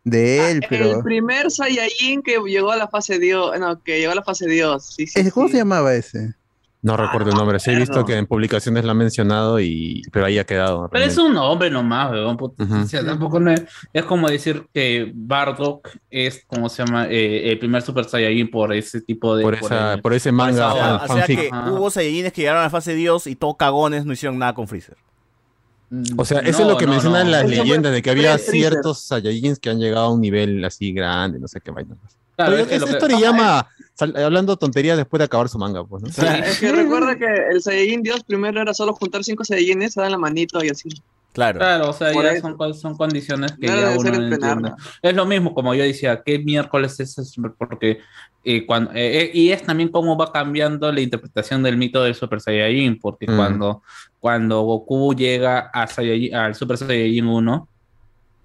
de él, pero Ah, El primer Saiyajin que llegó a la fase Dios. No, que llegó a la fase Dios. Sí, sí. ¿cómo se llamaba ese? No recuerdo el nombre. Sí, he visto que en publicaciones lo han mencionado, y, pero ahí ha quedado. Pero es realmente. un hombre nomás, weón. puta. Ujú. O sea, tampoco no es, es como decir que Bardock es, como se llama, Eh, el primer Super Saiyajin por ese tipo de. Por esa- por ese manga esa- O sea, Ajá. o sea que hubo Saiyajines que llegaron a la fase Dios y todos cagones no hicieron nada con Freezer. O sea, eso es lo que no, mencionan no. las Eso fue leyendas de que había pre-Freezer. ciertos Saiyajins que han llegado a un nivel así grande, no sé qué vaina. Claro, Pero es que es- lo es que- Toriyama sal- hablando tonterías después de acabar su manga, pues, ¿no? Sí, es que recuerda que el Saiyajin Dios primero era solo juntar cinco Saiyajines, se dan la manito y así. Claro. Claro, o sea, Por ya eso. son, co- son condiciones que No ya debe uno ser no entrenar, entiende. Es lo mismo, como yo decía, ¿qué miércoles es eso? Porque, eh, cuando, eh, eh, y es también cómo va cambiando la interpretación del mito del Super Saiyajin, porque Mm. cuando, cuando Goku llega a Saiyajin- al Super Saiyajin 1,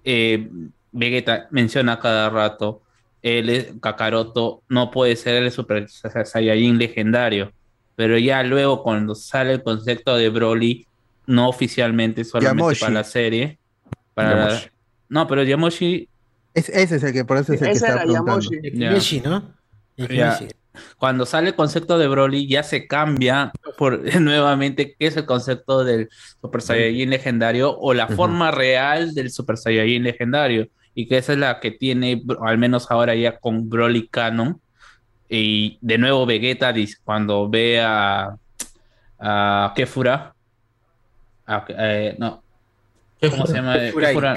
eh, Vegeta menciona cada rato, él es- Kakaroto no puede ser el Super Sa- Saiyajin legendario, pero ya luego cuando sale el concepto de Broly, no oficialmente, solamente Yamoshi. para la serie, para la- Yamoshi. No, pero Yamoshi... Es- ese es el que por eso es el que estaba preguntando. Yakimeshi, ¿no? Yakimeshi. Ya. Cuando sale el concepto de Broly, ya se cambia por, nuevamente qué es el concepto del Super Saiyajin legendario o la forma real del Super Saiyajin legendario. Y que esa es la que tiene, Bro- al menos ahora ya con Broly Canon. Y de nuevo Vegeta dice, cuando ve a, a Kefura. a- eh, no. ¿Cómo se llama? Kefurai, Kefura.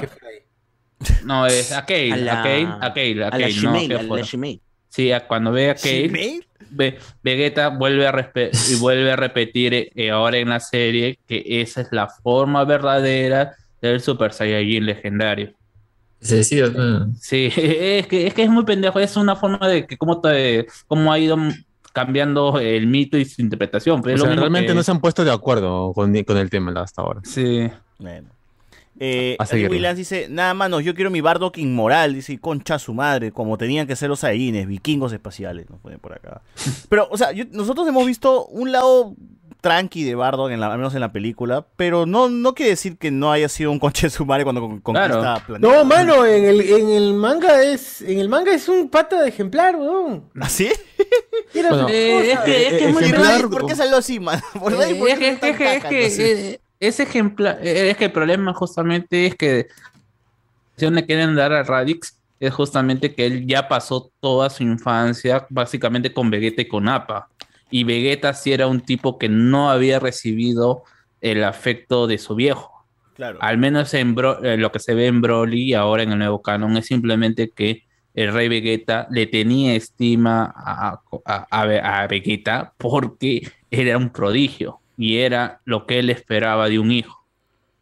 No, es a Kale. A A la- Kale, a Kale, a a la Kale, no, Shimei, que a la fuera. Shimei. Sí, a- cuando ve a Kale, ¿Shimei? ve- Vegeta vuelve a, respe- y vuelve a repetir eh, ahora en la serie que esa es la forma verdadera del Super Saiyajin legendario. Se decía, ¿no? Sí, es que, es que es muy pendejo, es una forma de que cómo, te- cómo ha ido cambiando el mito y su interpretación. pero O es lo sea, mismo realmente que- no se han puesto de acuerdo con, con el tema hasta ahora. Sí. Bueno. Eh, A seguirle. Williams dice, nada manos, yo quiero mi Bardock inmoral, dice, y concha su madre, como tenían que ser los Saiyajines, vikingos espaciales, nos ponen por acá. Pero, o sea, yo- nosotros hemos visto un lado tranqui de Bardock, en la- al menos en la película, pero no, no quiere decir que no haya sido un concha de su madre cuando con- conquista planeta. No, mano, en el, en el manga es. En el manga es un pata de ejemplar, weón. ¿Así? Era Bueno, Eh, es que, es que es muy Ejemplar- raro. ¿Por qué salió así, man? ¿Por Eh, qué- por es qué que, es tan que- es caca, que, no sé? eh, ese ejemplar, eh, es que el problema justamente es que si le quieren dar a Radix es justamente que él ya pasó toda su infancia básicamente con Vegeta y con Appa. Y Vegeta sí era un tipo que no había recibido el afecto de su viejo. Claro. Al menos en Bro- eh, lo que se ve en Broly ahora en el nuevo canon es simplemente que el rey Vegeta le tenía estima a, a- a Ve- a Vegeta porque era un prodigio y era lo que él esperaba de un hijo.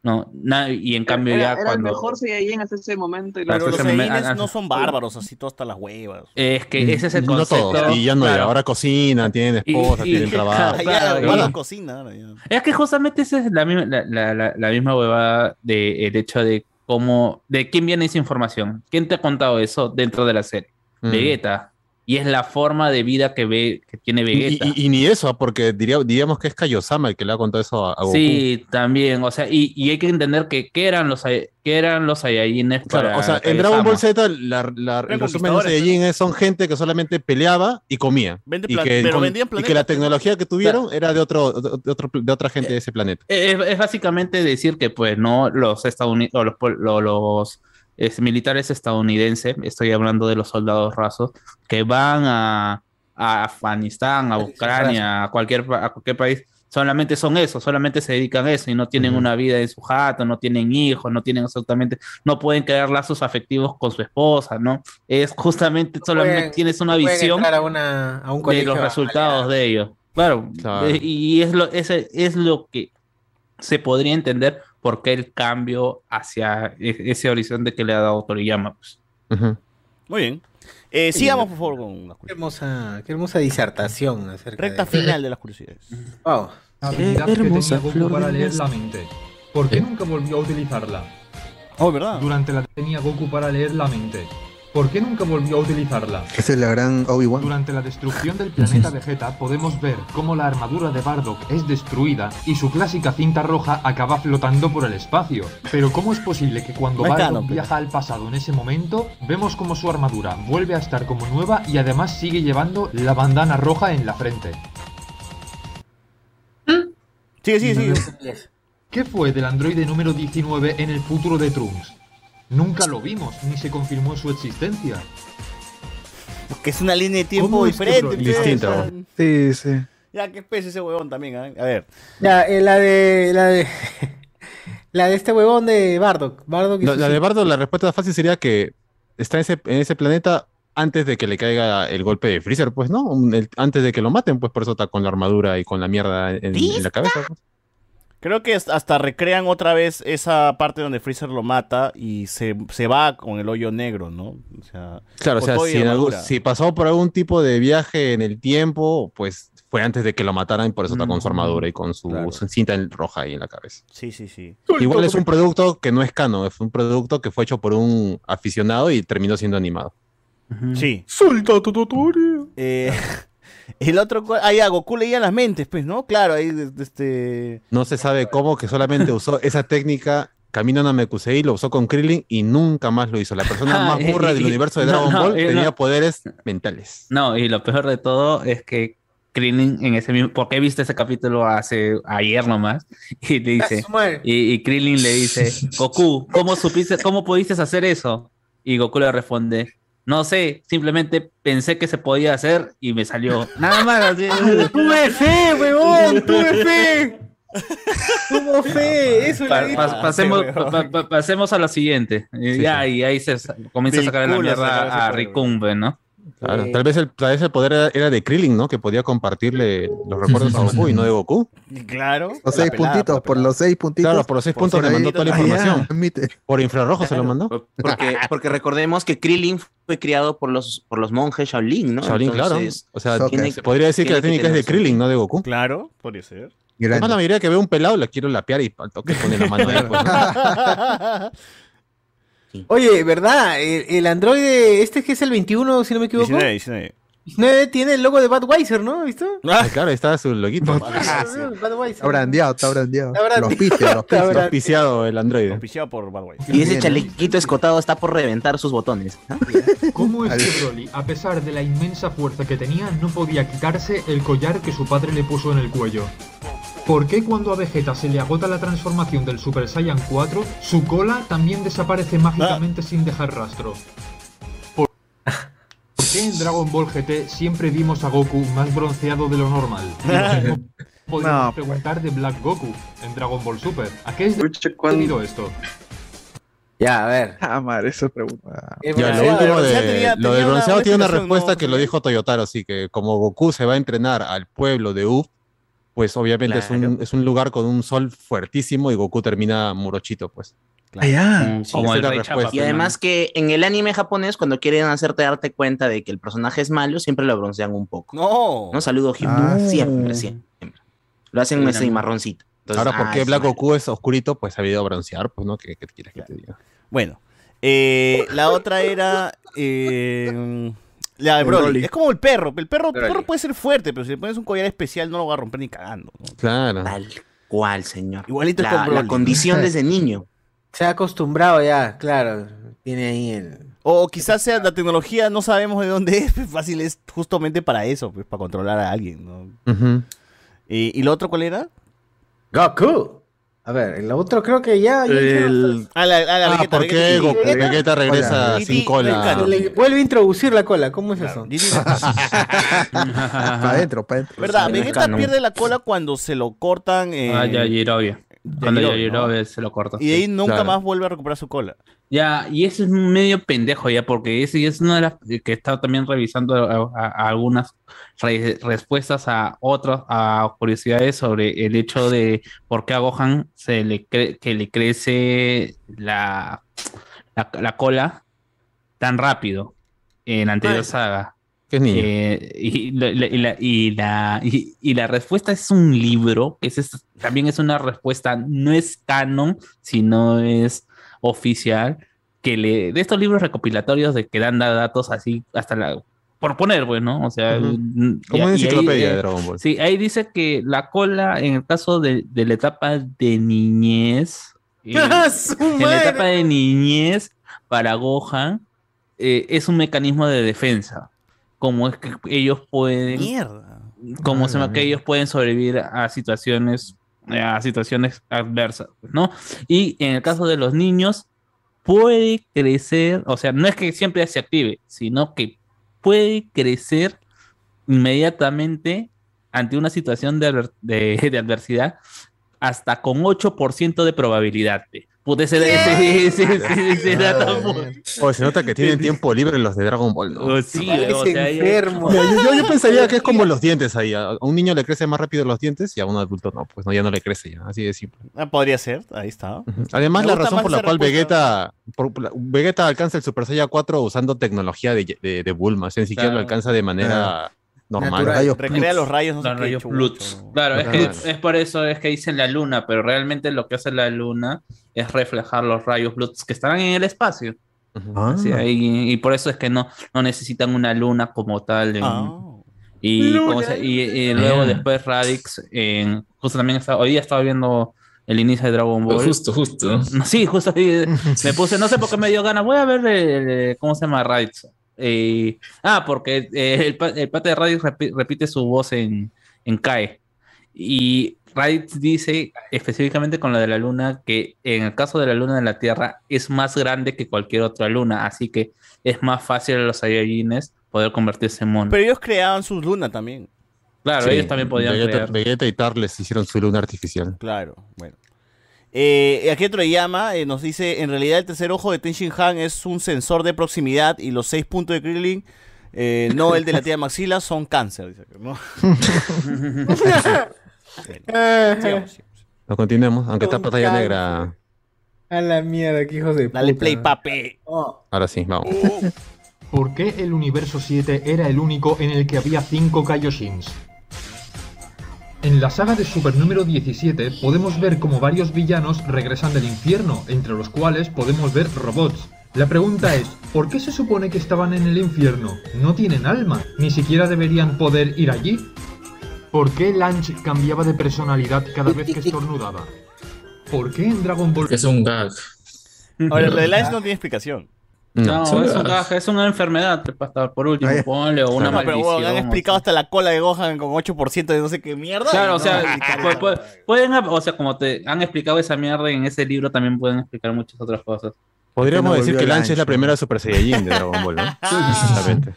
¿no? Na- y en cambio Era, ya era el cuando... mejor Saiyajin hasta ese momento. Y Pero luego- los Los Saiyajines no son Sí. bárbaros, así todas hasta las huevas. ah, Mm, Es que ese es el No concepto. todos, y ya no, y claro. ahora cocinan, tienen esposa, Y- y- tienen trabajo. claro, Ya, claro, guardan y- cocina. ahora, ya. Es que justamente esa es la misma, la, la- la- la misma huevada de el hecho de cómo, de quién viene esa información, quién te ha contado eso dentro de la serie, Mm. Vegeta, y es la forma de vida que ve, que tiene Y, Vegeta. y- y ni eso, ah, porque diría- diríamos que es Kaiosama el que le ha contado eso a, a Goku. Sí, también, o sea, y, y hay que entender que qué eran los Sai- qué eran los Saiyajines Claro, para o sea, en Kaiosama. Dragon Ball Z la- la- el resumen de conquistadores, Saiyajin es- son gente que solamente peleaba y comía. Vende Y plan- que, pero con- vendían y planetas, que la tecnología que tuvieron era de otro, de, otro- de otra gente de ese planeta. Es, es básicamente decir que, pues, no, los Estados Unidos, los, pol- lo- los es, militares estadounidenses, estoy hablando de los soldados rasos, que van a, a Afganistán, a Ucrania, a cualquier, pa- a cualquier país, solamente son eso, solamente se dedican a eso y no tienen una vida en su jato, no tienen hijos, no tienen absolutamente, no pueden crear lazos afectivos con su esposa, ¿no? Es justamente, solamente Pueden- tienes una pueden visión entrar A, una, a un de colegio los resultados de ellos. Claro, Claro. eh, y es lo, ese es lo que se podría entender por qué el cambio hacia e- ese horizonte que le ha dado Toriyama. Pues. Muy bien. Eh, sigamos, por favor, con las Qué hermosa, qué hermosa disertación acerca Recta de... final de las curiosidades. Wow. Habilidad Ah, que tenía Goku para leer la mente. mente. ¿Por qué nunca volvió a utilizarla? Oh, ¿verdad? Durante la tenía Goku para leer la mente. ¿Por qué nunca volvió a utilizarla? Esa es la gran Obi-Wan. Durante la destrucción del planeta Vegeta podemos ver cómo la armadura de Bardock es destruida y su clásica cinta roja acaba flotando por el espacio. Pero ¿cómo es posible que cuando No hay Bardock canon, pero- viaja al pasado en ese momento, vemos cómo su armadura vuelve a estar como nueva y además sigue llevando la bandana roja en la frente? Sigue, sigue, sigue. ¿Qué fue del androide número 19 en el futuro de Trunks? Nunca lo vimos, ni se confirmó su existencia. Porque es una línea de tiempo ¿Cómo es que diferente. pro- ustedes, distinta, o sea, weón? Sí, sí. Ya, qué pez ese huevón también. ¿eh? A ver. Ya, eh, la de. La de. La de este huevón de Bardock. Bardock y La, su- la de Bardo, la respuesta fácil sería que está en ese, en ese planeta antes de que le caiga el golpe de Freezer, pues, ¿no? Un- el- antes de que lo maten, pues por eso está con la armadura y con la mierda en, en la cabeza. pues. Creo que hasta- hasta recrean otra vez esa parte donde Freezer lo mata y se, se va con el hoyo negro, ¿no? O sea, Claro, o con sea, todo y si, en algún- armadura. si pasó por algún tipo de viaje en el tiempo, pues fue antes de que lo mataran y por eso está Mm, con su armadura y con su, su cinta en- roja ahí en la cabeza. Sí, sí, sí. Igual es un producto que no es cano, es un producto que fue hecho por un aficionado y terminó siendo animado. Sí. Eh, el otro. cu- Ah, ya, Goku leía las mentes, pues, ¿no? Claro, ahí, de- de este. No se sabe cómo, que solamente usó esa técnica. Camino a Namekusei lo usó con Krillin y nunca más lo hizo. La persona más Ah, burra y- del y- universo de no, Dragon no, Ball y no. tenía poderes mentales. No, y lo peor de todo es que Krillin en ese mismo, porque he visto ese capítulo hace ayer nomás, y le dice, y, y Krillin le dice, Goku, ¿cómo supiste, cómo pudiste hacer eso? Y Goku le responde, no sé, simplemente pensé que se podía hacer y me salió. Nada más. así. ¡Tuve fe, huevón! ¡Tuve fe! ¡Tuvo fe! Eso Pa- le pas- Ah, digo. pasemos, pa- pa- pasemos a lo siguiente. Y ya, y ahí se sa- comienza a sacar la Vincula, sacar ese mierda a cerebro. Ricumbe, ¿no? Claro, Eh, tal, vez el, tal vez el poder era, era de Krillin, ¿no? Que podía compartirle los recuerdos a Goku y no de Goku. Claro. Los seis pues, puntitos, por los seis puntitos. Claro, por los seis puntos le ahí- mandó toda la Ah, ya. información. Admite. Por infrarrojo se lo mandó. Porque, porque recordemos que Krillin fue criado por los, por los monjes Shaolin, ¿no? Shaolin, claro. Entonces, O sea, tiene- se podría decir que la tiene técnica es de tener su- Krillin, no de Goku. Claro, podría ser. Además, la mayoría que ve un pelado la quiero lapear y al toque pone la mano ahí, pues, ¿no? Oye, ¿verdad? El, el androide, este que es el 21, si no me equivoco. 19, 19. 19. tiene el logo de Budweiser, ¿no? ¿Visto? Ah, claro, ahí está su loguito. Budweiser. brandeado, está brandeado. Está brandeado. Los pisos, los pisos. Está auspiciado el androide. Auspiciado por Barway. Y ese chalequito escotado está por reventar sus botones. ¿no? ¿Cómo es que Broly, a pesar de la inmensa fuerza que tenía, no podía quitarse el collar que su padre le puso en el cuello? ¿Por qué cuando a Vegeta se le agota la transformación del Super Saiyan 4, su cola también Ah. desaparece mágicamente sin dejar rastro? ¿Por ¿Por qué en Dragon Ball GT siempre vimos a Goku más bronceado de lo normal? Y lo mismo Podríamos No, preguntar de Black Goku en Dragon Ball Super. ¿A qué es debido esto? Ya, a ver. Eh, Ah, madre, esa pregunta. Ya, lo último de, lo del bronceado tiene una respuesta que lo dijo Toyotaro, así que como Goku se va a entrenar al pueblo de U, pues obviamente es, un, es un lugar con un sol fuertísimo y Goku termina murochito, pues. Allá. Como el rey Chapa, y además que en el anime japonés, cuando quieren hacerte darte cuenta de que el personaje es malo, siempre lo broncean un poco. No. No, saludo Hip. Ah. Siempre, siempre. Lo hacen Sí, ese no. marroncito. Entonces, Ahora, ¿por ah, qué es Black malo. Goku es oscurito? Pues ha ido a broncear, pues, ¿no? ¿Qué, qué quieres que te diga? Bueno, eh, la otra era. eh, la de El Broly. Broly. Es como el perro. El perro, Broly. perro puede ser fuerte, pero si le pones un collar especial no lo va a romper ni cagando. ¿no? Claro. Tal cual, señor. Igualito la, con Broly. La condición desde niño. Se ha acostumbrado ya, claro. Tiene ahí el. O quizás sea la tecnología, no sabemos de dónde es. pues, Fácil es justamente para eso, pues, para controlar a alguien. ¿no? Ujú. Eh, ¿Y lo otro cuál era? Goku. A ver, el otro creo que ya. ya El- A la, a la Ah, Vegeta, ¿por Vegeta. qué Goku? Vegeta regresa Hola. sin cola. Claro, le vuelve a introducir la cola, ¿cómo es eso? para adentro, para adentro. ¿Verdad? Vegeta Mecano. pierde la cola cuando se lo cortan. eh, Ah, ya Jirobe. Cuando ya Yajirobe, Jirobe se lo corta. Y de ahí sí. nunca más vuelve a recuperar su cola. Ya, y ese es medio pendejo ya, porque ese es una de las que he estado también revisando eh, a- a- a algunas re- respuestas a otras, a curiosidades sobre el hecho de por qué a Gohan se le cre- que le crece la, la, la cola tan rápido en la anterior saga. ¿Qué niño? Eh, y, la, la- y la- y la- y- y la respuesta es un libro, que es, es- también es una respuesta, no es canon, sino es oficial, que le, de estos libros recopilatorios de que dan da- datos así hasta la... Por poner, pues, ¿no? O sea... Ujú. mm, Como y- una y ahí, enciclopedia eh, de Dragon Ball. Sí, ahí dice que la cola, en el caso de, de la etapa de niñez, eh, ¡Ah, su en la madre! etapa de niñez para Gohan, eh, es un mecanismo de defensa. Como es que ellos pueden. Mierda. Como Ah, se la llama que ellos pueden sobrevivir a situaciones, eh, a situaciones adversas, pues, ¿no? Y en el caso de los niños, puede crecer, o sea, no es que siempre se active, sino que puede crecer inmediatamente ante una situación de, adver- de- de adversidad hasta con 8% de probabilidad. Puede ser ese, ese, ese- ese dato. Oye, Oh, se nota que tienen tiempo libre los de Dragon Ball. ¿no? Sí, o sea, ya- Mira, yo, yo- yo pensaría que es como los dientes ahí. A a un niño le crecen más rápido los dientes y a un adulto no, pues no, ya no le crece ya. Así de simple. Ah, podría ser, ahí está. Además, Me la gusta razón más por la esa cual respuesta. Vegeta, por- por la- Vegeta alcanza el Super Saiyan 4 usando tecnología de, de, de Bulma. O sea, ni siquiera lo Claro. alcanza de manera normal. Recrea los rayos, no sé Los qué, rayos chucha. Bluts. Claro, es, Claro. que, es por eso es que dicen la luna, pero realmente lo que hace la luna es reflejar los rayos Bluts que están en el espacio. Ah. Así, ahí- y por eso es que no, no necesitan una luna como tal. en- y, Luna. ¿cómo se- y- y luego Ah. después Radix, en, justo también estaba, hoy día estaba viendo el inicio de Dragon Ball. Justo, justo. No, Sí, justo ahí me puse, no sé por qué me dio ganas, voy a ver el, el- cómo se llama Radix. Eh, ah, porque eh, el, pa- el pata de Radix repi- repite su voz en, en E. CAE. Y Radix dice específicamente con lo de la luna que en el caso de la luna de la Tierra es más grande que cualquier otra luna, así que es más fácil a los Saiyajines poder convertirse en mono. Pero ellos creaban sus lunas también. claro, Sí, ellos también podían Vegeta, crear. Vegeta y Tarles hicieron su luna artificial. Claro, bueno. Eh, aquí otro llama, nos dice, en realidad el tercer ojo de Ten Shin Han es un sensor de proximidad y los seis puntos de Krillin, eh, no el de la tía Maxila, son cáncer. Dice, ¿no? Ah, Bueno, sigamos, sigamos. Lo continuemos, aunque está Con pantalla calma. negra. A la mierda, que hijos de Dale puta. play, papi. Ahora sí, vamos. Uh, ¿Por qué el universo 7 era el único en el que había 5 Kaioshins? En la saga de Super número 17 podemos ver cómo varios villanos regresan del infierno, entre los cuales podemos ver robots. La pregunta es, ¿por qué se supone que estaban en el infierno? No tienen alma, ni siquiera deberían poder ir allí. ¿Por qué Lanch cambiaba de personalidad cada vez que estornudaba? ¿Por qué en Dragon Ball Que es un gag. Ahora, lo de Lance no tiene explicación. No, Son es, un gags. gaje, es una enfermedad, hasta por último, ponle, o una No, pero bueno, maldición. han o explicado hasta la cola de Gohan con 8% de no sé qué mierda. Claro, o No, sea, ah, y tal. pu- pu- pueden, hab- o sea, como te han explicado esa mierda en ese libro, también pueden explicar muchas otras cosas. Este Podríamos decir que Lanche es la primera Super Saiyajin de Dragon Ball, ¿no? Exactamente.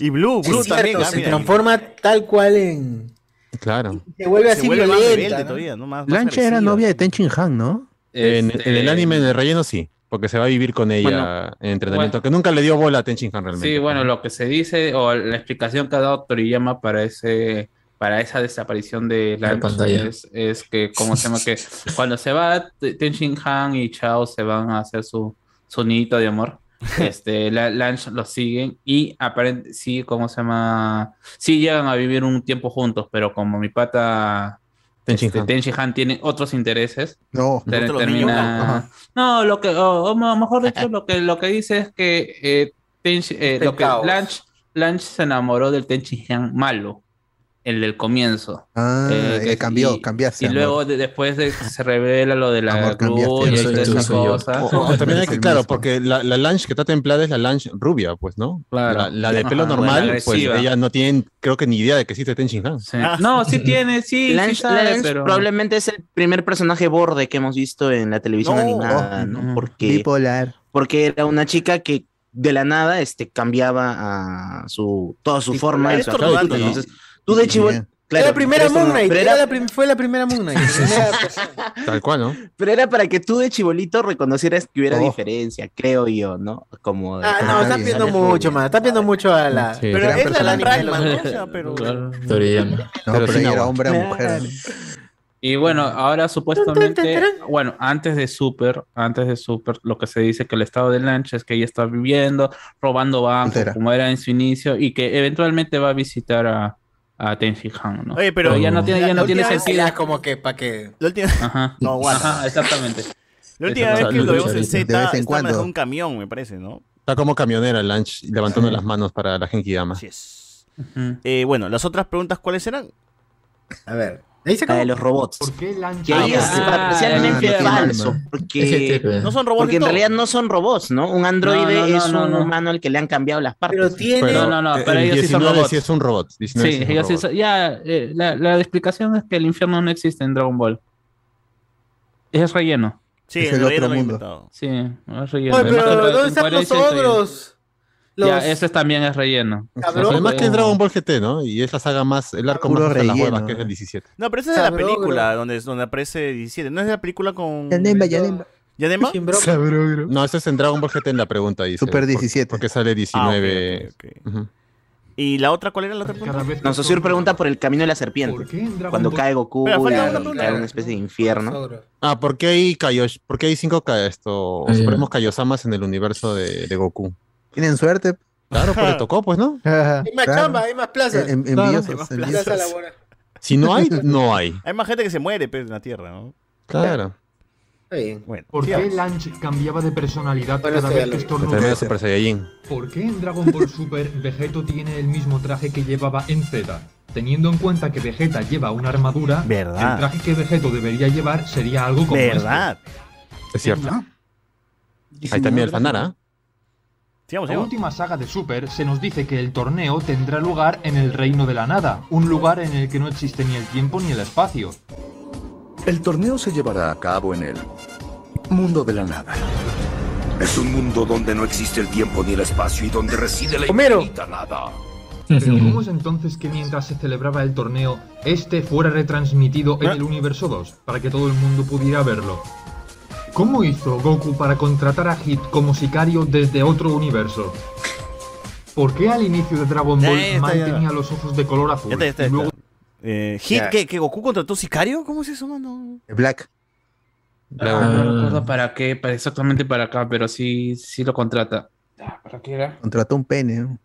Y Blue, Sí, Blue es también. cierto, ah, se mira. transforma tal cual en. Claro. Se vuelve Se así vuelve más violenta, rebelde ¿no? todavía, ¿no? Más- más Lancha era agresiva. novia de Ten Shin Han, ¿no? En, en Este, el anime, en el relleno, sí. Porque se va a vivir con ella en entrenamiento. Que nunca le dio bola a Ten Shin Han realmente. Sí, bueno, lo que se dice, o la explicación que ha dado Toriyama para ese para esa desaparición de la pantalla. es, es que, como se llama, que cuando se va T- Ten Shin Han y Chao se van a hacer su, su nidito de amor. Este, la, Lange los siguen y aparentemente, sí, ¿cómo se llama? Sí llegan a vivir un tiempo juntos, pero como mi pata Ten Shin este, Han. Ten Shin Han tiene otros intereses, No, Ter- termina. No, lo que, o, o me- mejor dicho, lo que, lo que dice es que, eh, Tenchi- eh, lo que Pecados. Blanche, Blanche se enamoró del Tenchi Han malo. el del comienzo. Ah, Eh, que- eh, cambió, y- cambiaste. Y amor. luego de- después de- se revela lo de la cruz y toda esa cosa. O- o también hay que, claro, porque la, la lunch que está templada es la lunch rubia, pues, ¿no? Claro. La, la de Ajá, pelo la normal, pues agresiva. ella no tiene, creo que ni idea de que existe Tenchin Han. No, sí tiene, sí, sí Lance- sabe, Lance pero- probablemente es el primer personaje borde que hemos visto en la televisión No. animada, ¿no? Porque, Bipolar. porque era una chica que de la nada este, cambiaba a su, toda su forma. y es su torturante, actitud. ¿no? Entonces, tú de chivo... era la primera pero eso Moon no- Knight. pero era era- la prim- fue la primera Moon Knight. Tal cual, ¿no? Pero era para que tú de chibolito reconocieras que hubiera Oh. diferencia, creo yo, ¿no? Como Ah, no, está pidiendo Sale mucho, más. Está pidiendo mucho a la. Sí. Pero es la Alan Rickman, ¿no? O sea, pero. Toriyama. No, Pero pero, sin ella era agua. hombre o mujer. Y bueno, ahora supuestamente, bueno, antes de Super, antes de Super, lo que se dice que el estado de Lanch es que ella está viviendo, robando bancos, como era en su inicio, y que eventualmente va a visitar a, a Tenji Han, ¿no? Oye, pero- ya no tiene, ya no tiene sentido. como que para que. Ajá. No, guarda. ah, Ajá, exactamente. La última vez que lo vemos en Z, De vez en está cuando. manejando un camión, me parece, ¿no? Está como camionera lunch, levantando las manos para la Genki Dama. Así es. Eh, bueno, las otras preguntas, ¿cuáles eran? Eh, A ver. Ahí se La de los robots. ¿Por qué Ah, Que Ah, ahí es parcialmente falso, porque No son robots porque del en todo. realidad no son robots, ¿no? Un androide No, no, no, es un no, no. humano al que le han cambiado las partes. Pero tiene- No, no, no, pero el ellos sí son 19 robots. sí es un robot. Sí, 19 es un ellos sí robot. son- ya, eh, la, la explicación es que el infierno no existe en Dragon Ball. Es relleno. Sí, Es en el realidad otro lo he mundo. inventado. Sí, eh, es relleno. Oye, Además, en- pero en ¿dónde están los coherencia es relleno. ogros? Ya, Los- ese también es relleno. Pero Además que es Dragon Ball GT, ¿no? Y es la saga más, el arco más Puro bajo de las relleno. huevas, que es el 17. No, pero esa es de la Sabroso. película donde, donde aparece 17. ¿No es de la película con. Yanemba, Yanemba. ¿Yanemba? No, ese es en Dragon Ball GT en la pregunta, dice. Super Por- 17. Porque sale Ah, 19. Ujú. ¿Y la otra cuál era la otra pregunta? Nos Osir pregunta por el camino de la serpiente. Cuando Ball? cae Goku, Espera, falta y una cae pregunta. una especie de infierno. Ah, ¿por qué hay Kaiosh? ¿Por qué hay 5 Ka- esto, Supremos Kaiosamas en el universo de, de Goku? Tienen suerte. Claro, porque tocó, pues, ¿no? Hay más chamba, eh. hay más plazas. En, Claro, envidiosos, hay más envidiosos. Plaza laboral. Si no hay, no hay. Hay más gente que se muere pues, en la Tierra, ¿no? Claro. Bueno, ¿Por qué sigamos. Lanch cambiaba de personalidad Bueno, cada esto ya vez lo que vi. Tremendo estornudaba? Super Saiyajin. ¿Por qué en Dragon Ball Super Vegeto tiene el mismo traje que llevaba en Z? Teniendo en cuenta que Vegeta lleva una armadura, ¿Verdad? el traje que Vegeto debería llevar sería algo como este. ¿Verdad? Es cierto. Ah. Ahí también el Fanara. Sigamos, La sigamos. última saga de Super se nos dice que el torneo tendrá lugar en el Reino de la Nada, un lugar en el que no existe ni el tiempo ni el espacio. El torneo se llevará a cabo en el mundo de la nada. Es un mundo donde no existe el tiempo ni el espacio y donde reside la Homero. infinita nada. Pero ¿cómo es entonces que mientras se celebraba el torneo, este fuera retransmitido en el Universo 2 para que todo el mundo pudiera verlo? ¿Cómo hizo Goku para contratar a Hit como sicario desde otro universo? ¿Por qué al inicio de Dragon Ya, Ball ya está, Man ya. tenía los ojos de color azul? Ya está, ya está, y ya luego está. Eh, Hit, Ya. ¿qué, ¿qué? ¿Goku contrató sicario? ¿Cómo es eso, mano? Black. Ah, no recuerdo para qué, para exactamente para acá, pero sí, sí lo contrata. ¿Para qué era? Contrató un pene. ¿no?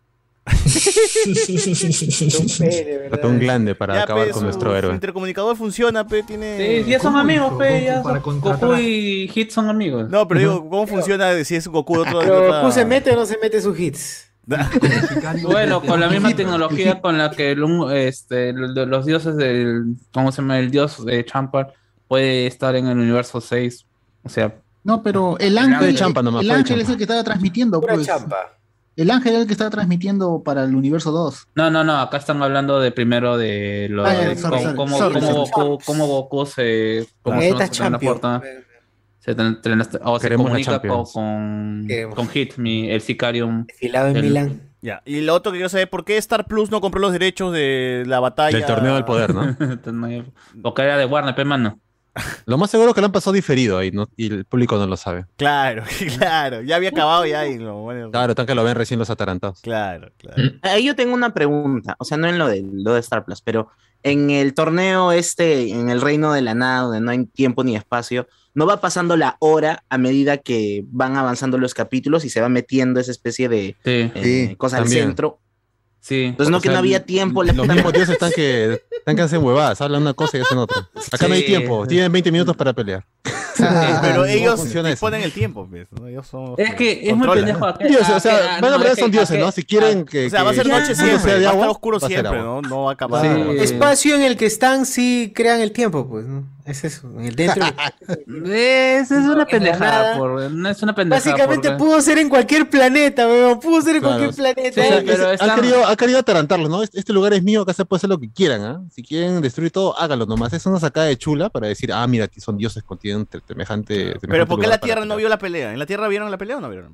Trató un glande para Ya, acabar pe, con su- nuestro su héroe. intercomunicador funciona, pe, tiene... Sí, ya son amigos, pe, ya son- Goku y Hit son amigos. No, pero digo, ¿cómo funciona de si es Goku de otro... de Pero otra- Goku se mete o no se mete sus hits. Bueno, con la misma tecnología con la que el un- este, lo- los dioses del, ¿cómo se llama? El dios de Champar puede estar en el universo 6. O sea, No, pero el Fue ángel, de champa nomás, el fue de ángel champa. es el que estaba transmitiendo. pues. El ángel es el que estaba transmitiendo para el universo 2. no, no, no, acá están hablando de primero de lo Ah, ya, de sorry, sorry, cómo, cómo- sorry, cómo sorry. Goku, cómo Goku se, cómo Planeta se transporta. Se, tra- tra- o se Queremos a comunica con, Champions. con, con Hit, mi- el sicario. Desfilado en Milán. Ya, y lo otro que quiero saber, ¿por qué Star Plus no compró los derechos de la batalla? Del torneo del poder, ¿no? Porque era de Warner, pe mano. Lo más seguro es que lo han pasado diferido ahí ¿no? y el público no lo sabe. Claro, claro, ya había acabado ya y lo... Claro, tan que lo ven recién los atarantados. Claro, claro. Ahí yo tengo una pregunta, o sea, no en lo de, lo de Star Plus, pero en el torneo este, en el reino de la nada, donde no hay tiempo ni espacio, ¿no va pasando la hora a medida que van avanzando los capítulos y se va metiendo esa especie de eh, Sí, cosa también. al centro? Sí. Entonces, no que no había tiempo, la Los puta mismos madre. dioses están que, están que hacen huevadas, hablan una cosa y hacen otra. Acá no hay Sí. tiempo, tienen 20 minutos para pelear. pero no ellos funciona eso. disponen el tiempo, pues, ¿no? Ellos son... Es que es muy controlan. pendejo acá. Dioses, o sea, acá, van a no, hablar es son que dioses, acá- ¿no? Si quieren que. ah, O sea, va a ser que- noche que siempre, sea de va a agua, estar oscuro va a ser siempre, ¿no? agua. No va a acabar. Espacio en el que están, sí crean el tiempo, pues. ¿no? Es eso, en el dentro. Es, es una pendejada, nada. por, no es una pendejada. Básicamente porque- pudo ser en cualquier planeta, weón. Pudo ser en Claro. cualquier planeta. O sea, ¿eh? es- ha, querido, ha querido atarantarlos, ¿no? Este este lugar es mío, acá se puede hacer lo que quieran, ¿ah? Si quieren destruir todo, háganlo nomás. Es una sacada de chula para decir, ah, mira, aquí son dioses contienen tre- semejante. Pero ¿por qué la Tierra no vio la pelea? ¿En la Tierra vieron la pelea o no vieron?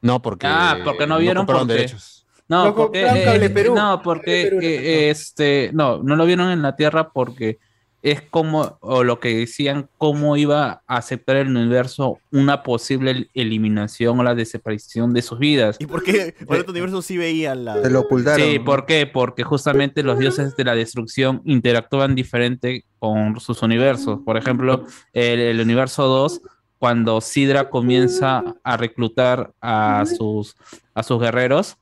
No, porque. Ah, porque no vieron compraron porque- derechos. No, Lo porque, compraron eh, Cable Perú. no, porque eh, este, no, no lo vieron en la Tierra porque es como, o lo que decían, cómo iba a aceptar el universo una posible eliminación o la desaparición de sus vidas. ¿Y por qué? Por otro universo sí veía la. Se lo ocultaron. Sí, ¿por qué? Porque justamente los dioses de la destrucción interactúan diferente con sus universos. Por ejemplo, el, el universo 2, cuando Sidra comienza a reclutar a sus, a sus guerreros,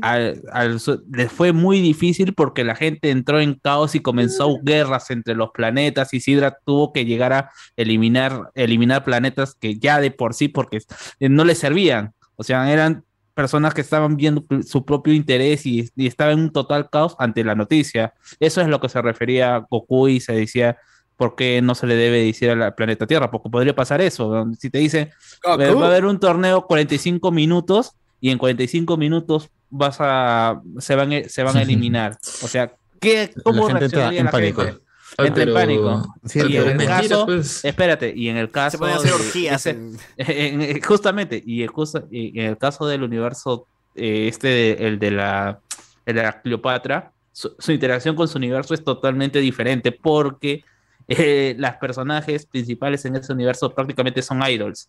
al- al su- les fue muy difícil porque la gente entró en caos y comenzó guerras entre los planetas y Sidra tuvo que llegar a eliminar, eliminar planetas que ya de por sí porque eh, no les servían. O sea, eran personas que estaban viendo pl- su propio interés y, y estaban en un total caos ante la noticia. Eso es lo que se refería Goku y se decía por qué no se le debe decir al planeta Tierra, porque podría pasar eso. ¿no? Si te dicen, Goku. eh, va a haber un torneo 45 minutos y en 45 minutos vas a se van e- se van a eliminar. O sea, ¿qué cómo gente entra reaccionaría en la pánico. gente? Ay, entra Ah, pero- en pánico. Sí, y pero en el mentira, caso, pues. espérate, y en el caso pueden hacer de- orgías ese- en- en- justamente y el, cosa- y en el caso del universo eh, este de- el de la el de la Cleopatra, su, su interacción con su universo es totalmente diferente porque eh, las personajes principales en ese universo prácticamente son idols.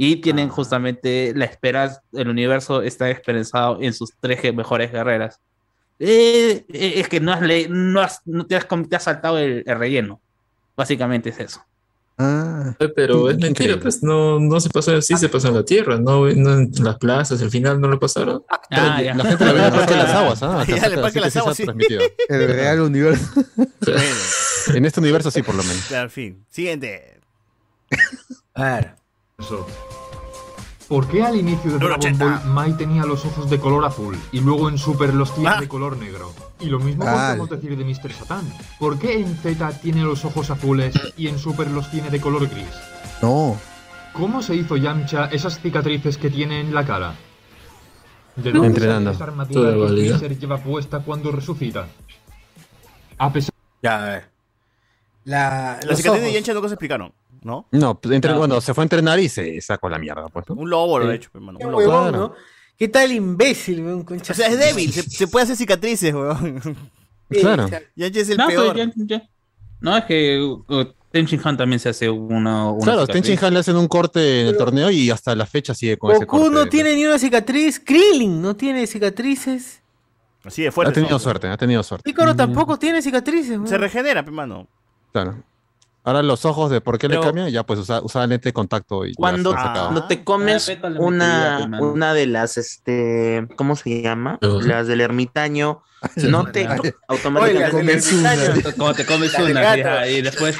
Y Ah. tienen justamente la esperanza, el universo está esperanzado en sus tres ge- mejores guerreras. Eh, eh, es que no has, le- no has- no te, has com- te has saltado el, el relleno. Básicamente es eso. Ah. Eh, Pero es mentira, pues no, no se pasó, sí se pasó en la tierra, no, no en las plazas, al final no lo pasaron. Ah, ya. La gente lo ve en el Parque de las Aguas, ¿ah? Ya, en el Parque de las Aguas, sí. El real universo. En este universo sí, por lo menos. Claro, en fin. Siguiente. Eso. ¿Por qué al inicio de Dragon Ball Mai tenía los ojos de color azul y luego en Super los tiene Ah. de color negro? Y lo mismo Ah. podemos decir de Mr. Satan. ¿Por qué en Z tiene los ojos azules y en Super los tiene de color gris? No. ¿Cómo se hizo Yamcha esas cicatrices que tiene en la cara? ¿De dónde Entrenando. sale esa Toda armadura que válida. Freezer lleva puesta cuando resucita? A pesar La, Las cicatrices de Yancha nunca se explicaron, ¿no? No, pues, entre- No. bueno, se fue a entrenar y se sacó la mierda, pues. ¿no? Un lobo lo Sí. ha hecho, hermano. Qué Un huevón, lobo. ¿no? ¿Qué tal imbécil, weón? Concha. O sea, es débil, se, se puede hacer cicatrices, weón. Claro. Yancha es el No, pero peor. ya- ya. No, es que uh, Tenchin Han también se hace una. una Claro, Tenchin cicatriz. Han le hacen un corte en el torneo y hasta la fecha sigue con ese Goku corte. no tiene ni una cicatriz. Krillin no tiene cicatrices. Así de Ha fuerte. tenido son. suerte, ha tenido suerte. Picoro tampoco tiene cicatrices. weón. Se regenera, hermano. Claro. Ahora los ojos de por qué Pero- le cambian, ya pues usa, usa lente de contacto y ya Cuando, se acaba. cuando Ah, te comes Respeta la mentalidad, una, hermano. una de las, este, ¿cómo se llama? Ujú. Las del ermitaño, no te automáticamente Como te comes La de una, gato. ya, y después.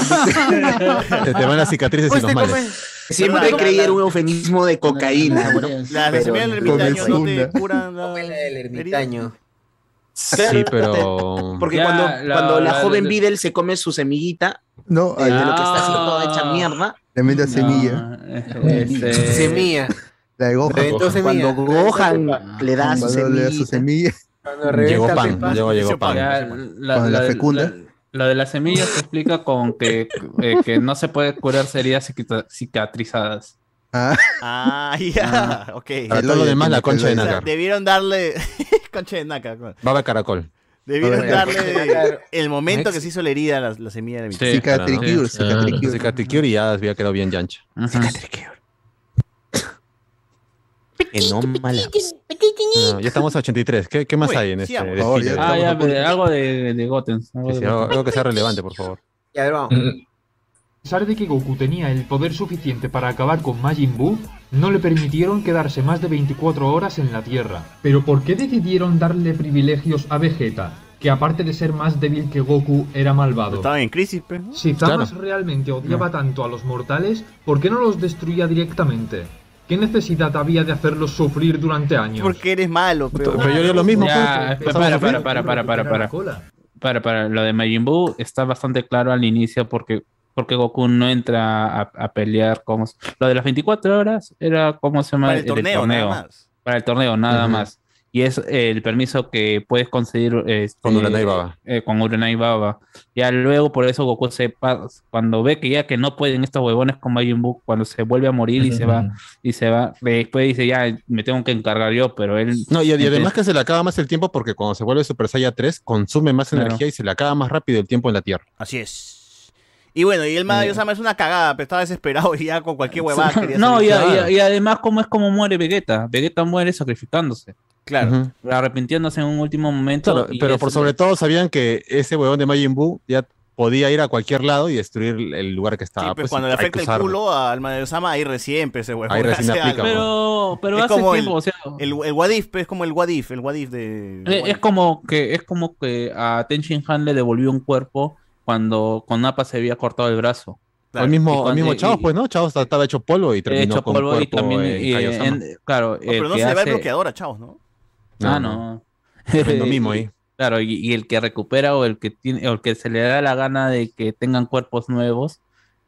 te, te van las cicatrices y los males. Pues Siempre ¿Verdad? creí era un eufemismo de cocaína. bro. Las de Pero- semilla del Con el ermitaño no Zunda. te curan la. El ermitaño. Sí, pero. Porque Ya, cuando, la- cuando la, la- joven la- Ah. Videl se come su semillita, No, de, ahí- de lo que está haciendo toda hecha mierda. Le mete semilla. Este- Semilla. La de Gohan. Reventó semilla. Cuando Gohan le da su Cuando le da su semilla. semillita. Llegó pan, llegó, llegó Ya, pan. la, Cuando la la- fecunda. la- lo de las semillas se explica con que, eh, que no se puede curar heridas cica- cicatrizadas. Ah, ya. Ok. Para todo lo demás, la concha de O sea, nácar. Debieron darle. concha de nácar. weón. Baba caracol. Debieron Baba caracol. darle el momento Next. que se hizo la herida, la, la semilla del ermitaño. Cicatricure, Sí, claro. cicatricure. Cicatricure y ya había quedado bien yancha. No, Ah, ya estamos a 83. ¿Qué, qué más Uy, hay en este? sigamos. desfile? Ah, ya, Estamos a pero algo de, de Goten. punto- sí, sí, algo, algo que sea relevante, por favor. Mm. pesar de que Goku tenía el poder suficiente para acabar con Majin Buu, no le permitieron quedarse más de 24 horas en la Tierra. Pero ¿por qué decidieron darle privilegios a Vegeta, que que aparte de ser más débil que Goku, era malvado. Estaba en crisis, pues, pero. Si Zamas Claro. realmente odiaba tanto a los mortales, ¿por qué no los destruía directamente? ¿Qué necesidad había de hacerlos sufrir durante años? Porque eres malo, pero. Ya, Ya, pues. para, para, para, para, para, para. Para, para, lo de Majin Buu está bastante claro al inicio porque, porque Goku no entra a, a pelear con... Lo de las 24 horas era, ¿cómo se llama? Para el torneo, nada más. Para el torneo, nada Ujú. más. Y es eh, el permiso que puedes conseguir este, Con Uranai Baba. eh, con Uranai Baba. Ya luego, por eso Goku se pa- cuando ve que ya que no pueden estos huevones con Majin Buu, cuando se vuelve a morir y se va, y se va, después dice ya me tengo que encargar yo, pero él No, y, y además entonces- que se le acaba más el tiempo porque cuando se vuelve Super Saiyan 3 consume más Claro. energía y se le acaba más rápido el tiempo en la Tierra. Así es. Y bueno, y el Eh. Mario Sama es una cagada, pero estaba desesperado y ya con cualquier huevada Pues quería No, y, salir. y- y además, ¿cómo es como muere Vegeta? Vegeta muere sacrificándose. Claro. Arrepintiéndose en un último momento. Claro, y pero es- por sobre todo sabían que ese huevón de Majin Buu ya podía ir a cualquier lado y destruir el lugar que estaba. Pues pues, cuando le hay que afecta el usarlo. culo al Mario Sama, ahí recién pues, ese huevón. Ahí recién hace aplica, algo. Pero, pero Es hace como tiempo, el, o sea, el, el Wadif, pues, es como el Wadif, el Wadif de. eh, es como que es como que a Ten Shin Han le devolvió un cuerpo cuando con Napa se había cortado el brazo. Al Y mismo, cuando- al mismo y- Chavos, pues, ¿no? Chavos estaba hecho polvo y terminó hecho con polvo y cuerpo también- en y, eh, Kaiosama. en- claro, No, oh, Ah, pero el no que se le va el hace- bloqueador a chavos, ¿no? No, Ah, no. Tremendo mimo ahí. Claro, y, y el que recupera o el que tiene, o el que se le da la gana de que tengan cuerpos nuevos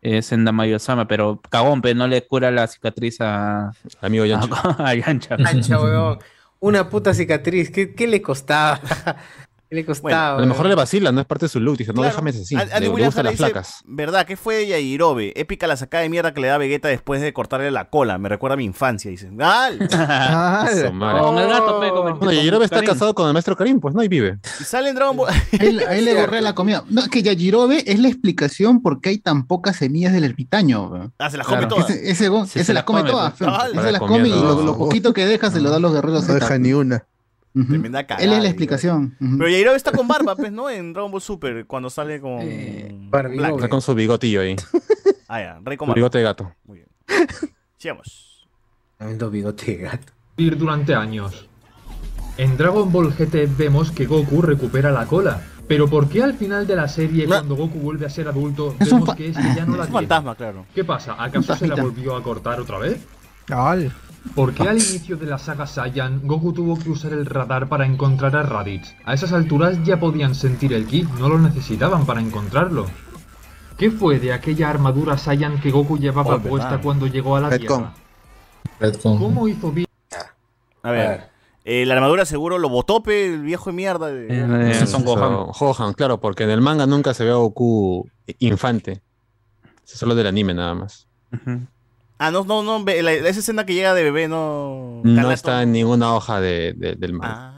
es en Damayo-sama, pero cagón, pero no le cura la cicatriz a amigo Yancha. A, Yancha. Ancha, huevón. Una puta cicatriz. ¿Qué, qué le costaba? ¿Qué le costaba? a lo mejor huevón? eh, le vacila, no es parte de su look. Dice, no, Claro. déjame así. An- Le, Andy le Williams gustan le las dice, flacas. ¿Verdad? ¿Qué fue de Yairobe? Épica la sacada de mierda que le da Vegeta después de cortarle la cola. Me recuerda a mi infancia. Dice, Ah, ¡Dale! Su madre. Bueno, con Yajirobe está Karim. casado con el maestro Karim, pues no, y vive. Y sale en Dragon Ball. Ahí, ahí le borré la comida. No, es que Yajirobe es la explicación por qué hay tan pocas semillas del ermitaño. weón. Ah, se las Claro. come todas. Ese, ese go- Sí, ese se las las come, come, todas. pues. weón. Ah, Ese para las come y comiendo. lo, lo poquito que deja se lo da a los guerreros. No deja ni una. Ujú. Tremenda cagada. Él es la Yajirobe. explicación. Ujú. Pero Yajirobe está con barba, pues, ¿no? En Dragon Ball Super, cuando sale con. Eh, Black. Está con su bigotillo ahí. Ah, ya, rey con Su barba. bigote de gato. Sigamos. Ir durante años. En Dragon Ball GT vemos que Goku recupera la cola. Pero ¿por qué al final de la serie, cuando Goku vuelve a ser adulto, vemos que este ya no la Es tiene? un fantasma, claro. ¿Qué pasa? ¿Acaso se la volvió a cortar otra vez? ¿Por Ah. qué al inicio de la saga Saiyan, Goku tuvo que usar el radar para encontrar a Raditz? A esas alturas ya podían sentir el ki, no lo necesitaban para encontrarlo. ¿Qué fue de aquella armadura Saiyan que Goku llevaba Oh, puesta verdad. cuando llegó a la Tierra? ¿Cómo Eh, hizo bien? A ver. eh, la armadura seguro lo botope, el viejo de mierda. de- Sí, Son sí, Gohan. son eh, Gohan, claro, porque en el manga nunca se ve a Goku infante. Eso es solo del anime nada más. Ah, no, no, no. ve- la- esa escena que llega de bebé no. No Carla- está en ninguna hoja de, de- del manga. Ah.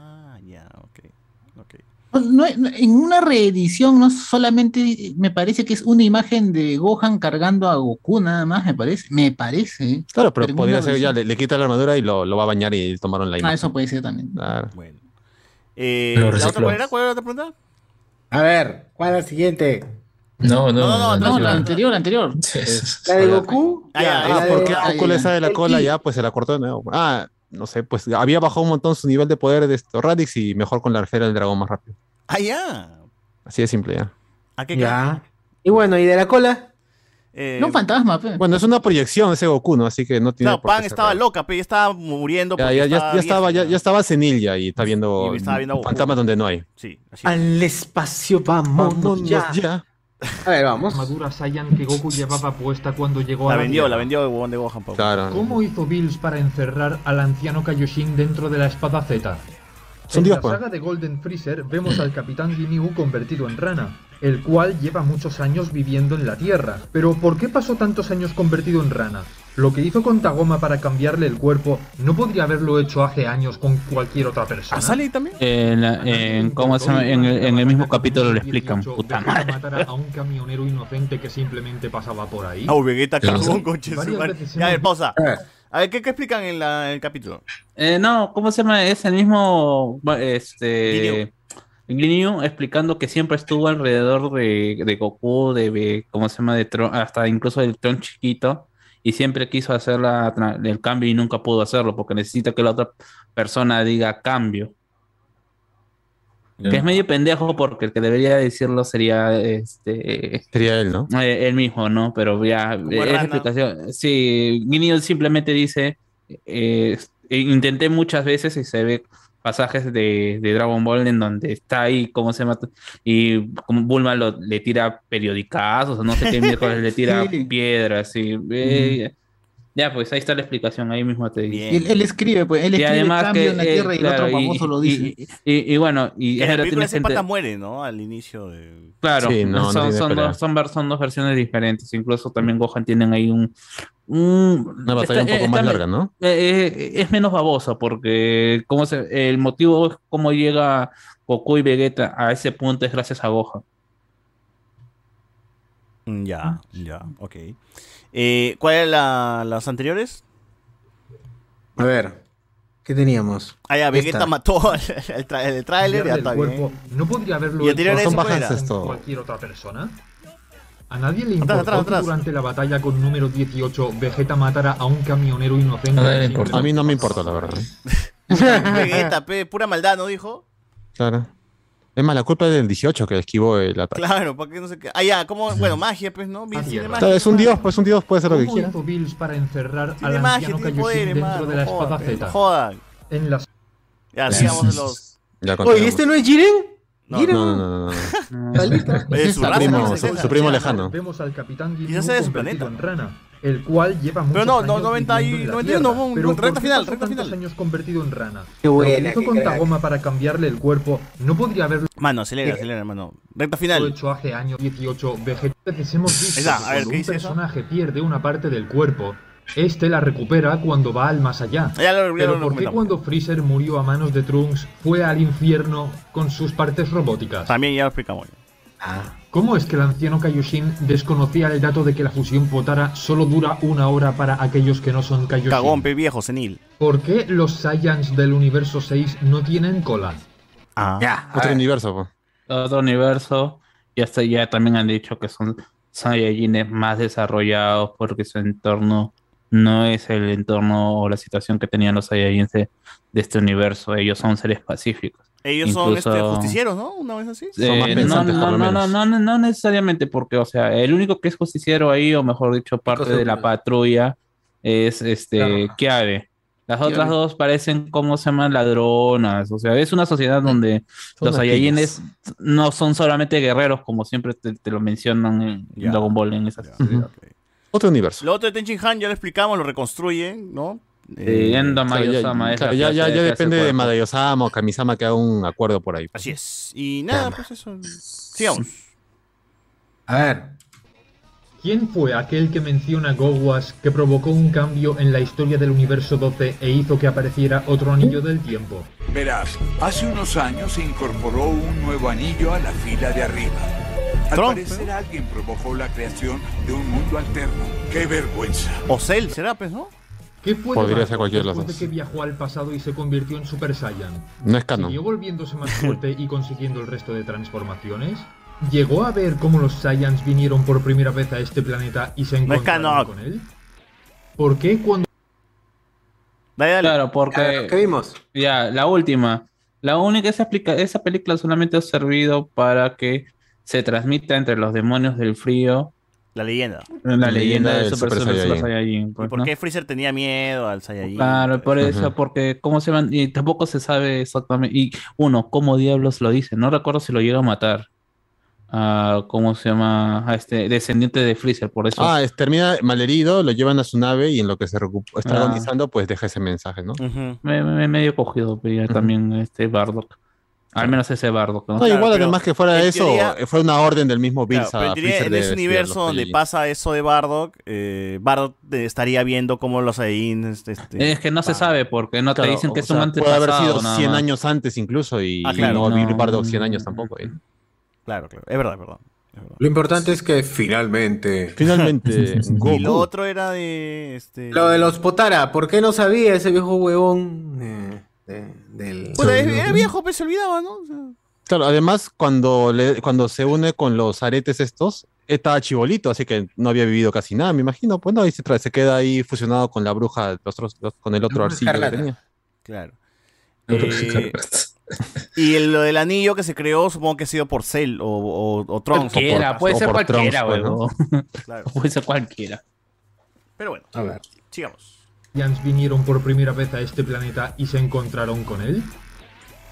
No, no, en una reedición no solamente me parece que es una imagen de Gohan cargando a Goku nada más, me parece, me parece. ¿eh? claro, pero en podría una ser ya, versión- le, le quita la armadura y lo, lo va a bañar y tomaron la Ah, imagen. eso puede ser también. Claro. Eh, Lo ¿la otra recicló. cuál era? ¿Cuál era la otra pregunta? A ver, ¿cuál es la siguiente? No, no, no, No, la anterior, la anterior. ¿La de Goku? Ah, ya, Ah, esa- ¿por qué ah, Goku ya. le sale la El cola? ki. Ya, pues se la cortó de nuevo. Ah, no sé, pues había bajado un montón su nivel de poder de esto, Radix y mejor con la arjera del dragón más rápido. Ah, ya. Así de simple, ya. ¿A Ah, qué Ya. Y bueno, ¿y de la cola? Eh, Era un fantasma. pe. Bueno, es una proyección ese Goku, ¿no? Así que no tiene Claro, por qué Pan ser estaba real. loca, pero ya estaba muriendo. Ya, porque ya, ya- ya vieja. estaba, ya, ya estaba senil ya y está viendo, Y estaba viendo a Goku. fantasmas donde no hay. Sí, así. Al espacio vamos, ya. A ver, vamos. Armadura Saiyan que Goku llevaba puesta cuando llegó a La la vendió, Tierra. la vendió el huevón de Gohan. pues. Pau. ¿Cómo hizo Bills para encerrar al anciano Kaioshin dentro de la espada Z? Es un en dios, la pues. saga de Golden Freezer vemos al capitán Ginyu convertido en rana, el cual lleva muchos años viviendo en la Tierra. Pero ¿por qué pasó tantos años convertido en rana? Lo que hizo con Tagoma para cambiarle el cuerpo no podría haberlo hecho hace años con cualquier otra persona. ¿Ah, ¿Sale también? En, la- en- ¿cómo se llama? En el, en el mismo capítulo lo explican. Puta madre. Matar a un camionero inocente que simplemente pasaba por ahí. Ah, Vegeta, Claro. cagón, coche. su Varias madre. veces Ya, a ver, hemos- pausa. A ver, ¿qué, qué explican en, la- en el capítulo? Eh, no, ¿cómo se llama? Es el mismo ba- este Ginyu explicando que siempre estuvo alrededor de, de Goku, de, de- ¿cómo se llama? De Tron, hasta incluso del Tron chiquito y siempre quiso hacer la tra- el cambio y nunca pudo hacerlo porque necesita que la otra persona diga cambio. Que es medio pendejo porque el que debería decirlo sería este. Sería él, ¿no? Eh, él mismo, ¿no? Pero ya, eh, es la Rana. explicación. Sí, Guineo simplemente dice: eh, eh, Intenté muchas veces y se ve pasajes de, de Dragon Ball en donde está ahí, cómo se mata. Y como Bulma lo- le tira periodicazos, o no sé qué miércoles le tira piedras. Y, eh, Ya, pues ahí está la explicación, ahí mismo te dice. Y él, él escribe, pues, él Y escribe además cambio que, en la eh, tierra y claro, el otro y- famoso lo y- dice. Y, y bueno, y En la ahora película tienes ese gente. pata muere, ¿no? Al inicio de... Claro, Sí, no, no son, tiene son pelea. dos, son, ver- son dos versiones diferentes. Incluso también Gohan tienen ahí un. un- Una batalla un poco más larga, ¿no? eh, eh, es menos babosa porque cómo se, el motivo es cómo llega Goku y Vegeta a ese punto es gracias a Gohan. Mm, Ya, ya, ok. Eh, ¿Cuáles eran las anteriores? A ver, ¿qué teníamos? Ah, ya, Vegeta Esta. mató al, al tra- el tráiler, ya Cambiarle está el cuerpo. bien. No podría haberlo Y anterior a hecho eso, ¿cuál era? con cualquier otra persona. ¿A nadie le importó Atrás, atrás, atrás. que durante la batalla con número 18 Vegeta matara a un camionero inocente? A mí no me importa, la verdad. ¿eh? Vegeta, pe, pura maldad, ¿no dijo? Claro. Es más, la culpa es del 18 que esquivó el ataque. Claro, ¿para qué no sé qué? Ah, ya, ¿cómo? Bueno, magia, pues, Ah, ¿no? Bills tiene Claro, magia. es un dios, pues un dios puede hacer lo que ¿Cómo quiera. hizo Bills para encerrar Tiene al magia, anciano tiene Kaioshin poderes, dentro mano, de la no espada jodan, Z? no jodan. En las... Ya, sigamos de los... Oye, ¿este no es Jiren? No, Jiren. no, no, Oye, su Su raza, primo, ¿no? su- Esa- su primo esa- lejano. Vemos al capitán Ginyu Quizás sea de su convertido en rana, el cual lleva muchos Pero no, no, años 90 y- viviendo en la 91, Tierra. un- Pero un- recta ¿por qué final, pasó recta tantos años convertido en rana. Qué Lo buena, que hizo qué con crack. Tagoma para cambiarle el cuerpo, no podría haberlo Mano, acelera, acelera, hermano. Recta final. hecho hace años 18. Vegetales hemos visto Ahí está, que a ver, cuando ¿qué un dice eso? personaje pierde una parte del cuerpo, este la recupera cuando va al más allá. Ah, Ya lo- ya Pero ¿por qué lo comentamos. cuando Freezer murió a manos de Trunks fue al infierno con sus partes robóticas? También ya lo explicamos. ¿Cómo es que el anciano Kaioshin desconocía el dato de que la fusión potara solo dura una hora para aquellos que no son Kaioshin? Cagón, pe, viejo, senil. ¿Por qué los Saiyans del universo 6 no tienen cola? Ah. Otro universo, po. Otro universo, y hasta ya también han dicho que son Saiyajines más desarrollados porque su entorno no es el entorno o la situación que tenían los Saiyajins de, de este universo. Ellos son seres pacíficos. Ellos son este, Incluso- justicieros, ¿no? Una vez así. Eh, no, no, no, no, no, no, no necesariamente, porque, o sea, el único que es justiciero ahí, o mejor dicho, parte Cosa de la patrulla, es este Kiave. Las Kiave. otras dos parecen, ¿cómo se llaman? Ladronas. O sea, es una sociedad donde Son los Saiyajines no son solamente guerreros, como siempre te, te lo mencionan en Dragon Ball en esas Ujú. Otro universo. Lo otro de Tenchin Han ya lo explicamos, lo reconstruyen, ¿no? Sí, Endo Claro, Mayosama ya, es la claro, ya, clase ya, de ya que hace depende de cuerpo. Madayosama o Kamisama que haga un acuerdo por ahí. Así es. Y nada, pues eso. Sigamos. A ver. ¿Quién fue aquel que menciona Gowas que provocó un cambio en la historia del universo 12 e hizo que apareciera otro anillo del tiempo? Verás, hace unos años se incorporó un nuevo anillo a la fila de arriba. Al Trump, parecer alguien provocó la creación de un mundo alterno. ¡Qué vergüenza! O Cell, será, pues, ¿no? ¿Qué fue Podría Marco ser cualquiera de las después de que viajó al pasado y se convirtió en Super Saiyan? No es canon. ¿Siguió volviéndose más fuerte y consiguiendo el resto de transformaciones? ¿Llegó a ver cómo los Saiyans vinieron por primera vez a este planeta y se No es encontraron canon. con él? ¿Por qué cuando Claro, porque. vimos? Ya, la última. La única, esa, explica- esa película solamente ha servido para que se transmita entre los demonios del frío La leyenda. la, leyenda del Super, Super Saiyajin. ¿Y pues, por ¿no? qué Freezer tenía miedo al Saiyajin? Claro, por eso, Ujú. porque cómo se van, y tampoco se sabe exactamente, y uno, cómo diablos lo dice, no recuerdo si lo llega a matar. A, ¿Cómo se llama? A este descendiente de Freezer, por eso. Ah, es- termina malherido, lo llevan a su nave y en lo que se recu- está Ah. agonizando, pues deja ese mensaje, ¿no? me, me- me- medio cogido pero ya también este Bardock. Al menos ese Bardock, ¿no? No, igual además que fuera Ah. en eso, teoría- eh, fue una orden del mismo Claro, Bills pero a diría, Freezer en de ese destruir universo los donde Saiyajin. pasa eso de Bardock, eh, Bardock eh, estaría viendo cómo los Saiyajin... Este, este, Es que no se sabe porque no Claro, te dicen que o es un sea, antepasado. Puede haber sido nada 100 más. años antes incluso y, Ah, claro, y no, no. vivir Bardock 100 años tampoco. ¿eh? Claro, claro. Es verdad, es Mm, verdad. Lo importante es que finalmente. Finalmente, Uh, Y lo otro era de... Este, Lo de los Potara, ¿por qué no sabía ese viejo huevón eh, de- del... Puta, es- era viejo, pero se olvidaba, ¿no? O sea, Claro, además cuando, le- cuando se une con los aretes estos, estaba chibolito, así que no había vivido casi nada, me imagino. Pues no, y se, tra- se queda ahí fusionado con la bruja, los otros- los- con el otro arcillo que escarlata. tenía. Claro. Lo Eh, que se Y el- lo del anillo que se creó, supongo que ha sido por Cell o, o, o Trunks. o por- Cualquiera, puede o ser por cualquiera, Trunks, pues, ¿no? huevón. Puede ser cualquiera. Pero bueno, a ver. sigamos. Guardians vinieron por primera vez a este planeta y se encontraron con él?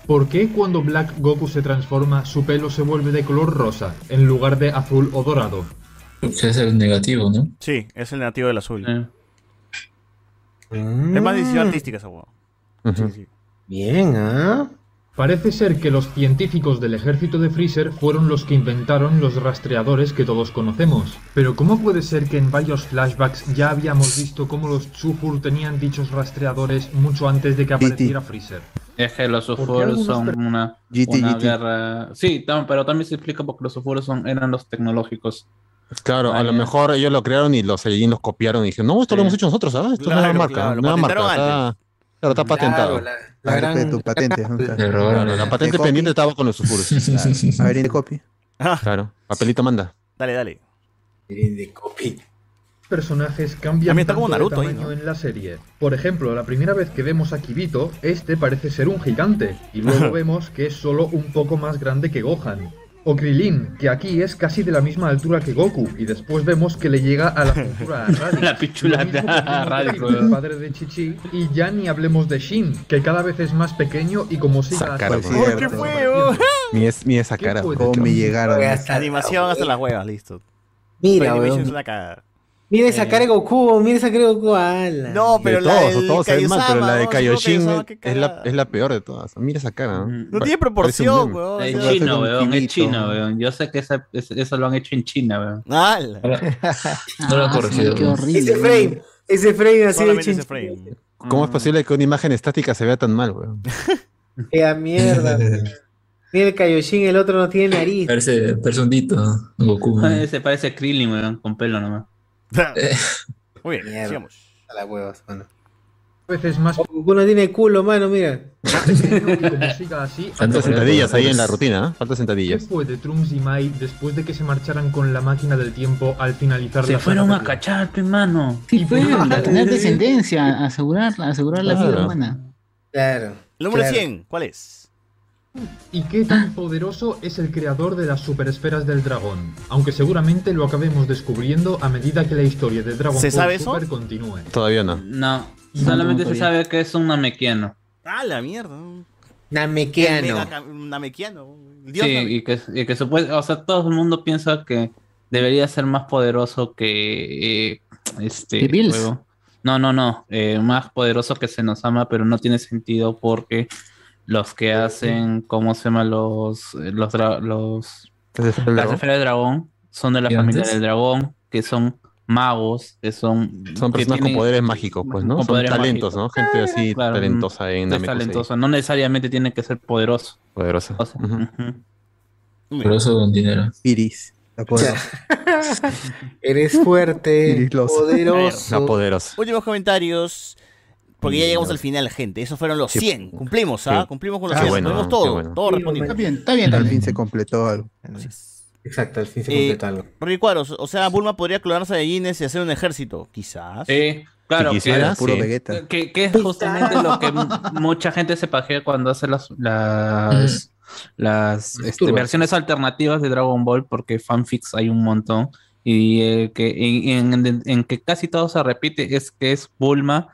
¿Por qué cuando Black Goku se transforma su pelo se vuelve de color rosa en lugar de azul o dorado? Que es el negativo, ¿no? Sí, es el nativo del azul. Es más decisión artística esa hueá. Bien, ¿ah? Parece ser que los científicos del ejército de Freezer fueron los que inventaron los rastreadores que todos conocemos. Pero ¿cómo puede ser que en varios flashbacks ya habíamos visto cómo los Tsufur tenían dichos rastreadores mucho antes de que apareciera Freezer? Es que los Porque sulfuros algunos son per- una, GT, una GT. guerra. Sí, tam- pero también se explica porque los sulfuros son, eran los tecnológicos. Claro, a lo mejor ellos lo crearon y los Saiyajin los copiaron y dijeron, no, esto lo hemos hecho nosotros, ¿sabes? Esto es Claro, una marca, claro, lo nueva marca. patentaron Está, claro, está patentado. la- la Parte gran- de tu patente, ¿no? Te robaron Claro, la- la patente te copy. pendiente estaba con los sulfuros. Claro. A ver, de copy. Claro, papelito manda. Dale, dale. De copy. Personajes cambian También está como tanto de Naruto ahí, tamaño en la serie. Por ejemplo, la primera vez que vemos a Kirito, este parece ser un gigante, y luego vemos que es solo un poco más grande que Gohan. O Krilin, que aquí es casi de la misma altura que Goku, y después vemos que le llega a la Ah, cintura a Raditz. La pichula Lo mismo que de- a tenemos de Raditz, Kirito, el weón. padre de Chichi, y ya ni hablemos de Shin, que cada vez es más pequeño y como siga Sacar, así, weón. desapareciendo. oh? Ni, es, ni esa cara. puede ¿Cómo me llegaron? Animación hasta las huevas, listo. Mira, Funimation weón. es una cagada. Eh. Mira esa cara de Goku, mira esa cara de Goku. ala. No, pero de la todos, del todos se ven mal, pero la Kaiosama, ¿no? de Sí, Kaioshin Kaiosama, es la, es la peor de todas. Mira esa cara. No, No tiene proporción, weón. Es O sea, chino, weón, es infinito. chino, weón. Yo sé que esa- es- eso lo han hecho en China, weón. ¡Hala! Ah, No lo han corregido, weón. Ese frame, ese frame así de Solamente ese chin. frame. ¿Cómo es posible que una imagen estática se vea tan mal, weón? Qué mierda. Mira el Kaioshin, el otro no tiene nariz. Parece persondito, Ah, ¿no? Goku. ¿no? Ese parece Krillin, weón, con pelo nomás. Muy bien, sigamos. A las huevas, mano. A veces más. Goku no tiene culo, mano, mira. y como siga así, Falta sentadillas ahí en la rutina, ¿eh? Falta ¿Qué sentadillas. fue de Trunks y Mai después de que se marcharan con la máquina del tiempo al finalizar Se la fueron saga a cachar, pe, mano. Sí, fue a tener descendencia, a asegurar, a asegurar la vida Claro. humana. Claro. El número 100, ¿cuál es? ¿Y qué tan poderoso es el creador de las superesferas del dragón? Aunque seguramente lo acabemos descubriendo a medida que la historia de Dragon ¿Se Ball sabe eso? Super continúe. Todavía no. No, No, solamente no, se todavía. sabe que es un namequiano. ¡Ah, la mierda! El Namekiano. mega- Namekiano. Dios Sí, Namek- y que, y que supue- o sea, todo el mundo piensa que debería ser más poderoso que eh, este ¿Que Bills? juego. No, no, no, eh, más poderoso que Senosama, pero no tiene sentido porque los que hacen, ¿cómo se llama? Los, eh, los, dra- los las esferas del dragón son de la ¿Y familia antes? del dragón, que son magos, que son Son que personas con tienen- poderes mágicos, pues, ¿no? con Son poderes talentos, ¿no? mágicos. Gente así Claro, talentosa en es Namekusei. talentosa, no necesariamente tiene que ser poderoso. Poderosa. O sea, ujú. Por eso don dinero. Iris. La poderosa. Eres fuerte, Loza. poderoso. La poderosa. Últimos comentarios. Porque ya Sí, llegamos no. al final, gente. Esos fueron los Sí. 100. Cumplimos, ¿ah? Sí. Cumplimos con los Qué 100. bueno, Cumplimos qué todo. bueno. Todo respondimos. Está bien, está bien. Al fin se completó algo. Exacto, al fin se Eh, completó algo. Rory Cuadros, o sea, Bulma podría clonar Saiyajines y hacer un ejército. Quizás. Sí, claro. Si quisiera, que- puro que- Vegeta. Que, que es justamente lo que m- mucha gente se pajea cuando hace las, las, las este, Turbas. versiones alternativas de Dragon Ball, porque fanfics hay un montón. Y eh, que en, en- en que casi todo se repite es que es Bulma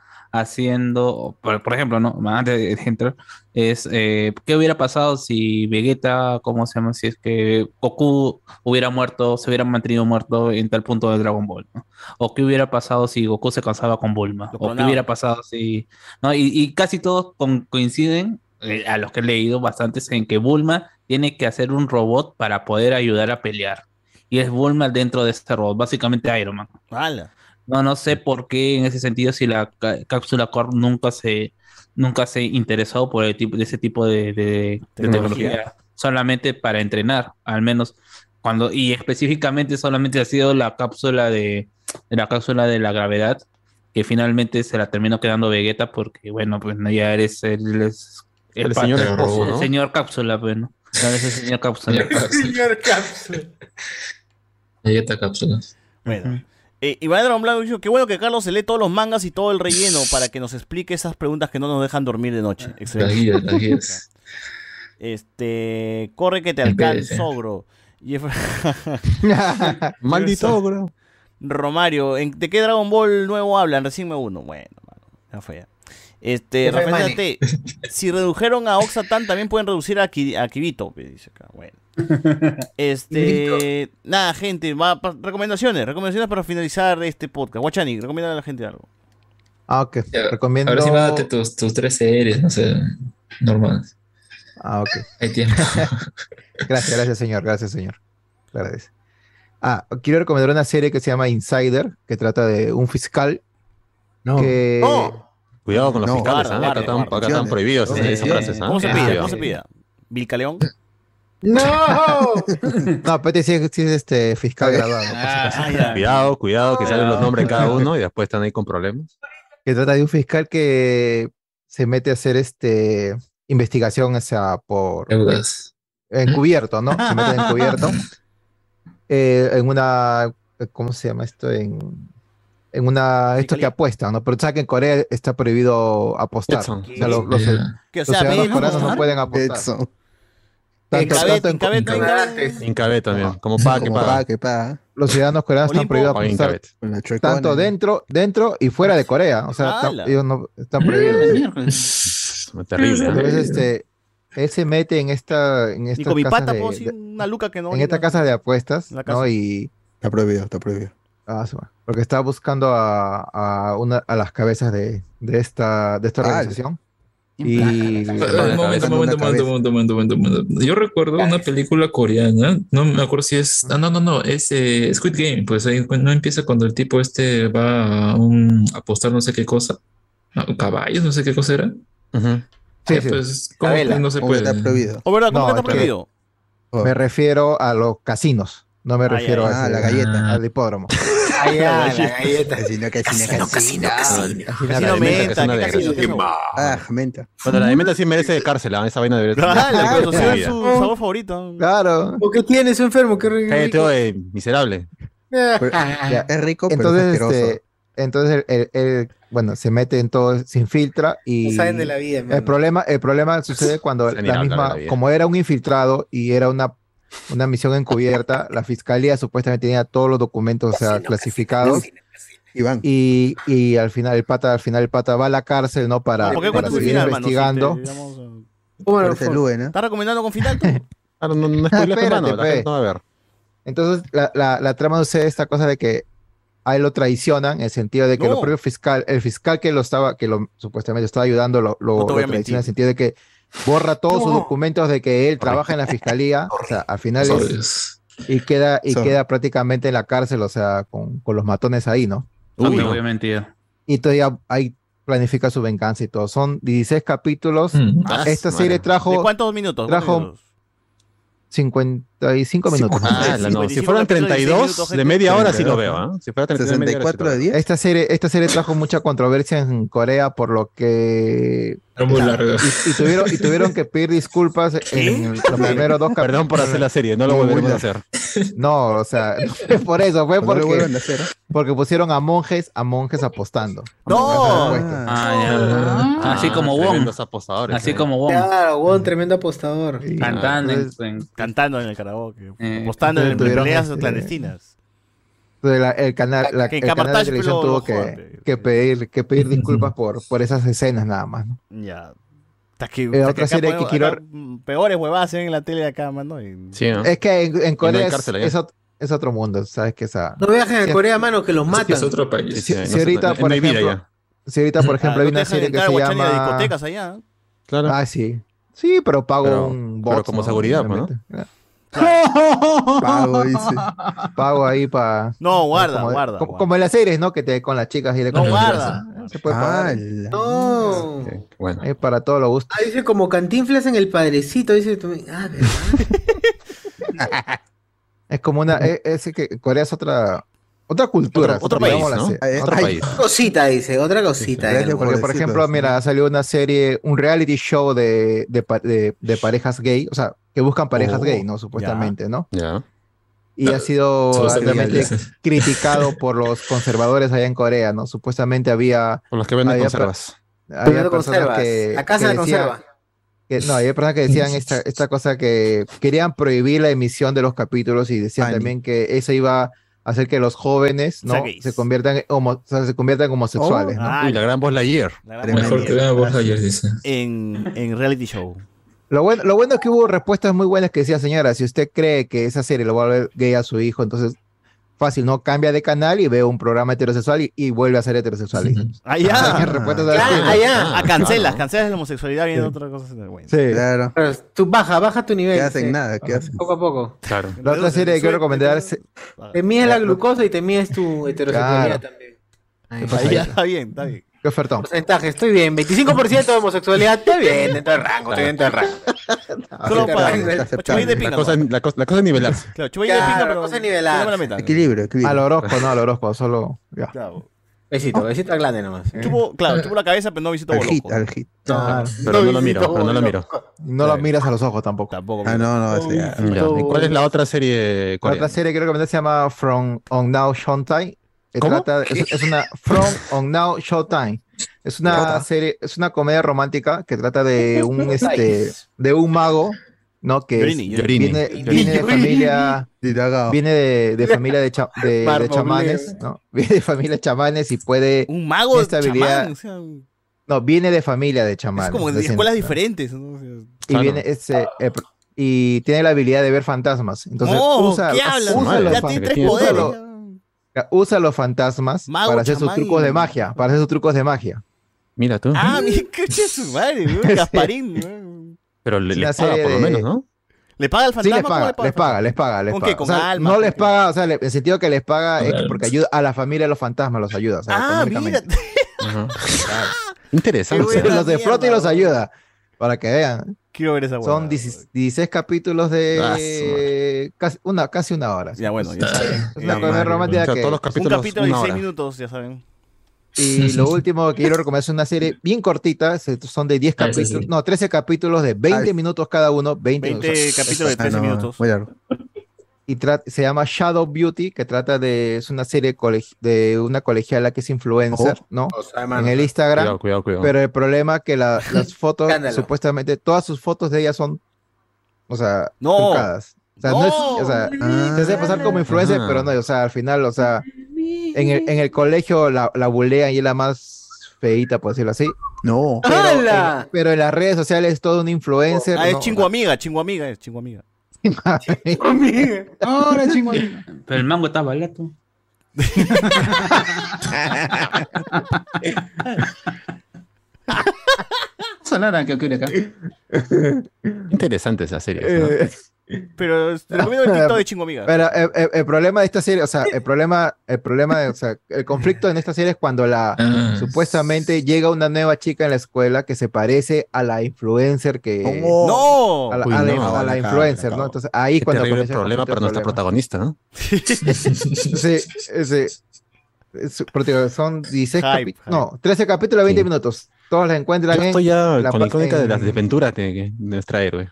haciendo, por, por ejemplo, ¿no? Antes de entrar, es eh, ¿qué hubiera pasado si Vegeta, cómo se llama? Si es que Goku hubiera muerto, se hubiera mantenido muerto en tal punto de Dragon Ball, ¿no? O qué hubiera pasado si Goku se cansaba con Bulma, o qué clonaba. hubiera pasado si. ¿no? Y, y casi todos con- coinciden, eh, a los que he leído bastantes, en que Bulma tiene que hacer un robot para poder ayudar a pelear. Y es Bulma dentro de este robot, básicamente Iron Man. ¡Hala! No, no sé por qué en ese sentido si la ca- cápsula Corp nunca se nunca se interesó por el tipo, de ese tipo de, de- de Tecnología. tecnología, solamente para entrenar, al menos cuando y específicamente solamente ha sido la cápsula de, de la cápsula de la gravedad que finalmente se la terminó quedando Vegeta porque bueno, pues no, ya eres el, es- El pa- señor esposo, el ¿no? señor cápsula, pues, ¿no? Ya eres el señor cápsula. Señor Cápsula. Vegeta cápsulas. Bueno. Eh, Iván Dragon Blanco dijo, qué bueno que Carlos se lee todos los mangas y todo el relleno para que nos explique esas preguntas que no nos dejan dormir de noche. Las Excelente. guías, las guías. Este, corre que te Empédese. alcanzo, ogro. Jeff- Maldito Jefferson. ogro. Romario, ¿en- ¿de qué Dragon Ball nuevo hablan? Recién me uno. Bueno, mano, ya fue ya. Este, Ya fue, Rafael mane. Date, si redujeron a Oxatan, también pueden reducir a, Ki- a Kibito. me dice acá, Bueno. Este, nada, gente, va, pa- recomendaciones, recomendaciones para finalizar este podcast. Guachani, recomienda a la gente algo. Ah, ok. Recomiendo. Ahora sí, mándate tus, tus tres series, no sé, normales. Ah, ok. Ahí tienes. Gracias, gracias, señor. Gracias, señor. Gracias. Ah, quiero recomendar una serie que se llama Insider, que trata de un fiscal. No. Que... Cuidado con los No, fiscales, guarda, ¿ah? guarda, acá, están, guarda. acá están prohibidos Sí, esas- esas sí. frases. ¿ah? ¿Cómo se Ah, pida? cuidado. ¿Cómo se pida? ¿Vilcaleón? ¡No! no, pero sí, es- sí es este fiscal graduado. por si acaso. Cuidado, cuidado, que salen los nombres de cada uno y después están ahí con problemas. que trata de un fiscal que se mete a hacer este investigación o sea, por Deudas. encubierto, ¿no? Se mete encubierto eh, en una ¿cómo se llama esto? en en una esto que apuestan, ¿no? Pero sabes que en Corea está prohibido apostar. Edson. O sea, los, los- Que, o los sea, ciudadanos ¿ven? coreanos no ¿Apostar? pueden apostar. Edson. Tanto- Incabet, tanto en- Incabet, no hay Incabé también, como paga Ah, que como paga paga. que Los ciudadanos coreanos están Olimpo. prohibidos Paga apostar Incabet. tanto dentro, dentro y fuera de Corea. O sea, ¡Hala! están- ellos no están prohibidos. Terrible. Entonces, ¿eh? este, él se mete en esta, en Ni estas con mi casas pata de- puedo decir de- una luca que no. en esta casa de apuestas, La casa. ¿no? Y Está prohibido, está prohibido. ah, su- porque está buscando a, a una a las cabezas de, de esta de esta Ah, organización. Y Ah, Un momento, un momento, un momento, un momento, un momento, un momento. Yo recuerdo una película coreana, no me acuerdo si es. Ah, no, no, no, es eh, Squid Game. Pues ahí cu- no empieza cuando el tipo este va a un- a apostar no sé qué cosa, a caballos, no sé qué cosa era. Sí, Eh, sí. Pues, ¿cómo que no se puede? ¿O verdad? ¿Cómo que está es prohibido? Me refiero a los casinos. No me Ah, ya, refiero ya. a Ah, ese- la galleta. al hipódromo. ya, la galleta. Casino, casino, casino. Casino Casino, menta, menta, casino ¿qué de casino? grasa. Ah, menta. Bueno, la de Meta sí merece cárcel, ¿ah? esa vaina debería Ah, la que ser. asoció es prohibida. su sabor favorito. Claro. ¿O qué tienes, enfermo? ¿Qué rico. Ah. Cállate, oye, Este miserable. Pues, Pues, Ya. Es rico, pero Ah, entonces, es asqueroso. este, entonces el- el- el- bueno, se mete en todo, se infiltra y No saben de la vida, el mano. problema, el problema sucede cuando ni la hablar de misma, la vida. como era un infiltrado y era una una misión encubierta, la fiscalía supuestamente tenía todos los documentos o sea, clasificados. Y, y al final el pata, al final el pata va a la cárcel, ¿no? Para, ¿Por qué para cuentas el seguir final, mano? Si te- investigando. ¿eh? digamos, Bueno, por- ¿Estás recomendando con final? Este tú? Ah, no, no, no Ah, spoileaste, espérate, mano, la pe. gente no va a ver. Entonces, la, la, la trama sucede esta cosa de que a él lo traicionan, en el sentido de que No. el propio fiscal, el fiscal que lo estaba, que lo supuestamente lo estaba ayudando, lo, lo, No te voy lo a traiciona mentir. en el sentido de que borra todos sus No. documentos de que él trabaja en la fiscalía, o sea, al final es- y queda, y Sorry. queda prácticamente en la cárcel, o sea, con, con los matones ahí, ¿no? No te Uy, voy a mentir. y todavía ahí planifica su venganza y todo. Son 16 capítulos. Ah, Esta su serie madre. ¿De trajo cuántos minutos? ¿Cuántos trajo minutos? 55 minutos. Ah, la no. Si 55 fueran capítulos, 32, 16 de media hora sí lo 32, veo, ¿ah? Si fuera 32 de media hora sí lo veo. Esta serie, esta serie trajo mucha controversia en Corea por lo que Era muy largo. y, y tuvieron, y tuvieron que pedir disculpas en los primeros dos capítulos. Perdón por hacer la serie, no lo volveremos a hacer. No, o sea, no fue por eso, fue No lo porque, vuelvan a hacer, ¿eh? porque pusieron a monjes, a monjes apostando. ¡No! Ah, ya. Así como Wong. Tremendos apostadores. Así como Wong. Claro, Won, tremendo apostador. Cantando en- entonces- en- Cantando en el karaoke, Eh, apostando en tuvieron peleas este- clandestinas. Entonces, la- el canal, la- que el canal de Capartage televisión lo- tuvo lo que, que pedir, que pedir disculpas por, por esas escenas nada más. ¿no? Ya. Hasta que, Eh, hasta otra acá serie podemos- que quiero- acá, mm, peores huevadas en la tele de acá, mano. y- Es que en, en no Corea hay es- cárcel allá. es, ot- es otro mundo, sabes que esa. No viajes a Corea, mano, que los matan. país. eh, Si, si ahorita, por ejemplo, si ahorita, por ejemplo, Ah, no te hay una dejan serie que entrar se a guachani a llama. discotecas allá. ¿eh? Ah, sí. Sí, pero pago Pero- un bot. pero como seguridad, ¿no? Obviamente. Pago, dice. Pago ahí para. No, guarda, como, guarda, Como, guarda. como en las series, ¿no? Que te con las chicas y le No, guarda. Se puede pagar. No. Bueno. Es para todos los gustos. Ah, dice como cantinflas en el padrecito. Dice tú. Ah, ¿verdad? Es como una. Es, es que Corea es otra. Otra cultura. Otro- otro digámoslo país, así. Eh, ¿no? Otro país. pues, Cosita, dice. Otra cosita. dice. Porque, por ejemplo, mira, salió una serie, un reality show de, de, pa- de- de parejas gay, o sea, que buscan parejas Oh, gay, ¿no? Supuestamente, ¿no? Ya. Y ha sido Solo se altamente veía el- criticado por los conservadores allá en Corea, ¿no? Supuestamente había... Por los que venden había conservas. per- había Hablando de personas conservas, que... La que casa de decían- conserva. que- no, hay personas que decían esta, esta cosa que querían prohibir la emisión de los capítulos y decían también que eso iba a hacer que los jóvenes ¿no? Gays. se conviertan en homo- o sea, se conviertan en Oh, homosexuales. ¿no? Oh, Uy, la gran voz Lightyear. Mejor que la voz Lightyear, dice. En, en reality show. Lo bueno, lo bueno es que hubo respuestas muy buenas que decían, señora, si usted cree que esa serie lo va a volver gay a su hijo, entonces fácil, no cambia de canal y ve un programa heterosexual y, y vuelve a ser heterosexual. Ah, ya. Hay respuestas así. Ah, Ah, cancelas, cancelas la homosexualidad viendo otra cosa. Bueno. Sí, claro. Tú baja, baja tu nivel. ¿Qué hacen? sí. Nada, ¿qué hacen? Poco a poco. Claro. La otra serie que quiero recomendar es... Te mides la glucosa y te mides tu Claro. heterosexualidad también. ¿Qué pasa ahí? Ya, está bien, está bien. ¿Qué ofertón? Porcentaje, estoy bien. 25% de homosexualidad, está bien, dentro del rango, estoy dentro del rango. Solo para- La cosa, la, cosa, la cosa es nivelarse. Claro, chupa y de pinga, Claro, pero cosa nivelada. no me la metan. Equilibrio, equilibrio. Al horóscopo, no, al horóscopo, solo... ya. Claro. Besito, besito al glande nomás. Eh. Chupo, claro, chupo la cabeza, pero no visito Al Boloco. hit, al hit. Claro. Ah, Pero no lo miro, pero no lo miro. No lo miras a los ojos tampoco. Tampoco. Ah, no, no, ese ya. Ya. ¿Y cuál es la otra serie La otra coreana? serie que quiero recomendar se llama From On Now Showtime. Que ¿Cómo? trata- es, es una From On Now Showtime. Es una serie, es una comedia romántica que trata de un este de un mago, ¿no? Que es- Yorini, Yorini. viene, Yorini. viene de Yorini. familia viene de, de familia de, cha- de- de Marmobleo. chamanes, ¿no? Viene de familia de chamanes y puede Un mago esta habilidad- Ah, chamán, o sea, No, viene de familia de chamanes. es como de recién. escuelas diferentes. ¿no? O sea, Y viene ese. eh, pr- y tiene la habilidad de ver fantasmas. Entonces Oh, usa, ¿qué hablas? usa, los Ya fan- tiene tres usa poderes, los- usa los fantasmas Mago, para hacer sus chamán y- trucos de magia. Para hacer sus trucos de magia. Mira tú. Ah, mi coche su madre, weón, Gasparín. weón. Pero le, le una paga serie por lo de- menos, ¿no? ¿Le paga al Sí, fantasma? les ¿Cómo paga, les paga, les paga, les ¿Con paga. qué? ¿Con O sea, alma? no les paga, o sea, le- en el sentido que les paga es que porque ayuda a la familia de los fantasmas, los ayuda. o sea, Ah, mira. económicamente. Claro. Interesante. los defrota y los ayuda. Para que vean. Quiero ver esa Son 16, 16 capítulos de Ah, su casi, una, casi una hora. Ya, bueno, ya está. Es una comedia romántica que- Un capítulo de 16 minutos, ya saben. Y lo último que quiero recomendar es una serie bien cortita, se- son de 10 Ah, ese capítulos, sí. no, 13 capítulos de 20 minutos cada uno, 20, 20 minutos. capítulos de 13 minutos. muy largo. Y tra- se llama Shadow Beauty, que trata de, es una serie colegi- de una colegiala que es influencer, Ojo. ¿no? O sea, en mano. el Instagram. Cuidado, cuidado, cuidado. Pero el problema es que la- las fotos, Escándalo. supuestamente, todas sus fotos de ella son, o sea, No. trucadas. O sea, no, es, o sea, No. se hace pasar como influencer, Ajá. pero no, o sea, al final, o sea, en el, en el colegio la, la bulean y es la más feita, por decirlo así. No. Pero, en, pero en las redes sociales es todo un influencer. Ah, es ¿no? chingo amiga, chingo amiga, es chingo amiga. Ahora, chingo amiga. Pero el mango está barato. Solara, que ocurre acá. Interesante esa serie. Eh, Pero es- te recomiendo el TikTok de chingo amiga. Pero eh, eh, el problema de esta serie, o sea, el problema, el problema, de- o sea, el conflicto en esta serie es cuando la Ah, supuestamente llega una nueva chica en la escuela que se parece a la influencer que ¡No! a la, Uy, a la- no, a la acá, influencer, acá. ¿no? Entonces ahí Qué cuando terrible comienza el problema conflicto, para el nuestra problema. protagonista, ¿no? Sí, ese, es- pero te digo, son 16 Hype, capítulos, no, 13 capítulos, 20 minutos. Todos las encuentran Yo en estoy ya con la pa- icónica de en- las desventuras de, de nuestra héroe.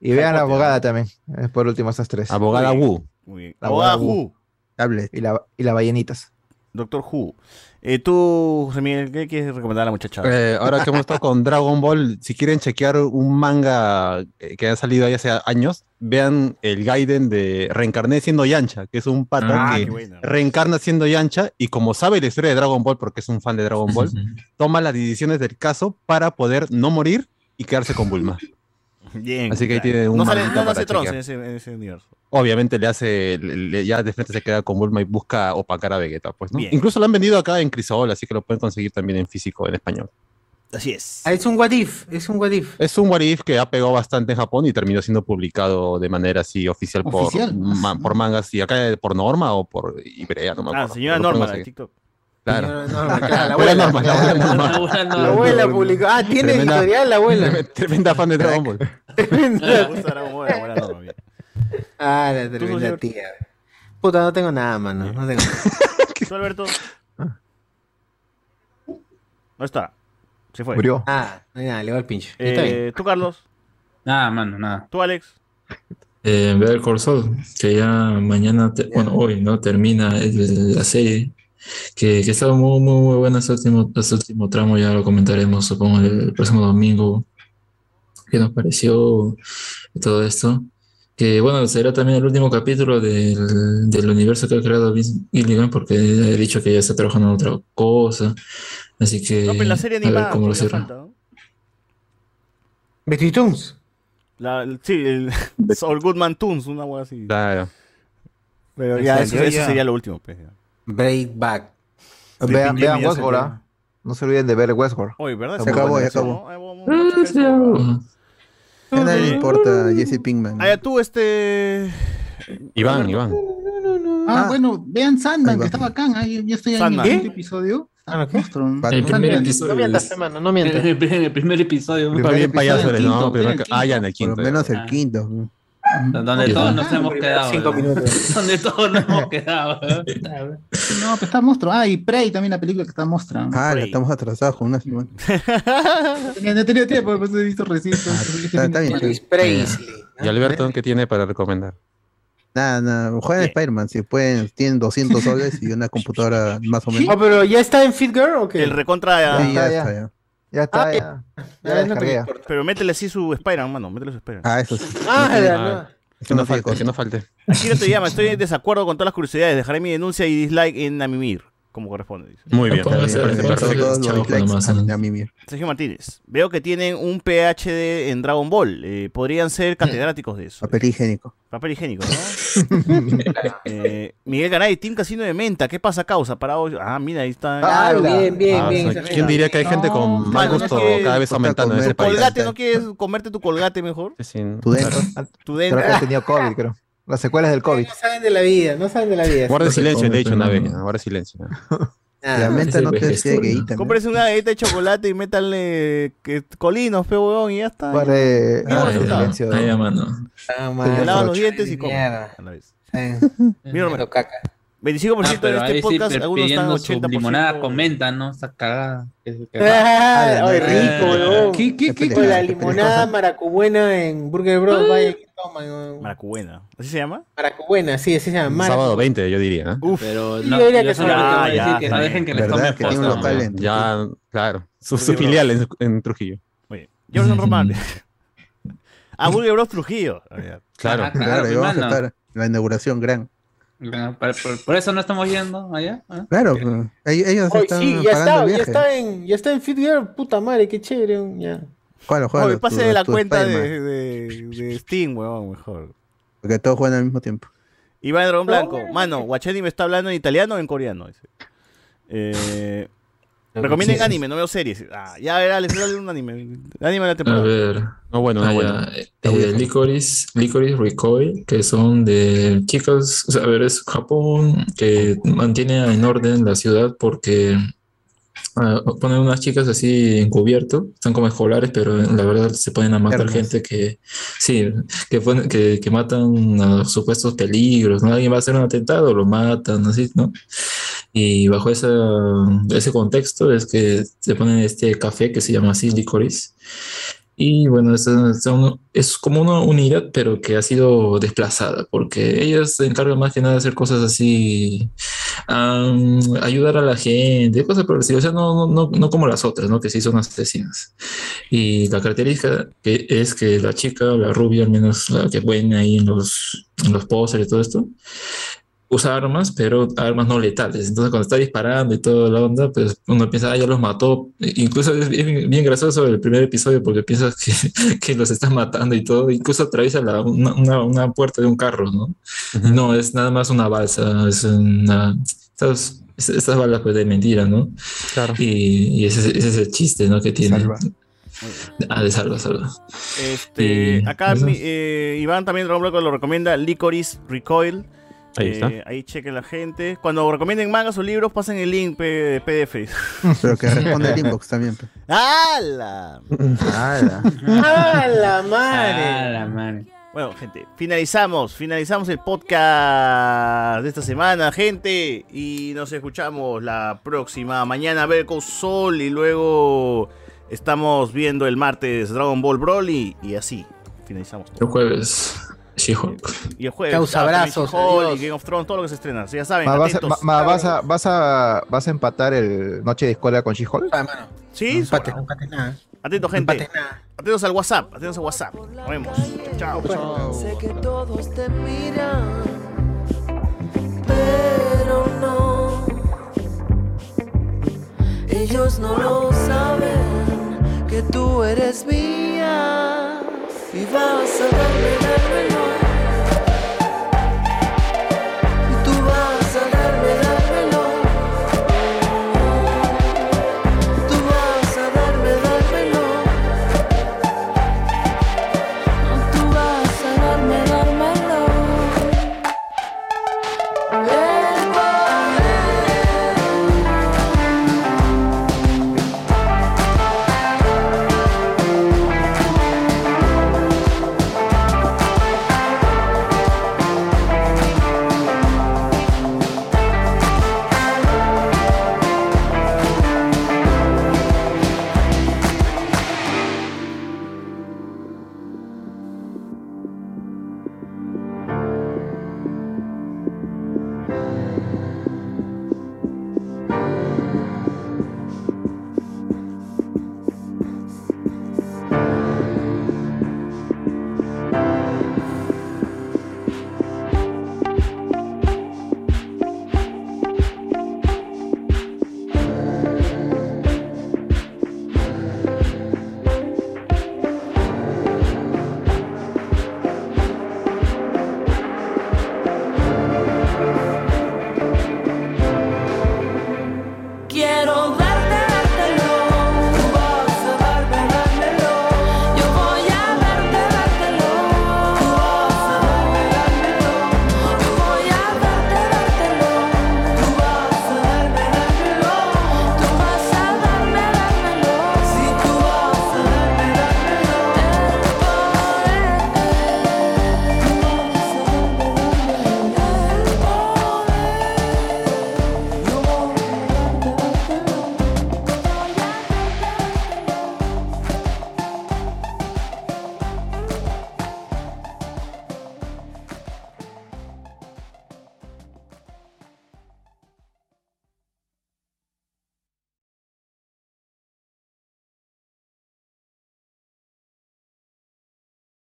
Y vean la abogada también, eh, por último esas tres. Abogada Wu. Muy bien. ah, La abogada Abogada Wu. Who, Hable. Y la, y la ballenitas. Doctor Who. Eh, tú, José Miguel, ¿qué quieres recomendar a la muchacha? Eh, ahora que hemos estado con Dragon Ball, si quieren chequear un manga eh, que ha salido ahí hace años, vean el Gaiden de Reencarné siendo Yancha, que es un pata Ah, que qué buena. reencarna siendo Yancha y como sabe la historia de Dragon Ball, porque es un fan de Dragon Ball, toma las decisiones del caso para poder no morir y quedarse con Bulma. Bien. Así que ahí claro. tiene un No sale, maldito no nace para Trunks chequear. en ese, en ese universo. Obviamente le hace, le- le- ya de frente se queda con Bulma y busca opacar a Vegeta, pues, ¿no? Bien. Incluso lo han vendido acá en Crisol, así que lo pueden conseguir también en físico, en español. Así es. Ah, es un what if, es un what if. Es un What If que ha pegado bastante en Japón y terminó siendo publicado de manera así oficial, por, Oficial. ma- por mangas y acá eh, por Norma o por Ibrea, no me Ah, acuerdo. señora Lo Norma, pueden de conseguir. TikTok. Claro. Señora Norma, Ah, claro, la Pero abuela. Norma, la abuela Norma. La abuela Norma. La abuela publicó- ah, tiene editorial, la abuela. tremenda- Tremenda fan de Dragon Ball. Me gusta Dragon Ball, la abuela Norma, bien. Ah, la ¿Tú, tremenda señor? tía. Puta, no tengo nada, mano. No tengo nada. ¿Tú, Alberto? No está. Se fue. Murió. Ah, no hay nada, le va el pinche. Eh, Está bien. ¿Tú, Carlos? Nada, mano, nada. ¿Tú, Alex? Eh, Better Call Saul, que ya mañana, te- bueno, hoy, ¿no? Termina el- la serie. que, que estaba muy, muy, muy bueno este último, este último tramo, ya lo comentaremos, supongo, el próximo domingo, qué nos pareció todo esto. Que bueno, será también el último capítulo del, del universo que ha creado Vince Gilligan, porque he dicho que ya está trabajando en otra cosa. Así que. pero la serie a ver animada cómo lo todavía cierra. falta, ¿no? Betty Toons. La, sí, el Saul Goodman Toons, una hueá así. Claro. Pero Este, ya, eso, eso sería lo último. pues, ya. Breakback. De Vean, Pinky vean ya Westworld, salió. ¿ah? No se olviden de ver Westworld. Oye, ¿verdad? Está Se muy acabó, buena ya esa, acabó. ¿no? A nadie le importa Jesse Pinkman. Ah, ya tú, este. Iván, Iván. Ah, bueno, vean Sandman, que está bacán. ah, Yo, yo estoy ahí en el Sandman. quinto episodio. El primer No episodio. mientas, hermano, no mientas. El, primer- el primer episodio. Está bien payaso eres, ¿no? Primero que- ah, ya en el quinto. Por lo menos el quinto. ¿no? Donde Ya. todos nos hemos Primero quedado. cinco ¿no? Donde todos nos hemos quedado. ¿no? No, que está monstruo. Ah, y Prey también la película que está monstruo. Ah, la estamos atrasados con una semana. No he tenido tiempo, pues he visto recién. Está, está bien. Elvis ¿Y Alberto qué tiene para recomendar? Nada, nada. Juegan Spider-Man. Si pueden, tienen 200 soles y una computadora más o menos. Ah, pero ya está en Fitgirl o qué? El recontra. Sí, Ah, ya está, ya. Ya está, Ah, ya. ya. Ya descargué, ya. Pero métele así su Spider-Man, mano. Métele su Spider-Man. Ah, eso sí. Ah, No, ya, no. no. Que no falte, que no falte. Aquí no te llama. Estoy en desacuerdo con todas las curiosidades. Dejaré mi denuncia y dislike en Amimir, como corresponde. dice. Muy bien. Póngase- me parece póngase perfecto. los Chavo, likes nomás, a- ¿no? Sergio Martínez, veo que tienen un PhD en Dragon Ball. Eh, podrían ser catedráticos de eso. Papel higiénico. Papel higiénico, ¿no? Eh, Miguel Garay, Team Casino de Menta. ¿Qué pasa, causa? Para hoy- Ah, mira, ahí está. Ah, bien, bien, Ah, bien. o sea, ¿Quién diría que hay gente con mal Mano, no gusto quiere- Pues cada vez aumentando en ese país? Colgate, ¿no quieres comerte tu colgate mejor? Sin- Tu dentro. Tu Creo dentro. que ha tenido COVID, creo. Las secuelas del COVID. No saben de la vida, no saben de la vida. Guarda Sí. silencio, de hecho, una vez. Guarda silencio. Ah, La menta no te hace gay también. Cómprese una galleta de chocolate y métanle que- colinos, pe huevón, y ya está. Guarde- Vivo Ah, resultado. ya. Silencio. Ahí, a mano. Se lavan los dientes y comen. Mierda. A la vez. Mira, Mira, 25% Ah, pero de ahí este sí, podcast, pe- algunos están pidiendo su 80%. limonada con menta, ¿no? Esa cagada. que- que- Ah, Ah, ay, la rico, mierda. weón. ¿Qué- qué- qué- Con la qué- limonada maracubuena en Burger Bros. Vaya, que toman, weón. Maracubuena. ¿Así se llama? Maracubuena, sí, así se llama. maracu- Sábado 20, yo diría. ¿eh? Pero Sí, yo diría que solo sí. te voy a Ah, decir ya, que está no bien. dejen que les ¿Verdad? tomen Que tiene un foto, local ¿no? en- Ya, claro. Su, su filial en, en Trujillo. Oye, Jordan Román. A Burger Ah, Bros Trujillo. Claro. Ah, Claro, claro, y vamos a hermano. estar la inauguración gran. Bueno, por, por- por eso no estamos yendo allá. ¿ah? Claro, pero ellos ellos Oy, están sí, ya pagando está, el ya viaje. eh. está en, ya está en Fit Girl, puta madre, qué chévere, weón, ya. Juegalo, juegalo, Oye, pase tu- de la tu cuenta Spider-Man, de, de, de Steam, huevón, mejor. Porque todos juegan al mismo tiempo. Iván Dragón Blanco. Mano, Guachani me está hablando en italiano o en coreano. Dice. Eh, recomienden quieras. anime, no veo series. Ah, ya verá, les voy a leer un anime. Anime de la A temporada. ver. No, bueno, no, Ah, bueno. ya. Eh, Licorice, Licorice Recoil, que son de chicas, o sea, a ver, es Japón, que mantiene en orden la ciudad porque ah, ponen unas chicas así encubierto, están como escolares, pero la verdad se ponen a matar gente que, sí, que, ponen- que, que matan a los supuestos peligros, ¿no? Alguien va a hacer un atentado, lo matan, así, ¿no? Y bajo esa, ese contexto es que se ponen este café que se llama así Licorice. Y bueno, es, es un- es como una unidad, pero que ha sido desplazada, porque ellas se encargan más que nada de hacer cosas así, am, ayudar a la gente, cosas por el estilo. O sea, no, no, no, no como las otras, ¿no? Que sí son asesinas. Y la característica que es que la chica, la rubia, al menos la que ven ahí en los, en los pósters y todo esto, usa armas, pero armas no letales. Entonces, cuando está disparando y toda la onda, pues uno piensa, ah, ya los mató. E- Incluso es bien, bien gracioso el primer episodio porque piensas que, que los están matando y todo. Incluso atraviesa la- una, una- una puerta de un carro, ¿no? No, es nada más una balsa, es una. Estas, estas balas, pues, de mentira, ¿no? Claro. Y, y ese, es- ese es el chiste, ¿no? Que tiene. Ah, de salva, salva. Este, Y acá eso. mi- eh, Iván también Dragón Blanco lo recomienda Licorice Recoil. Ahí Eh, está. Ahí chequen la gente. Cuando recomienden mangas o libros, pasen el link P- PDF. Pero que responde el inbox también. pues. pe. ¡Hala! ¡A la madre! Bueno, gente, finalizamos, finalizamos el podcast de esta semana, gente, y nos escuchamos la próxima mañana a ver con Sol y luego estamos viendo el martes Dragon Ball Broly y así finalizamos. El jueves, She-Hulk. Y el jueves. Causa ah, también abrazos, She-Hulk adiós. y Game of Thrones, todo lo que se estrena. Sí, Ya saben, Ma, vas, a, atentos. ma- ma, vas, a, vas, a, vas a empatar el Noche de Escuela con She-Hulk. Ah, Sí, sobrado. Atentos, gente. Atentos al WhatsApp. Atentos al WhatsApp. Nos vemos. Chao. Sé que todos te miran, pero no. Ellos no lo saben que tú eres mía y vas a darme la reloj.